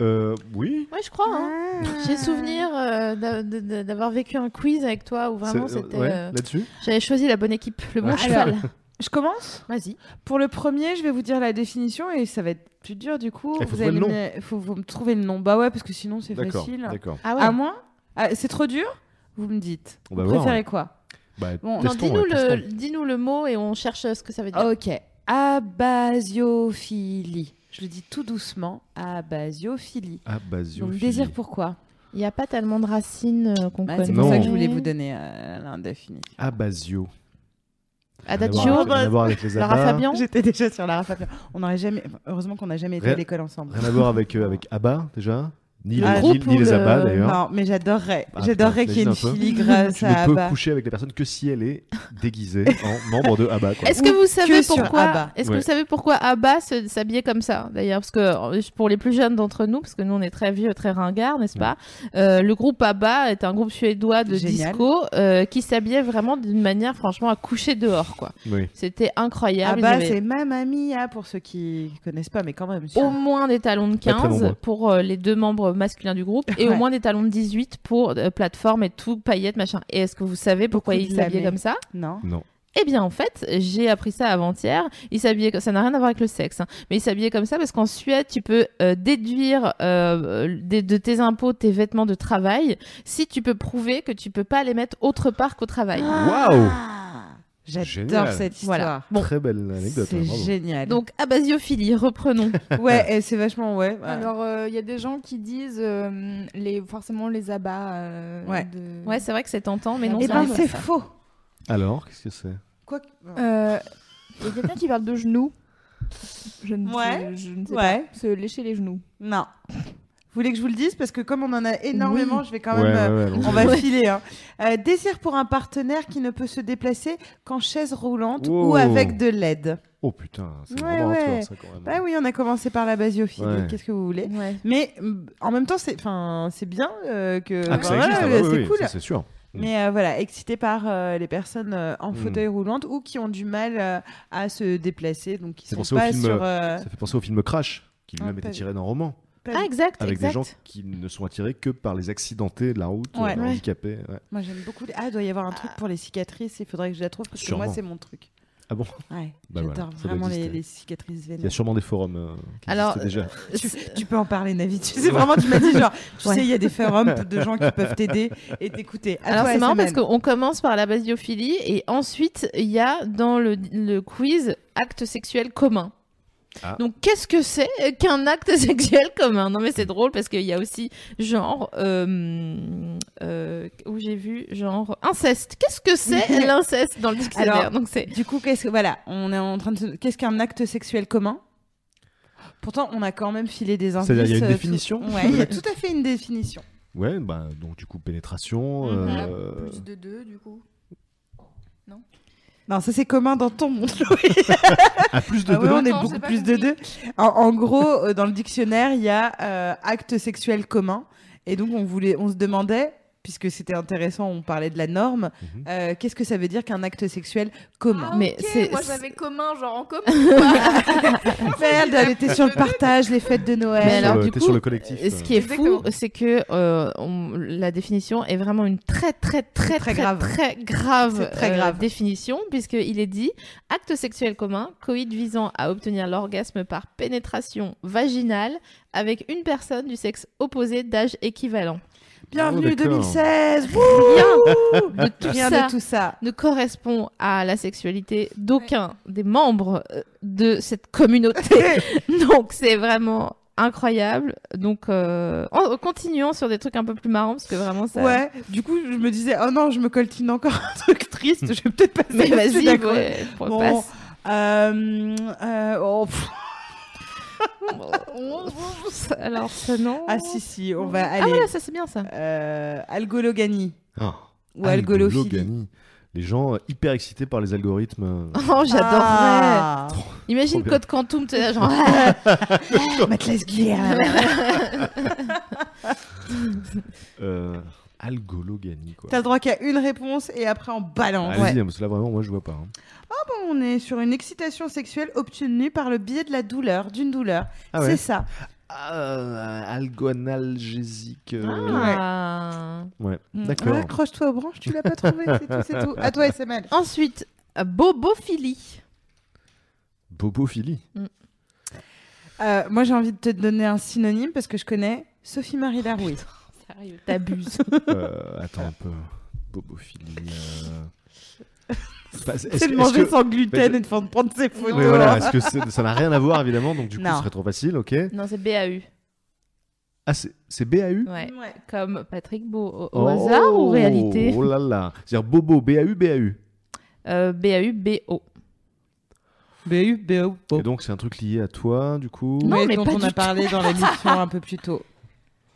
Euh, oui
Ouais, je crois. Hein.
Ah.
J'ai souvenir euh, d'a- de- de- d'avoir vécu un quiz avec toi où vraiment
C'est-
c'était.
ouais,
euh,
là-dessus
J'avais choisi la bonne équipe, le bon
Ouais.
cheval.
Je commence
Vas-y.
Pour le premier, je vais vous dire la définition et ça va être plus dur du coup.
Il faut
vous
trouver le
me- faut, vous me trouver le nom. Bah ouais, parce que sinon c'est
d'accord
facile.
d'accord
Ah ouais.
À moins Ah, c'est trop dur Vous me dites.
On va
vous
voir,
préférez quoi
Bah,
Bon, non,
Non,
testons,
dis-nous
ouais,
le,
testons.
dis-nous le mot et on cherche euh, ce que ça veut dire.
Ok. Abasiophilie. Je le dis tout doucement. Abasiophilie.
Ah, basio.
Donc désir pourquoi
Il n'y a pas tellement de racines euh, qu'on
Bah,
connaît.
C'est pour
Non.
ça que je voulais vous donner euh, l'indéfini.
Ah, basio.
Adagio,
Rien à voir avec les
Lara
abats.
Fabian.
J'étais déjà sur la Fabian. On n'aurait jamais. Heureusement qu'on n'a jamais été
Rien-
à l'école ensemble.
Rien à voir avec, euh, avec ABBA, déjà. Ni,
Le
Ah,
les,
groupe
ni-
ou
ni les
le-
abats, d'ailleurs.
Euh, Non, mais j'adorerais.
Ah,
j'adorerais
putain,
qu'il y ait une
t'imagines un peu
filie grâce
Tu
à
ne peux
Abba.
coucher avec la personne que si elle est déguisée en membre de ABBA. Quoi.
Est-ce que
Ou
vous savez
sur
pourquoi
Abba.
Est-ce que
Ouais.
vous savez pourquoi Abba se- s'habillait comme ça D'ailleurs, parce que euh, pour les plus jeunes d'entre nous, parce que nous on est très vieux, très ringards, n'est-ce pas Euh, Le groupe Abba est un groupe suédois de
Génial.
disco euh, qui s'habillait vraiment d'une manière, franchement, à coucher dehors, quoi.
Oui.
C'était incroyable. Ils
Abba,
avaient
c'est Mamma Mia pour ceux qui connaissent pas, mais quand même.
au moins des talons de
Pas très
15
nombreux.
pour euh, les deux membres masculins du groupe et au
Ouais.
moins des talons de 18 pour euh, plateforme et tout, paillettes, machin. Et est-ce que vous savez pourquoi
Beaucoup
ils
de
s'habillaient
lamets.
comme ça
Non.
Eh bien, en fait, j'ai appris ça avant-hier. Ils s'habillaient, co- ça n'a rien à voir avec le sexe, hein, mais ils s'habillaient comme ça parce qu'en Suède, tu peux euh, déduire euh, des- de tes impôts tes vêtements de travail si tu peux prouver que tu peux pas les mettre autre part qu'au travail.
Ah.
Waouh
J'adore
Génial.
cette histoire.
Voilà. Bon,
Très belle anecdote. hein,
C'est
bravo.
génial.
donc abasiophilie, reprenons.
ouais, et c'est vachement ouais. ouais.
Alors, euh, il y a des gens qui disent euh, les, forcément les abats. euh,
Ouais.
de-
ouais, c'est vrai que c'est tentant, mais non.
Eh
ça
ben
arrive.
c'est faux.
Alors, qu'est-ce que c'est
Quoi
Euh, Il y a quelqu'un qui parle de genoux. Je ne,
Ouais.
je, je ne sais
Ouais.
pas. Se lécher les genoux.
Non. Vous voulez que je vous le dise parce que comme on en a énormément, je vais quand même.
Ouais,
euh,
ouais, ouais, allons-y.
On va filer. hein. Euh, désir pour un partenaire qui ne peut se déplacer qu'en chaise roulante
Wow.
ou avec de l'aide.
Oh putain, c'est
Ouais,
vraiment un
ouais.
ça quand même.
Bah oui, on a commencé par la basiophilie.
Ouais.
Qu'est-ce que vous voulez
Ouais.
Mais mm, en même temps, c'est, enfin, c'est bien euh, que.
Ah, que ça
voilà,
existe, ah bah
euh,
oui,
c'est
oui,
cool.
ça, c'est sûr.
Mais euh, voilà, excité par euh, les personnes euh, en
Mm.
fauteuil roulant ou qui ont du mal euh, à se déplacer, donc qui
C'est
sont
pour ça au
pas
film,
sur. euh,
Ça fait penser au film Crash, qui
Ah,
lui-même
pas
était
vu.
tiré d'un roman,
pas-
Ah exact,
avec
exact.
des gens qui ne sont attirés que par les accidentés de la route,
Ouais.
euh,
Ouais.
handicapés. ouais.
Moi j'aime beaucoup. les- Ah, il doit y avoir un truc pour les cicatrices. Il faudrait que je la trouve parce que moi
Sûrement.
c'est mon truc.
Ah bon
Ouais,
Bah voilà,
j'adore
ça doit
vraiment les,
exister.
les cicatrices
Il y a
vénères.
sûrement des forums euh, qui
Alors,
existent déjà.
Tu, tu peux en parler, Navi. Tu sais vraiment, tu m'as dit genre, tu
Ouais.
sais, il y a des forums de gens qui peuvent t'aider et t'écouter. À
Alors
toi,
c'est marrant parce
SML.
qu'on commence par la basiophilie et ensuite il y a dans le, le quiz acte sexuel commun.
Ah.
Donc qu'est-ce que c'est euh, qu'un acte sexuel commun Non mais c'est drôle parce qu'il y a aussi genre euh, euh, où j'ai vu genre inceste. Qu'est-ce que c'est l'inceste dans le dictionnaire
Alors,
Donc c'est
Du coup, qu'est-ce que voilà, on est en train de. se- Qu'est-ce qu'un acte sexuel commun Pourtant, on a quand même filé des indices.
C'est-à-dire, il y a une
euh, tout-
définition
Ouais, il y a tout à fait une définition.
Ouais, bah, donc du coup, pénétration.
Mhm.
euh,
Plus de deux, du coup.
Non, ça c'est commun dans ton monde, Loé.
Ah, plus de
Ah ouais,
deux
on est
Attends,
beaucoup
j'ai pas
plus de deux.
compris.
En, en gros, euh, dans le dictionnaire, il y a euh, acte sexuel commun. Et donc, on, voulait, on se demandait, puisque c'était intéressant, on parlait de la norme,
Mhm.
euh, qu'est-ce que ça veut dire qu'un acte sexuel commun
Mais c'est-
Ah, Moi,
c'est-
j'avais commun, genre en commun. quoi.
Merde, elle était sur le partage, les fêtes de Noël.
Mais
Sur
alors,
le-
du
t'es
coup,
sur le collectif.
Et
euh.
ce qui est fou,
Exactement.
c'est que euh, on- la définition est vraiment une très très très
Très
très
grave.
très grave,
C'est très
euh,
grave.
définition puisqu'il est dit acte sexuel commun, coït visant à obtenir l'orgasme par pénétration vaginale avec une personne du sexe opposé d'âge équivalent.
Bienvenue
Oh, d'accord.
2016 wouh
Rien de tout
Rien
ça
de tout ça.
ne correspond à la sexualité d'aucun des membres euh, de cette communauté. Donc c'est vraiment incroyable. Donc euh, en- continuons sur des trucs un peu plus marrants parce que vraiment ça.
Ouais, du coup, je me disais, oh non, je me coltine encore un truc triste, je vais peut-être passer
Mais
là-dessus,
vas-y,
d'accord.
ouais, on
Bon,
passe.
euh, euh, oh, pff,
Alors ça non.
ah si, si, on va
Ah
aller.
voilà, ça c'est bien ça.
Euh, algologanie
Ah,
ou algolophilie.
algologanie. Les gens euh, hyper excités par les algorithmes. euh.
Oh, j'adorerais.
Ah.
Imagine
Trop bien.
Code Quantum, t'es là, genre.
Mathias Guillaume.
Euh, algologanie, quoi.
T'as le droit qu'à une réponse et après on balance.
Allez-y, hein, parce que là, vraiment, moi, je vois pas. hein.
Bon, On est sur une excitation sexuelle obtenue par le biais de la douleur, d'une douleur.
Ah
C'est
ouais.
ça.
Euh, algonalgésique. euh,
Ah.
Ouais,
Mm.
d'accord.
Ouais, Accroche-toi aux branches, tu l'as pas trouvé, c'est tout, c'est tout. À toi, SML.
Ensuite, euh, bobophilie.
Bobophilie.
Euh, moi, j'ai envie de te donner un synonyme parce que je connais Sophie-Marie Larouille.
Sérieux, t'abuses.
Euh, attends un peu. Bobophilie. euh, c'est pas- est-ce que-
C'est de
est-ce
manger
que-
sans gluten
Bah, je-
et de prendre prendre ses photos.
Oui, voilà. Est-ce que c'est- ça n'a rien à voir, évidemment, donc du coup,
Non.
ce serait trop facile, ok
non, c'est BAU.
Ah, c'est c'est BAU
Ouais.
Ouais.
Comme Patrick Beau. Au, au
Oh,
hasard ou réalité
Oh là là. C'est-à-dire Bobo, BAU, BAU.
Euh, BAU, BO.
BU, BO,
Et donc, c'est un truc lié à toi, du coup
Non, mais
dont
pas
on
du
a
tout.
parlé dans l'émission un peu plus tôt.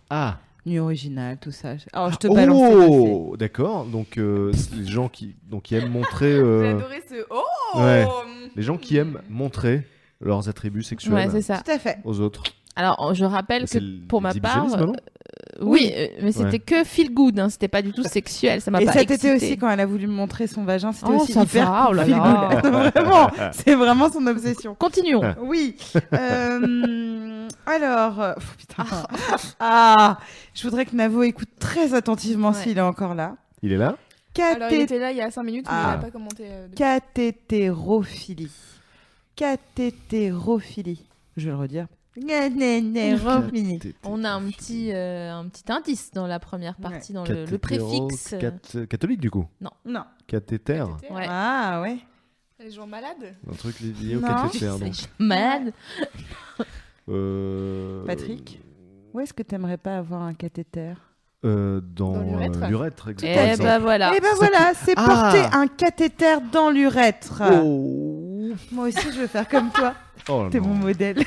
Ah
Nu original, tout ça. Alors, je te balance. les passés.
Oh D'accord. Donc, euh, c'est les gens qui, donc, qui aiment montrer. euh,
J'ai adoré ce. Oh
ouais. Les gens qui aiment montrer leurs attributs sexuels
Ouais, c'est ça.
Tout à fait.
aux autres.
Alors, en- je rappelle
C'est
que
le-
pour ma part.
l'exhibitionnisme, non
euh, oui, euh, mais c'était
Ouais.
que feel good, hein, c'était pas du tout sexuel, ça m'a
Et
pas
cet
excitée.
été aussi, quand elle a voulu me montrer son vagin, c'était
Oh,
aussi
ça
hyper
va, oh là
feel
là.
good. vraiment, c'est vraiment son obsession.
Continuons.
Oui. Euh, alors, euh, pff, putain. Ah, je voudrais que Navo écoute très attentivement
Ouais.
s'il est encore là.
Il est là
Alors, il
Cathé-
était là il y a 5 minutes, mais
Ah.
il n'a pas commenté. euh, depuis.
Cathétérophilie. Cathétérophilie. Je vais le redire. Cathétérophilie.
On a un petit, euh, un petit indice dans la première partie, dans le, le
Cathétéro-
préfixe. euh,
cat- Catholique, du coup
Non.
Cathéter
Cathéter.
Ouais.
Ah ouais.
Les gens malades
Un truc lié au
Non.
cathéter,
Hein C'est
donc.
malade.
Euh,
Patrick Où est-ce que t'aimerais pas avoir un cathéter
euh, Dans,
Dans l'urètre.
euh, l'urètre,
Et
exactement.
ben voilà.
Eh ben voilà, c'est
Ah.
porter un cathéter dans l'urètre.
bah
Oh,
Moi aussi, je veux faire comme toi.
Oh là
T'es
là.
mon modèle.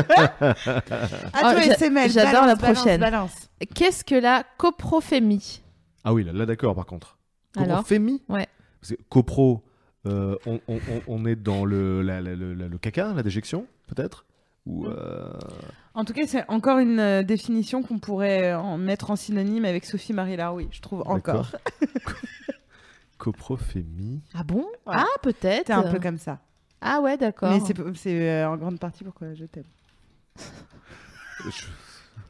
à
Ah,
toi,
j'a-
SML.
j'adore la
balance, balance,
prochaine.
Balance.
Qu'est-ce que la coprophémie
Ah oui, là, là, d'accord, par contre.
Alors
Coprophémie
Ouais.
Parce que copro, euh, on, on- on- on est dans le, la- la- le- la- le caca, la déjection, peut-être Ou, euh,
En tout cas, c'est encore une euh, définition qu'on pourrait euh, en mettre en synonyme avec Sophie Marie Laroui, je trouve encore.
d'accord. Coprophémie.
Ah bon Ah peut-être.
T'es un peu comme ça.
Ah ouais, d'accord.
Mais c'est c'est, euh, en grande partie pourquoi je t'aime.
Je, je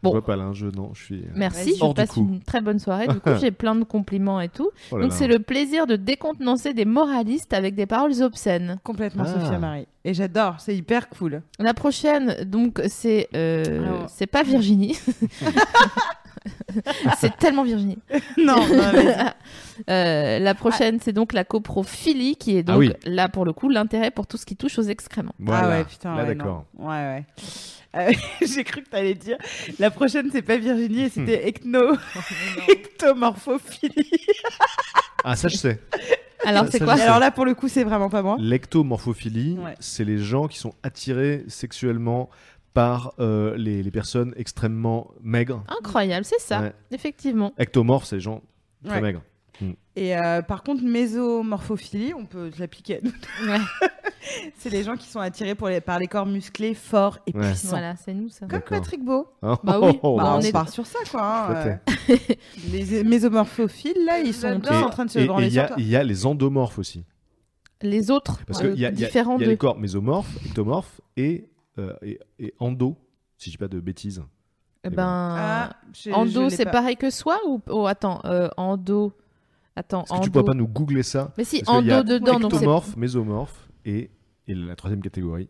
Bon.
vois pas l'enjeu, non. Je suis.
Merci,
Hors
je
du
passe
coup.
une très bonne soirée. Du coup, j'ai plein de compliments et tout.
Oh là
Donc
là.
c'est le plaisir de décontenancer des moralistes avec des paroles obscènes.
Complètement
Ah.
Sophie Marie. Et j'adore, c'est hyper cool.
La prochaine, donc c'est euh,
Alors.
c'est pas Virginie. c'est tellement Virginie.
non, non, mais-
Euh, la prochaine,
Ah.
c'est donc la coprophilie, qui est donc
Ah oui.
là pour le coup l'intérêt pour tout ce qui touche aux excréments.
Voilà.
Ah ouais, putain,
Là,
ouais,
d'accord.
non. Ouais, ouais. Euh, J'ai cru que t'allais dire. La prochaine, c'est pas Virginie, et c'était
Hmm.
Oh,
ecno... ectomorphophilie.
Ah, ça, je sais.
Alors
Ça,
c'est
ça,
quoi
je-
Alors là, pour le coup, c'est vraiment pas moi.
L'ectomorphophilie,
Oh. Ouais.
c'est les gens qui sont attirés sexuellement par euh, les, les personnes extrêmement maigres.
Incroyable, c'est Ah, ça,
Ouais.
effectivement.
Ectomorphes, c'est les gens très
Ouais.
maigres.
Et euh, par contre, mésomorphophilie, on peut l'appliquer à nous.
Ouais.
C'est les gens qui sont attirés pour les- par les corps musclés, forts et
Ouais.
puissants.
Voilà, c'est nous ça.
Comme
D'accord.
Patrick Beau.
Bah oui,
Oh,
Bah,
on
on,
est-
part sur ça, quoi. hein,
Peut-être.
euh. Les mésomorphophiles, là, ils sont tous
Et-
en train de se
Et- Et
branler
il y,
sur
a-
toi.
il y a les endomorphes aussi.
Les autres,
Parce
euh,
qu'il y a, il y a-
différents
il y a
de.
les corps mésomorphes, ectomorphes et, euh, et, et endo, si je dis pas de bêtises.
Eh ben,
Ah, je-
en
je
dos,
l'ai
c'est
pas.
pareil que soi ou oh, attends, euh, en dos, attends,
Est-ce
en
que tu
dos.
pourrais pas nous googler ça
Mais si,
Parce
en
qu'il y a
dos dedans, donc c'est
Ectomorphe, mésomorphe et, et la troisième catégorie,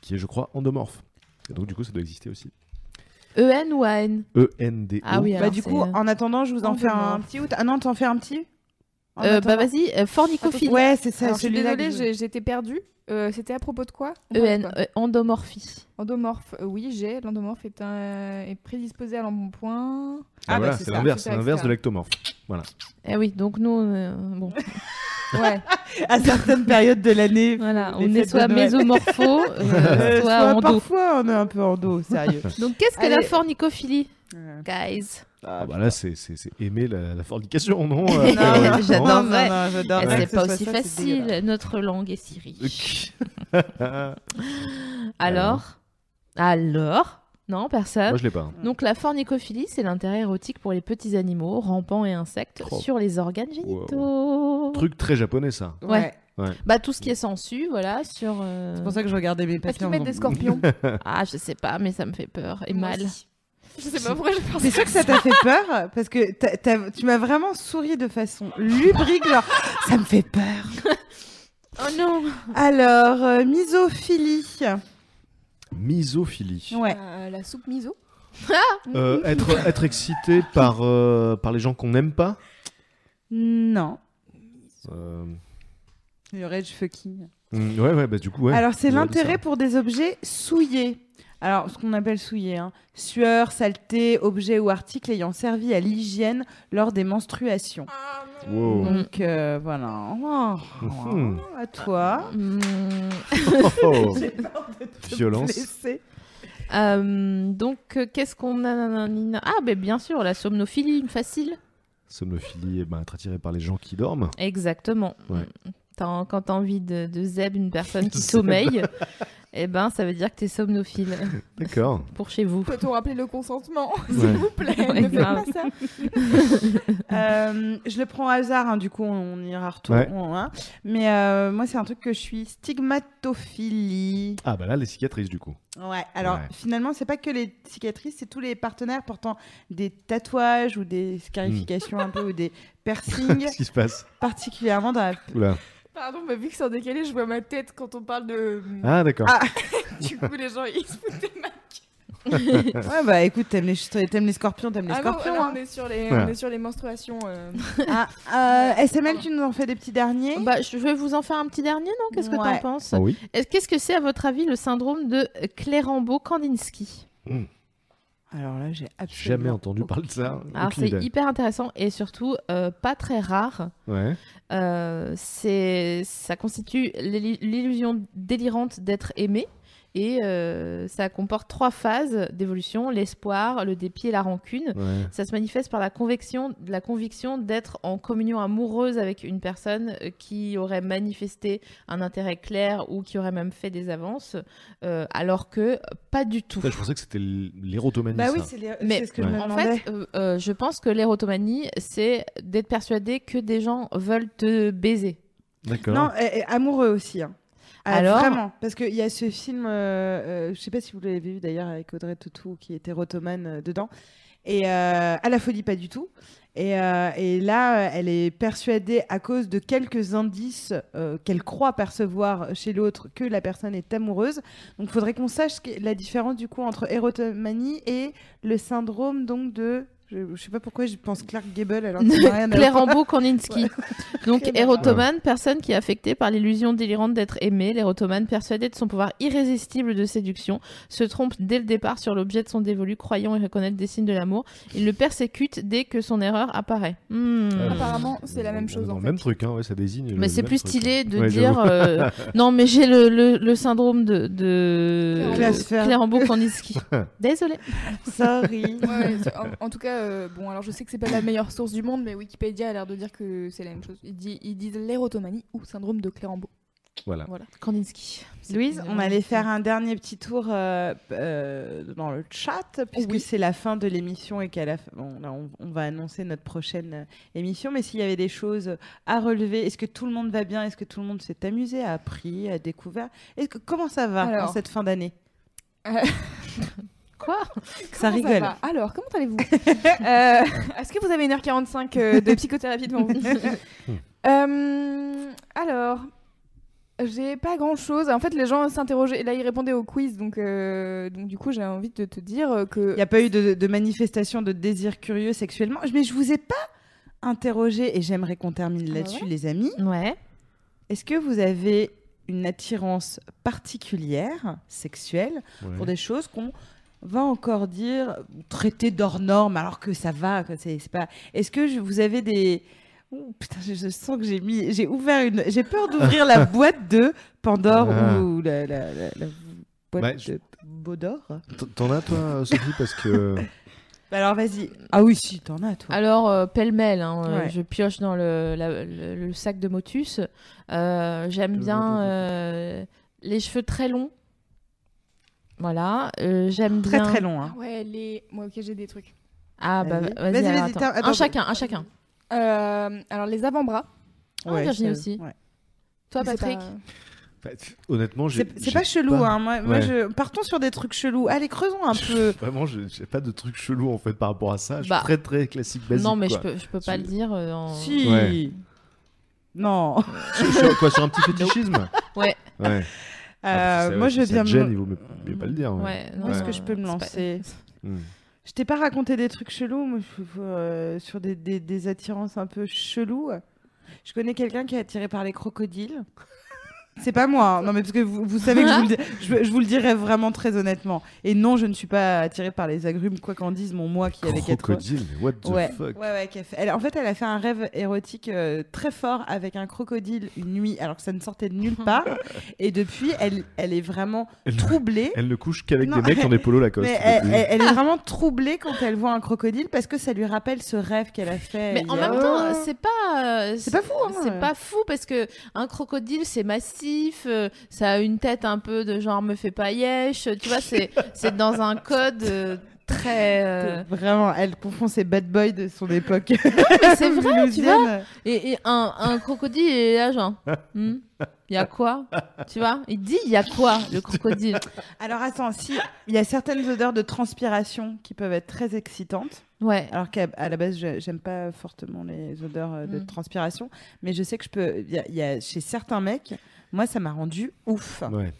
qui est, je crois, endomorphe. Et donc, du coup, ça doit exister aussi. E
EN E ou AN.
E-N-D-O.
Ah oui,
Bah,
alors
du
c'est,
coup,
euh,
en attendant, je vous en
en
fais
dehors.
un petit. ou t- Ah non, t'en fais un petit En
euh, bah
attendant.
vas-y, euh, fornicophile,
Ouais, c'est ça,
Alors, Je suis
celui-là.
désolée,
que je- E
j'ai- j'étais perdue. Euh, C'était à propos de quoi On parlait de
EN,
quoi
euh, endomorphie.
Endomorphe, euh, oui, j'ai. L'endomorphe est, un... est prédisposé à l'embonpoint.
Ah, bah,
voilà,
c'est
c'est
ça,
l'inverse,
c'est
c'est
ça,
l'inverse
etc.
de l'ectomorphe.
Eh oui, donc nous, euh, bon,
Ouais.
À certaines périodes de l'année.
voilà,
les
on est
fêtes de
soit
Noël.
mésomorpho,
Euh,
euh, soit
soit
en dos.
parfois, on est un peu en dos, sérieux.
Donc qu'est-ce que
Allez. Euh.
la fornicophilie, guys
Ah, bah là, c'est c'est- c'est aimer la, la fornication, non Euh,
Non,
euh,
mais j'adore.
Non, non,
Ouais.
non, j'adore.
Eh,
Ouais,
C'est
que ce
pas
soit
aussi
ça, c'est dégueulasse.
facile. Notre langue est si riche.
Moi,
Alors, alors, non, personne.
je l'ai pas. hein.
Donc la fornicophilie, c'est l'intérêt érotique pour les petits animaux, rampants et insectes,
Oh.
sur les organes
Wow.
génitaux.
Truc très japonais, ça.
Ouais.
Ouais.
Bah tout ce qui est sensu, voilà, sur. euh,
C'est pour ça que je regardais mes
Est-ce qu'ils
patients.
mettent des scorpions
Ah, je sais pas, mais ça me fait peur et
Moi
mal.
aussi. Je sais pas pourquoi je pense
C'est sûr que ça t'a fait peur parce que t'as- t'as- tu m'as vraiment souri de façon lubrique, genre ça me fait peur.
Oh non.
Alors, euh, misophilie.
Misophilie.
Ouais.
la soupe miso.
Euh, être, être excité par, euh, par les gens qu'on n'aime pas
Non.
Euh,
Le rage fucking.
mm, Ouais, ouais, bah du coup, ouais.
Alors, c'est
Ouais,
l'intérêt
ça.
pour des objets souillés. Alors, ce qu'on appelle souillés, hein. sueur, saleté, objet ou article ayant servi à l'hygiène lors des menstruations.
Wow.
Donc, euh, voilà. Oh,
Mhm.
À toi.
Hmm.
Oh.
Te
Violence.
blesser.
Euh, donc, euh, qu'est-ce qu'on a nananina Ah, ben bien sûr, la somnophilie facile.
Somnophilie, eh ben, être attiré par les gens qui dorment.
Exactement.
Ouais.
T'as- quand t'as envie de, de zeb une personne qui
De zeb.
sommeille, eh ben ça veut dire que t'es somnophile
D'accord.
pour chez vous.
Peut-on rappeler le consentement,
Ouais.
s'il vous plaît
Ouais,
Ne faites
grave.
pas ça.
Euh, je le prends au hasard, hein, du coup, on, on ira retourner.
Ouais.
hein. Mais euh, moi, c'est un truc que je suis stigmatophilie.
Ah, bah là, les cicatrices, du coup.
Ouais, alors
Ouais.
finalement, c'est pas que les cicatrices, c'est tous les partenaires portant des tatouages ou des scarifications un peu ou des piercings,
Qu'est-ce qui se passe
particulièrement dans la.
Oula.
Pardon, mais vu que c'est en décalé, je vois ma tête quand on parle de.
Ah, d'accord.
Ah.
Du coup, les gens, ils se foutent de ma
Ouais, bah écoute, t'aimes les, ch- t'aimes les scorpions, t'aimes les
Ah non,
scorpions.
alors
hein.
on, est sur les,
Voilà.
on est sur les menstruations. euh.
Ah, euh, SML, tu nous en fais des petits derniers
Bah, je vais vous en faire un petit dernier, non Qu'est-ce que
Ouais.
t'en penses
Ah oui.
Est-ce- Qu'est-ce que c'est à votre avis le syndrome de Clérambault-Kandinsky
Alors là, j'ai absolument.
Jamais entendu parler de ça.
Alors
Aucune
c'est
idée.
hyper intéressant et surtout euh, pas très rare.
Ouais.
Euh, c'est ça constitue l'illu- l'illusion délirante d'être aimé et euh, ça comporte trois phases d'évolution l'espoir, le dépit et la rancune.
Ouais.
Ça se manifeste par la conviction, la conviction d'être en communion amoureuse avec une personne euh, qui aurait manifesté un intérêt clair ou qui aurait même fait des avances, euh, alors que euh, pas du tout.
Putain, je pensais que c'était l- l'érotomanie.
Bah oui,
ça.
c'est les-
Mais
c'est ce que
Ouais.
je me
En
demandais.
fait, euh, euh, je pense que l'érotomanie, c'est d'être persuadé que des gens veulent te baiser.
D'accord.
Non, et- et amoureux aussi. hein. Ah,
Alors
Vraiment, parce qu'il y a ce film, euh, euh, je sais pas si vous l'avez vu d'ailleurs, avec Audrey Tautou qui était rotomane euh, dedans, et euh, à la folie pas du tout. Et, euh, et là, euh, elle est persuadée à cause de quelques indices euh, qu'elle croit percevoir chez l'autre que la personne est amoureuse. Donc, il faudrait qu'on sache que- la différence du coup entre érotomanie et le syndrome donc de, je, je sais pas pourquoi je pense Clark Gable alors que ça n'a rien à voir.
Clérambault Kandinsky. Donc
Rien à
érotomane, personne qui est affectée par l'illusion délirante d'être aimée, l'érotomane persuadé de son pouvoir irrésistible de séduction, se trompe dès le départ sur l'objet de son dévolu, croyant et reconnaître des signes de l'amour, il le persécute dès que son erreur apparaît. Hmm.
Ah,
Apparemment, c'est la
On-
même
on est
chose
Dans
en
le
fait.
même truc, hein, ouais, ça désigne. le-
Mais
le
c'est
même
plus
truc,
stylé
hein.
de
Ouais,
dire
j'avoue.
euh, non mais j'ai le, le, le syndrome de, de...
Clasfer-
Clérambault Kandinsky. Désolé.
Sorry.
Ouais, ouais, c'est- en, en tout cas, euh, bon, alors je sais que c'est pas la meilleure source du monde, mais Wikipédia a l'air de dire que c'est la même chose. Ils, dit- ils disent l'érotomanie ou syndrome de Clérambault.
Voilà.
Voilà.
Kandinsky.
Louise, on allait faire un dernier petit tour euh, euh, dans le chat, puisque
Oui.
c'est la fin de l'émission et qu'à la fin, bon, là, on, on va annoncer notre prochaine euh, émission. Mais s'il y avait des choses à relever, est-ce que tout le monde va bien Est-ce que tout le monde s'est amusé, a appris, a découvert Est-ce que, Comment ça va
Alors. euh,
en cette fin d'année
Quoi
Ça
Comment
rigole.
va Alors, comment allez-vous Euh, Est-ce que vous avez 1h45 euh, de psychothérapie devant vous Euh, Alors, j'ai pas grand-chose. En fait, les gens s'interrogeaient. Là, ils répondaient au quiz, donc, euh, donc du coup, j'ai envie de te dire euh, que.
Il n'y a pas eu de, de manifestation de désir curieux sexuellement. Mais je vous ai pas interrogé et j'aimerais qu'on termine
Ah bah
là-dessus, les amis.
Ouais.
Est-ce que vous avez une attirance particulière sexuelle pour
Ouais.
des choses qu'on va encore dire traiter d'hors norme alors que ça va que c'est c'est pas est-ce que je- vous avez des Ouh, putain je, je sens que j'ai mis j'ai ouvert une j'ai peur d'ouvrir la boîte de Pandore
Ah.
ou la, la- la- la boîte
Bah, je-
de Baudor
T- T'en as, toi, Sophie Parce que.
Bah alors vas-y ah oui si t'en as toi
Alors, euh, pêle-mêle, hein, euh,
Ouais.
je pioche dans le, la- le- le sac de Motus. Euh, J'aime
De- de-
bien
de-
euh, les cheveux très longs. Voilà, euh, j'aime
très
bien.
très long hein.
Ah Ouais, les. Moi, ok, j'ai des trucs.
Ah bah
Vas-y.
vas-y,
Vas-y,
alors,
vas-y,
attends.
t'as- attends.
Un chacun, un chacun.
Euh, alors, les avant-bras.
Ah, Virginie
ça-
aussi.
ouais.
Toi
C'est
Patrick
pas-
Bah, pff, Honnêtement, j'ai.
c'est c'est
j'ai
pas chelou hein moi, moi,
Ouais.
je... partons sur des trucs chelous allez creusons un peu
Vraiment, je- j'ai pas de truc chelou en fait par rapport à ça. Je suis
Bah.
très très classique basique.
Non mais je
quoi.
peux, je peux pas
Tu-
le dire. euh, en-
si
Ouais. Ah,
non
Sur, sur- quoi, sur un petit fétichisme
Ouais.
Ouais. Ah,
Euh, moi je veux bien
me.
me-
il vaut mieux, mieux pas le dire.
Ouais, non,
Où est-ce
non,
que je peux me
c'est pas-
lancer
Hmm.
Je t'ai pas raconté des trucs chelous, moi, je- je- euh, sur des, des- des attirances un peu cheloues. Je connais quelqu'un qui est attiré par les crocodiles. C'est pas moi, hein. non mais parce que vous, vous savez que je vous, le, di- je- je vous le dirais vraiment très honnêtement. Et non, je ne suis pas attirée par les agrumes, quoi qu'en dise mon moi qui avait 4 ans.
Crocodile, mais what the
Ouais, ouais,
fuck
ouais, qu'elle fait- elle- en fait, elle a fait un rêve érotique euh, très fort avec un crocodile une nuit, alors que ça ne sortait de nulle part. Et depuis, elle, elle est vraiment
Elle-
troublée.
Elle ne couche qu'avec
Non,
des mecs en des polos Lacoste.
Mais elle, elle-
Ah.
elle est vraiment troublée quand elle voit un crocodile parce que ça lui rappelle ce rêve qu'elle a fait.
Mais
il
en
y a-
même temps, c'est pas. euh,
C'est pas fou, hein,
C'est
ouais.
pas fou parce que un crocodile, c'est massif. euh, ça a une tête un peu de genre me fait paillèche. Tu vois, c'est c'est dans un code euh, très. euh,
Vraiment, elle confond ses bad boys de son époque.
mais c'est vrai, tu vois.
Mulhousienne.
Et, et un, un crocodile, il est là, genre. Hmm, Il y a quoi Tu vois Il dit il y a quoi, le crocodile
Alors attends, si il y a certaines odeurs de transpiration qui peuvent être très excitantes.
Ouais.
Alors qu'à à la base, je- j'aime pas fortement les odeurs euh, de
Mm.
transpiration, mais je sais que je peux. Il y, a- il y a chez certains mecs, moi, ça m'a rendu ouf.
Ouais.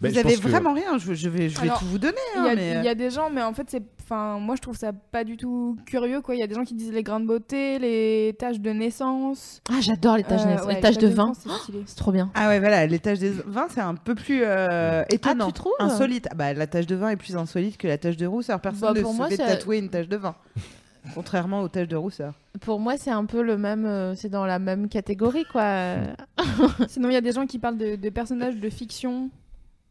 Bah,
Vous
je
avez
pense que-
vraiment rien. Je, je vais, je vais
Alors,
tout vous donner.
Il
hein,
y, a,
mais...
il y a des gens, mais en fait, c'est, enfin, moi je trouve ça pas du tout curieux. Quoi. Il y a des gens qui disent les grains de beauté, les taches de naissance.
Ah, j'adore les taches,
Euh,
de, naissance-
ouais,
les taches de vin.
naissance, c'est stylé.
C'est trop bien.
Ah ouais, voilà, les taches de vin, c'est un peu plus euh, étonnant.
Ah, tu trouves
Insolite. Ah bah, la tache de vin est plus insolite que la tache de rousseur. Personne
Bah,
ne
pour
se
moi,
fait
ça-
tatouer une tache de vin. Contrairement aux taches de rousseur.
Pour moi, c'est un peu le même. euh, c'est dans la même catégorie, quoi.
Sinon, il y a des gens qui parlent de, de personnages de fiction.
Ouais.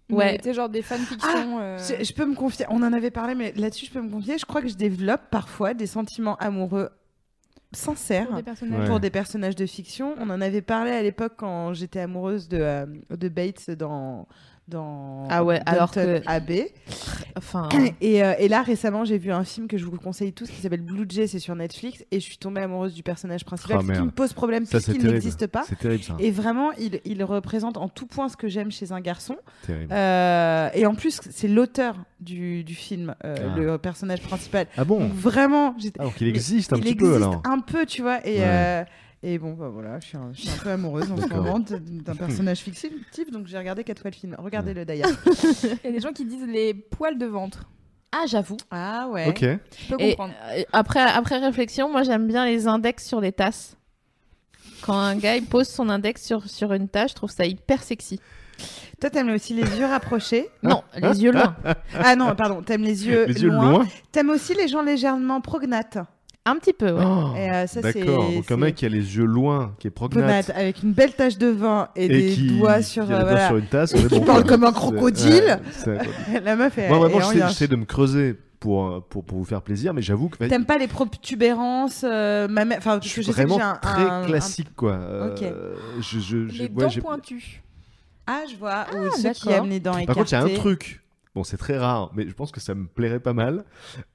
Ah,
Ouais. Tu sais, genre des fanfictions. euh,
Je, je peux me confier, on en avait parlé, mais là-dessus, je peux me confier. Je crois que je développe parfois des sentiments amoureux sincères
pour des personnages.
pour des personnages de fiction. On en avait parlé à l'époque quand j'étais amoureuse de, euh, de Bates dans. dans
Ah ouais, alors
Downton
que-
Abbey.
Enfin.
Oh.
Et, euh, et là, récemment, j'ai vu un film que je vous conseille tous qui s'appelle Blue Jay, c'est sur Netflix, et je suis tombée amoureuse du personnage principal,
Ah,
ce qui
merde.
me pose problème
Ça, c'est
puisqu'il
terrible.
n'existe pas.
C'est terrible ça.
Et vraiment, il, il représente en tout point ce que j'aime chez un garçon.
Terrible.
Euh, et en plus, c'est l'auteur du, du film, euh,
Ah.
le personnage principal.
Ah bon
Donc vraiment, j'étais-
Alors qu'il existe un
il
petit
existe
peu alors.
un peu, tu vois. Et,
Ouais.
euh, et bon, bah voilà, je suis un, je suis un peu amoureuse en ce
D'accord.
moment d- d'un personnage fictif, donc j'ai regardé quatre fois le film. Regardez-le d'ailleurs.
Il y a des gens qui disent les poils de ventre.
Ah, j'avoue.
Ah ouais.
Ok.
Je peux
Et,
comprendre.
euh, après, après réflexion, moi j'aime bien les index sur les tasses. Quand un gars il pose son index sur, sur une tasse, je trouve ça hyper sexy.
Toi, t'aimes aussi les yeux rapprochés.
Non,
ah,
les yeux loin.
Ah non, pardon, t'aimes les yeux
Les yeux
loin.
loin.
T'aimes aussi les gens légèrement prognates.
Un petit peu, ouais.
Oh,
Et, euh, ça, c'est-
D'accord. Donc
c'est-
un mec qui a les yeux loin, qui est prognate
Prognate, avec une belle tache de vin et, des
qui
doigts sur.
qui a
euh,
les doigts
voilà.
sur une tasse, on est
qui
bon,
parle
quoi.
comme un
C'est-
crocodile.
ouais, c'est-
La meuf est.
Moi vraiment,
est en lien.
j'essaie- j'essaie de me creuser pour euh, pour pour vous faire plaisir, mais j'avoue que
T'aimes pas les protubérances, euh, ma mère. Enfin,
je
parce
suis
que je sais que
vraiment
j'ai un-
très
un- un-
classique quoi. Euh, je- je- j'ai-
Les
ouais,
dents
j'ai-
pointues.
Ah, je vois. ou ceux qui
d'accord.
aiment les dents écartées.
Par contre, il y a un truc. Bon, c'est très rare, mais je pense que ça me plairait pas mal.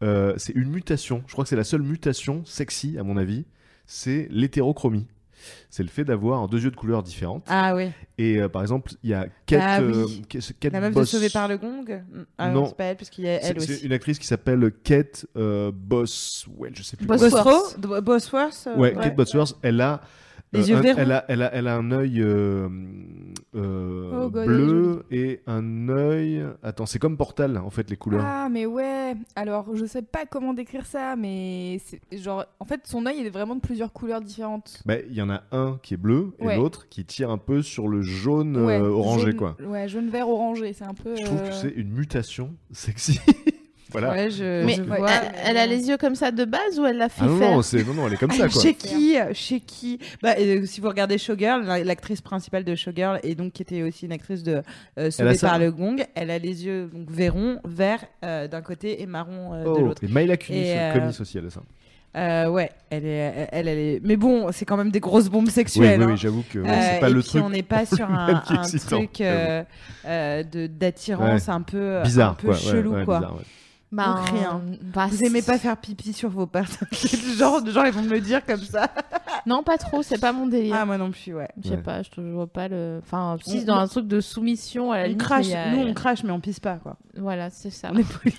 Euh, c'est une mutation. Je crois que c'est la seule mutation sexy, à mon avis. C'est l'hétérochromie. C'est le fait d'avoir deux yeux de couleurs différentes.
Ah oui.
Et euh, par exemple, il y a Kate,
Ah oui.
euh, Kate- Kate
La meuf
Boss.
de Sauvée par le Gong. Ah
Non.
c'est pas elle, parce qu'il y a
C'est-
elle
c'est
aussi.
une actrice qui s'appelle Kate euh, Boss. Ouais, je sais plus.
Boss-
comment-
Bosworth. Bosworth. Bosworth, euh,
Ouais,
ouais.
Kate Bosworth, elle a.
Les
euh,
yeux
un-
verrous.
elle, a, elle, a, elle a un œil euh, euh,
Oh God, elle est
bleu et un œil. Attends, c'est comme Portal en fait les couleurs.
Ah, mais ouais. Alors, je sais pas comment décrire ça, mais c'est genre. En fait, son œil il est vraiment de plusieurs couleurs différentes.
Bah, il y en a un qui est bleu et
Ouais.
l'autre qui tire un peu sur le jaune euh,
Ouais,
orangé
jaune-
quoi.
Ouais, jaune vert orangé, c'est un peu.
Je trouve
euh,
que c'est une mutation sexy. voilà.
Ouais, je,
Mais euh,
je
Ouais.
vois.
elle, elle a les yeux comme ça de base ou elle l'a fait
Ah non
faire
non, c'est non non, elle est
Ah,
comme ça quoi.
Chez qui Chez qui bah, euh, Si vous regardez Showgirl, la- l'actrice principale de Showgirl, et donc qui était aussi une actrice de euh,
Elle a
Sauvée
ça.
par le Gong, elle a les yeux donc verron, vert euh, d'un côté et marron euh, de
Oh,
l'autre.
et Myla Kunis,
Et,
euh,
euh,
Kunis aussi elle a ça.
Euh, ouais, elle est, elle, elle est. Mais bon, c'est quand même des grosses bombes
Oui oui,
sexuelles.
oui,
hein.
j'avoue que ouais,
Euh,
c'est pas
et
le
puis
truc
on n'est pas sur
lui-même
un,
qui est
un
excitant,
truc euh, euh, de- d'attirance un peu, un
bizarre
peu
quoi. ouais,
chelou
ouais,
quoi.
bizarre, ouais.
bah,
Donc, rien.
bah,
hein. Vous aimez pas faire pipi sur vos pattes C'est le genre de gens ils vont me le dire comme ça.
Non, pas trop, c'est pas mon délire.
Ah moi non plus ouais.
je sais
Ouais.
pas, je te je vois pas le. Enfin, si
On-
c'est dans
on-
un truc de soumission à la
On
limite,
crache,
mais il y a-
nous on crache mais on pisse pas quoi.
Voilà, c'est ça.
On est poli.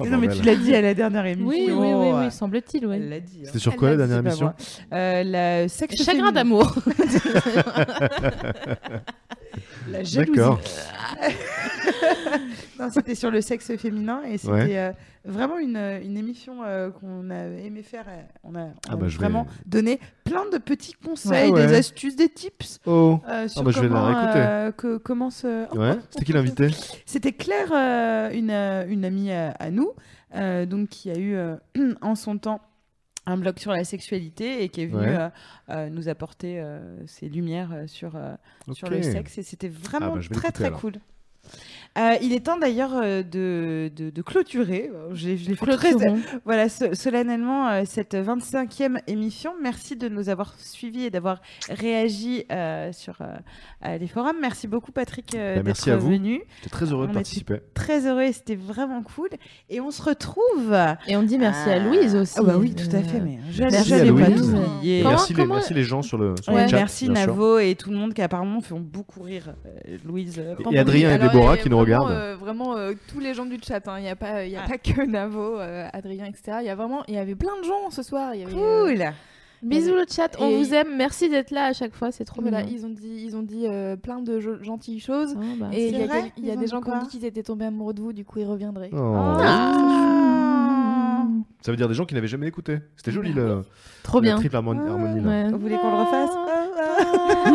Oh,
non mais
bordel.
tu l'as dit à la dernière émission.
Oui, oui, oui, oui,
ouais.
semble-t-il,
Elle
ouais.
l'a dit. hein.
C'était sur
Elle
quoi la
l'a dit,
dernière
c'est pas
émission
moi. Euh, La sexe
Chagrin
féminin.
d'amour.
La jalousie.
D'accord.
Non, c'était sur le sexe féminin et c'était
Ouais.
euh, vraiment une, euh, une émission euh, qu'on a aimé faire. euh, On a, on
Ah
a
bah, je vais-
vraiment donné plein de petits conseils,
Ouais.
des astuces, des tips
Oh
euh, sur
bah, je vais la
comment,
réécouter.
euh, que, comment se- oh,
Ouais, c'était qui l'invité
C'était Claire, euh, une, euh, une amie euh, à nous, euh, donc qui a eu euh, en son temps un blog sur la sexualité et qui est venue
Ouais.
euh, euh, nous apporter euh, ses lumières euh, sur, euh, sur
Ok.
le sexe et c'était vraiment
Ah bah, je vais
très
l'écouter,
très
alors.
cool. Euh, il est temps d'ailleurs euh, de, de, de clôturer, je l'ai je l'ai fait très-
Clôturons.
voilà, so- solennellement euh, cette 25e émission. Merci de nous avoir suivis et d'avoir réagi euh, sur euh, euh, les forums. Merci beaucoup Patrick euh,
Bah,
d'être
merci à vous.
venu.
J'étais très heureux
On
de
était-
participer.
Très heureux et c'était vraiment cool. Et on se retrouve.
Et on dit merci à Louise aussi.
Ah bah oui, tout à fait.
Euh,
Mais je
merci
l'avais
à
pas
Louise.
oublié.
Et
Comment-
merci, les,
comment-
merci les gens sur le, sur le
Ouais,
chat.
merci
bien sûr.
Navo et tout le monde qui apparemment font beaucoup rire euh, Louise. euh,
Et Adrien et
Alors,
Déborah
il y a
qui nous
vraiment,
regardent.
euh, vraiment euh, tous les gens du chat. hein. Il n'y a, pas, il y a
Ah.
pas que Navo, euh, Adrien, etc. Il y, a vraiment, il y avait plein de gens ce soir. Il y avait, euh,
Cool.
Bisous le chat, on
Et-
vous aime. Merci d'être là à chaque fois, c'est trop
voilà,
Hmm.
mignon.
ils ont dit, ils ont dit euh, plein de jo- gentilles choses.
Oh, bah,
Et il y
C'est
a,
vrai
quel- il y a
Ils ont
des
dit
gens qui ont
quoi
dit qu'ils étaient tombés amoureux de vous, du coup ils reviendraient.
Oh.
Ah.
Ça veut dire des gens qui n'avaient jamais écouté. C'était joli le,
Trop
la
bien.
triple harmon-
Ah,
harmonie. là.
Ouais.
Vous voulez qu'on le refasse Ah, ah.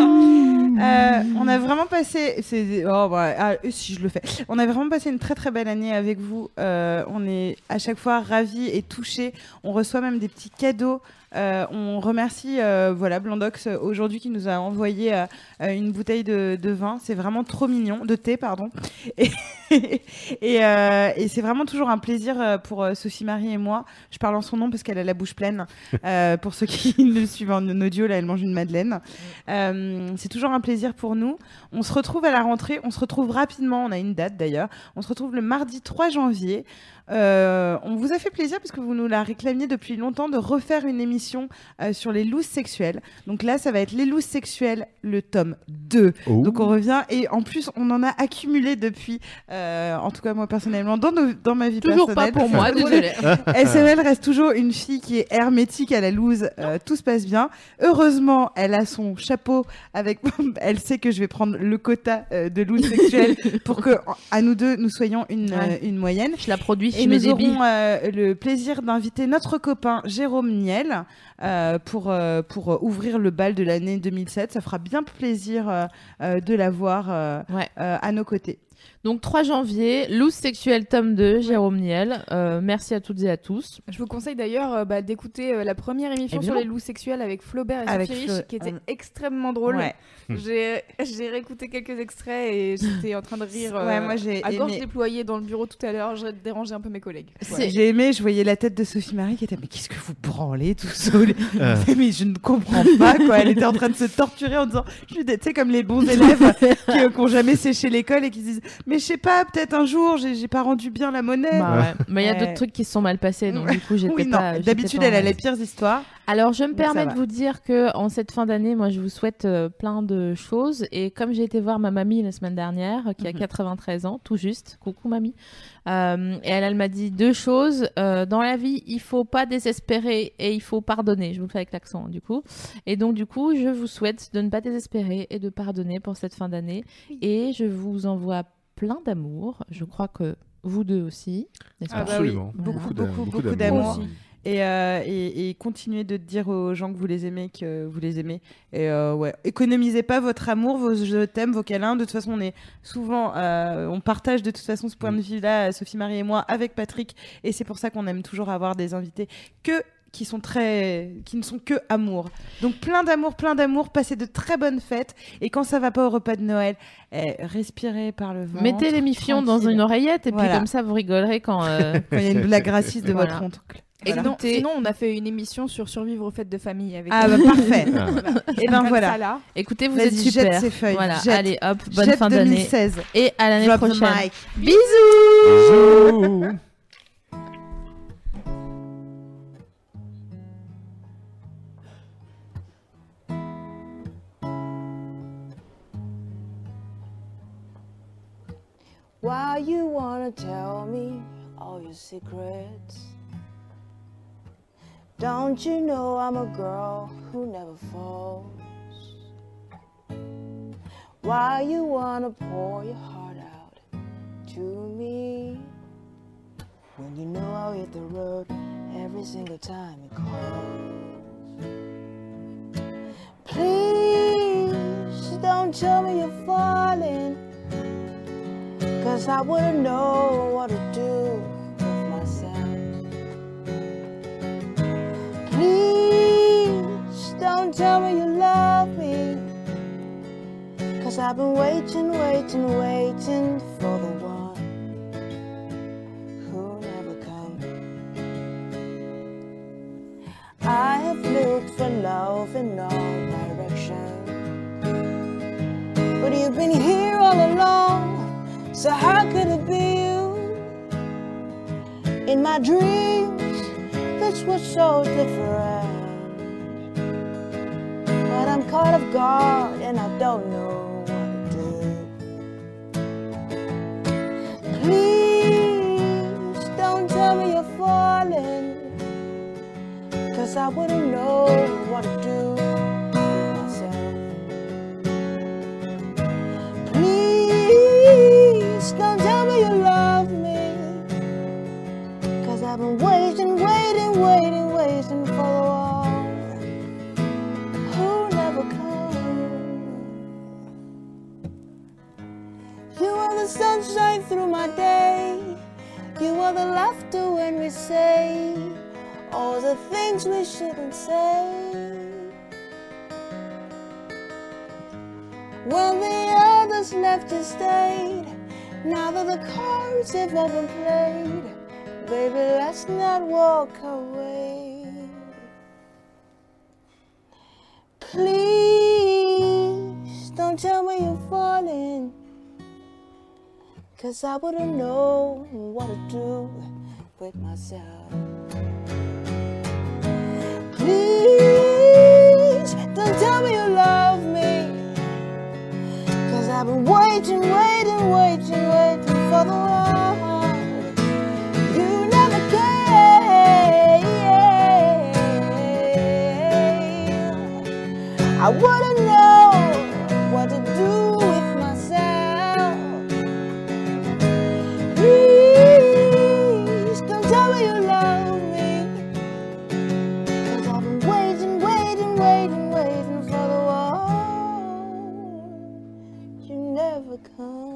Euh, On a vraiment passé. c'est- oh, bah, ah, si je le fais. On a vraiment passé une très très belle année avec vous. Euh, on est à chaque fois ravis et touchés. On reçoit même des petits cadeaux. Euh, on remercie euh, voilà Blandox euh, aujourd'hui qui nous a envoyé euh, euh, une bouteille de, de vin. C'est vraiment trop mignon, de thé pardon. Et, et, euh, et c'est vraiment toujours un plaisir euh, pour euh, Sophie Marie et moi. Je parle en son nom parce qu'elle a la bouche pleine. Euh, pour ceux qui nous suivent en audio, là, elle mange une madeleine. Euh, c'est toujours un plaisir pour nous. On se retrouve à la rentrée. On se retrouve rapidement. On a une date d'ailleurs. On se retrouve le mardi 3 janvier. Euh, on vous a fait plaisir parce que vous nous la réclamiez depuis longtemps de refaire une émission euh, sur les looses sexuelles. Donc là, ça va être les looses sexuelles, le tome 2.
Oh.
Donc on revient et en plus, on en a accumulé depuis. euh, en tout cas, moi personnellement, dans, nos- dans ma vie
Toujours pas
personnelle.
pour moi, désolé.
SML reste toujours une fille qui est hermétique à la loose, euh, tout se passe bien. Heureusement, elle a son chapeau avec elle sait que je vais prendre le quota euh, de loose sexuelle pour que en- à nous deux nous soyons une
Ouais.
euh, une moyenne.
Je la produis,
Et
je mets
nous
des billes.
aurons euh, le plaisir d'inviter notre copain Jérôme Niel euh, pour, euh, pour euh, ouvrir le bal de l'année 2007. Ça fera bien plaisir euh, euh, de l'avoir euh,
Ouais.
euh, à nos côtés.
Donc 3 janvier, Loose sexuelle tome 2, Jérôme Niel. Euh, merci à toutes et à tous.
Je vous conseille d'ailleurs euh, bah, d'écouter euh, la première émission sur
Évidemment.
les loups sexuels avec Flaubert et
Eh Avec
Sophie
Flo-
Rich, qui était
on-
extrêmement drôle.
Ouais.
J'ai euh, j'ai réécouté quelques extraits et j'étais en train de rire euh,
Ouais, moi j'ai
à gorge
aimé.
déployée dans le bureau tout à l'heure. J'ai dérangé un peu mes collègues. Voilà.
C'est-
J'ai aimé, je voyais la tête de Sophie Marie qui était mais qu'est-ce que vous branlez tout seul
Euh.
Mais je ne comprends pas quoi. Elle était en train de se torturer en disant je suis des- tu sais comme les bons élèves qui n'ont jamais séché l'école et qui se disent mais je sais pas peut-être un jour j'ai j'ai pas rendu bien la monnaie.
Bah, ouais. Mais il y a
Ouais.
d'autres trucs qui se sont mal passés, donc du coup j'étais
oui
pas.
non.
j'étais
D'habitude
pas
elle a
en-
les pires histoires.
Alors, je me
Donc, ça
permets de
va.
vous dire que en cette fin d'année, moi, je vous souhaite euh, plein de choses. Et comme j'ai été voir ma mamie la semaine dernière, euh, qui a
Mhm.
93 ans, tout juste, coucou mamie, Euh, et elle, elle m'a dit deux choses. Euh, dans la vie, il faut pas désespérer et il faut pardonner. Je vous le fais avec l'accent, du coup. Et donc, du coup, je vous souhaite de ne pas désespérer et de pardonner pour cette fin d'année. Et je vous envoie plein d'amour. Je crois que vous deux aussi, n'est-ce
Ah
pas
bah oui.
Absolument.
Beaucoup,
d'a-
beaucoup, beaucoup d'amour.
aussi.
Et, euh, et, et continuez de dire aux gens que vous les aimez, que vous les aimez. Et euh, ouais, économisez pas votre amour, vos je t'aime, vos câlins. De toute façon, on est souvent, euh, on partage de toute façon ce point de vue-là, Sophie Marie et moi, avec Patrick. Et c'est pour ça qu'on aime toujours avoir des invités que qui sont très, qui ne sont que amour. Donc plein d'amour, plein d'amour. Passez de très bonnes fêtes. Et quand ça va pas au repas de Noël, eh, respirez par le ventre.
Mettez les mifions dans
tranquille.
une oreillette et
Voilà.
puis comme ça vous rigolerez quand euh,
Quand il y a une blague raciste de
Voilà.
votre oncle.
Et
Voilà.
sinon,
Écoutez-
sinon, on a fait une émission sur survivre aux fêtes de famille avec.
Ah bah parfait. et ben
Comme
voilà.
ça, là.
Écoutez, vous
Vas-y,
êtes
jette
super.
ces feuilles,
Voilà,
jette.
allez hop, bonne
Chef
fin d'année
2016.
et à l'année
Drop the
prochaine.
mic.
Bisous.
Why you wanna tell me all your secrets? Don't you know I'm a girl who never falls? Why you wanna pour your heart out? to me. When you know I'll hit the road every single time it calls. Please don't tell me you're falling. Cause I wouldn't know what to do with myself. Please don't tell me you love me. Cause I've been waiting, waiting, waiting for the one who never come. I have looked for love in all directions. But you've been here all along, so how could it be you? In my dreams, this was so different. But I'm caught off guard and I don't know what to do. Please don't tell me you're falling. Cause I wouldn't know what to do with myself. Please don't tell me you love me. Cause I've been waiting, waiting, waiting, waiting for the one who never come. You are the sunshine through my day. You are the laughter when we say all the things we shouldn't say. When the others left you stayed, now that the cards have all been played, baby, let's not walk away. Please don't tell me you're falling. Cause I wouldn't know what to do with myself. Please don't tell me you love me. Cause I've been waiting, waiting, waiting, waiting for the one. You never came. I wouldn't know what to do with myself. Please don't tell me you love me. Cause I've been waiting, waiting, waiting, waiting for the one you never come.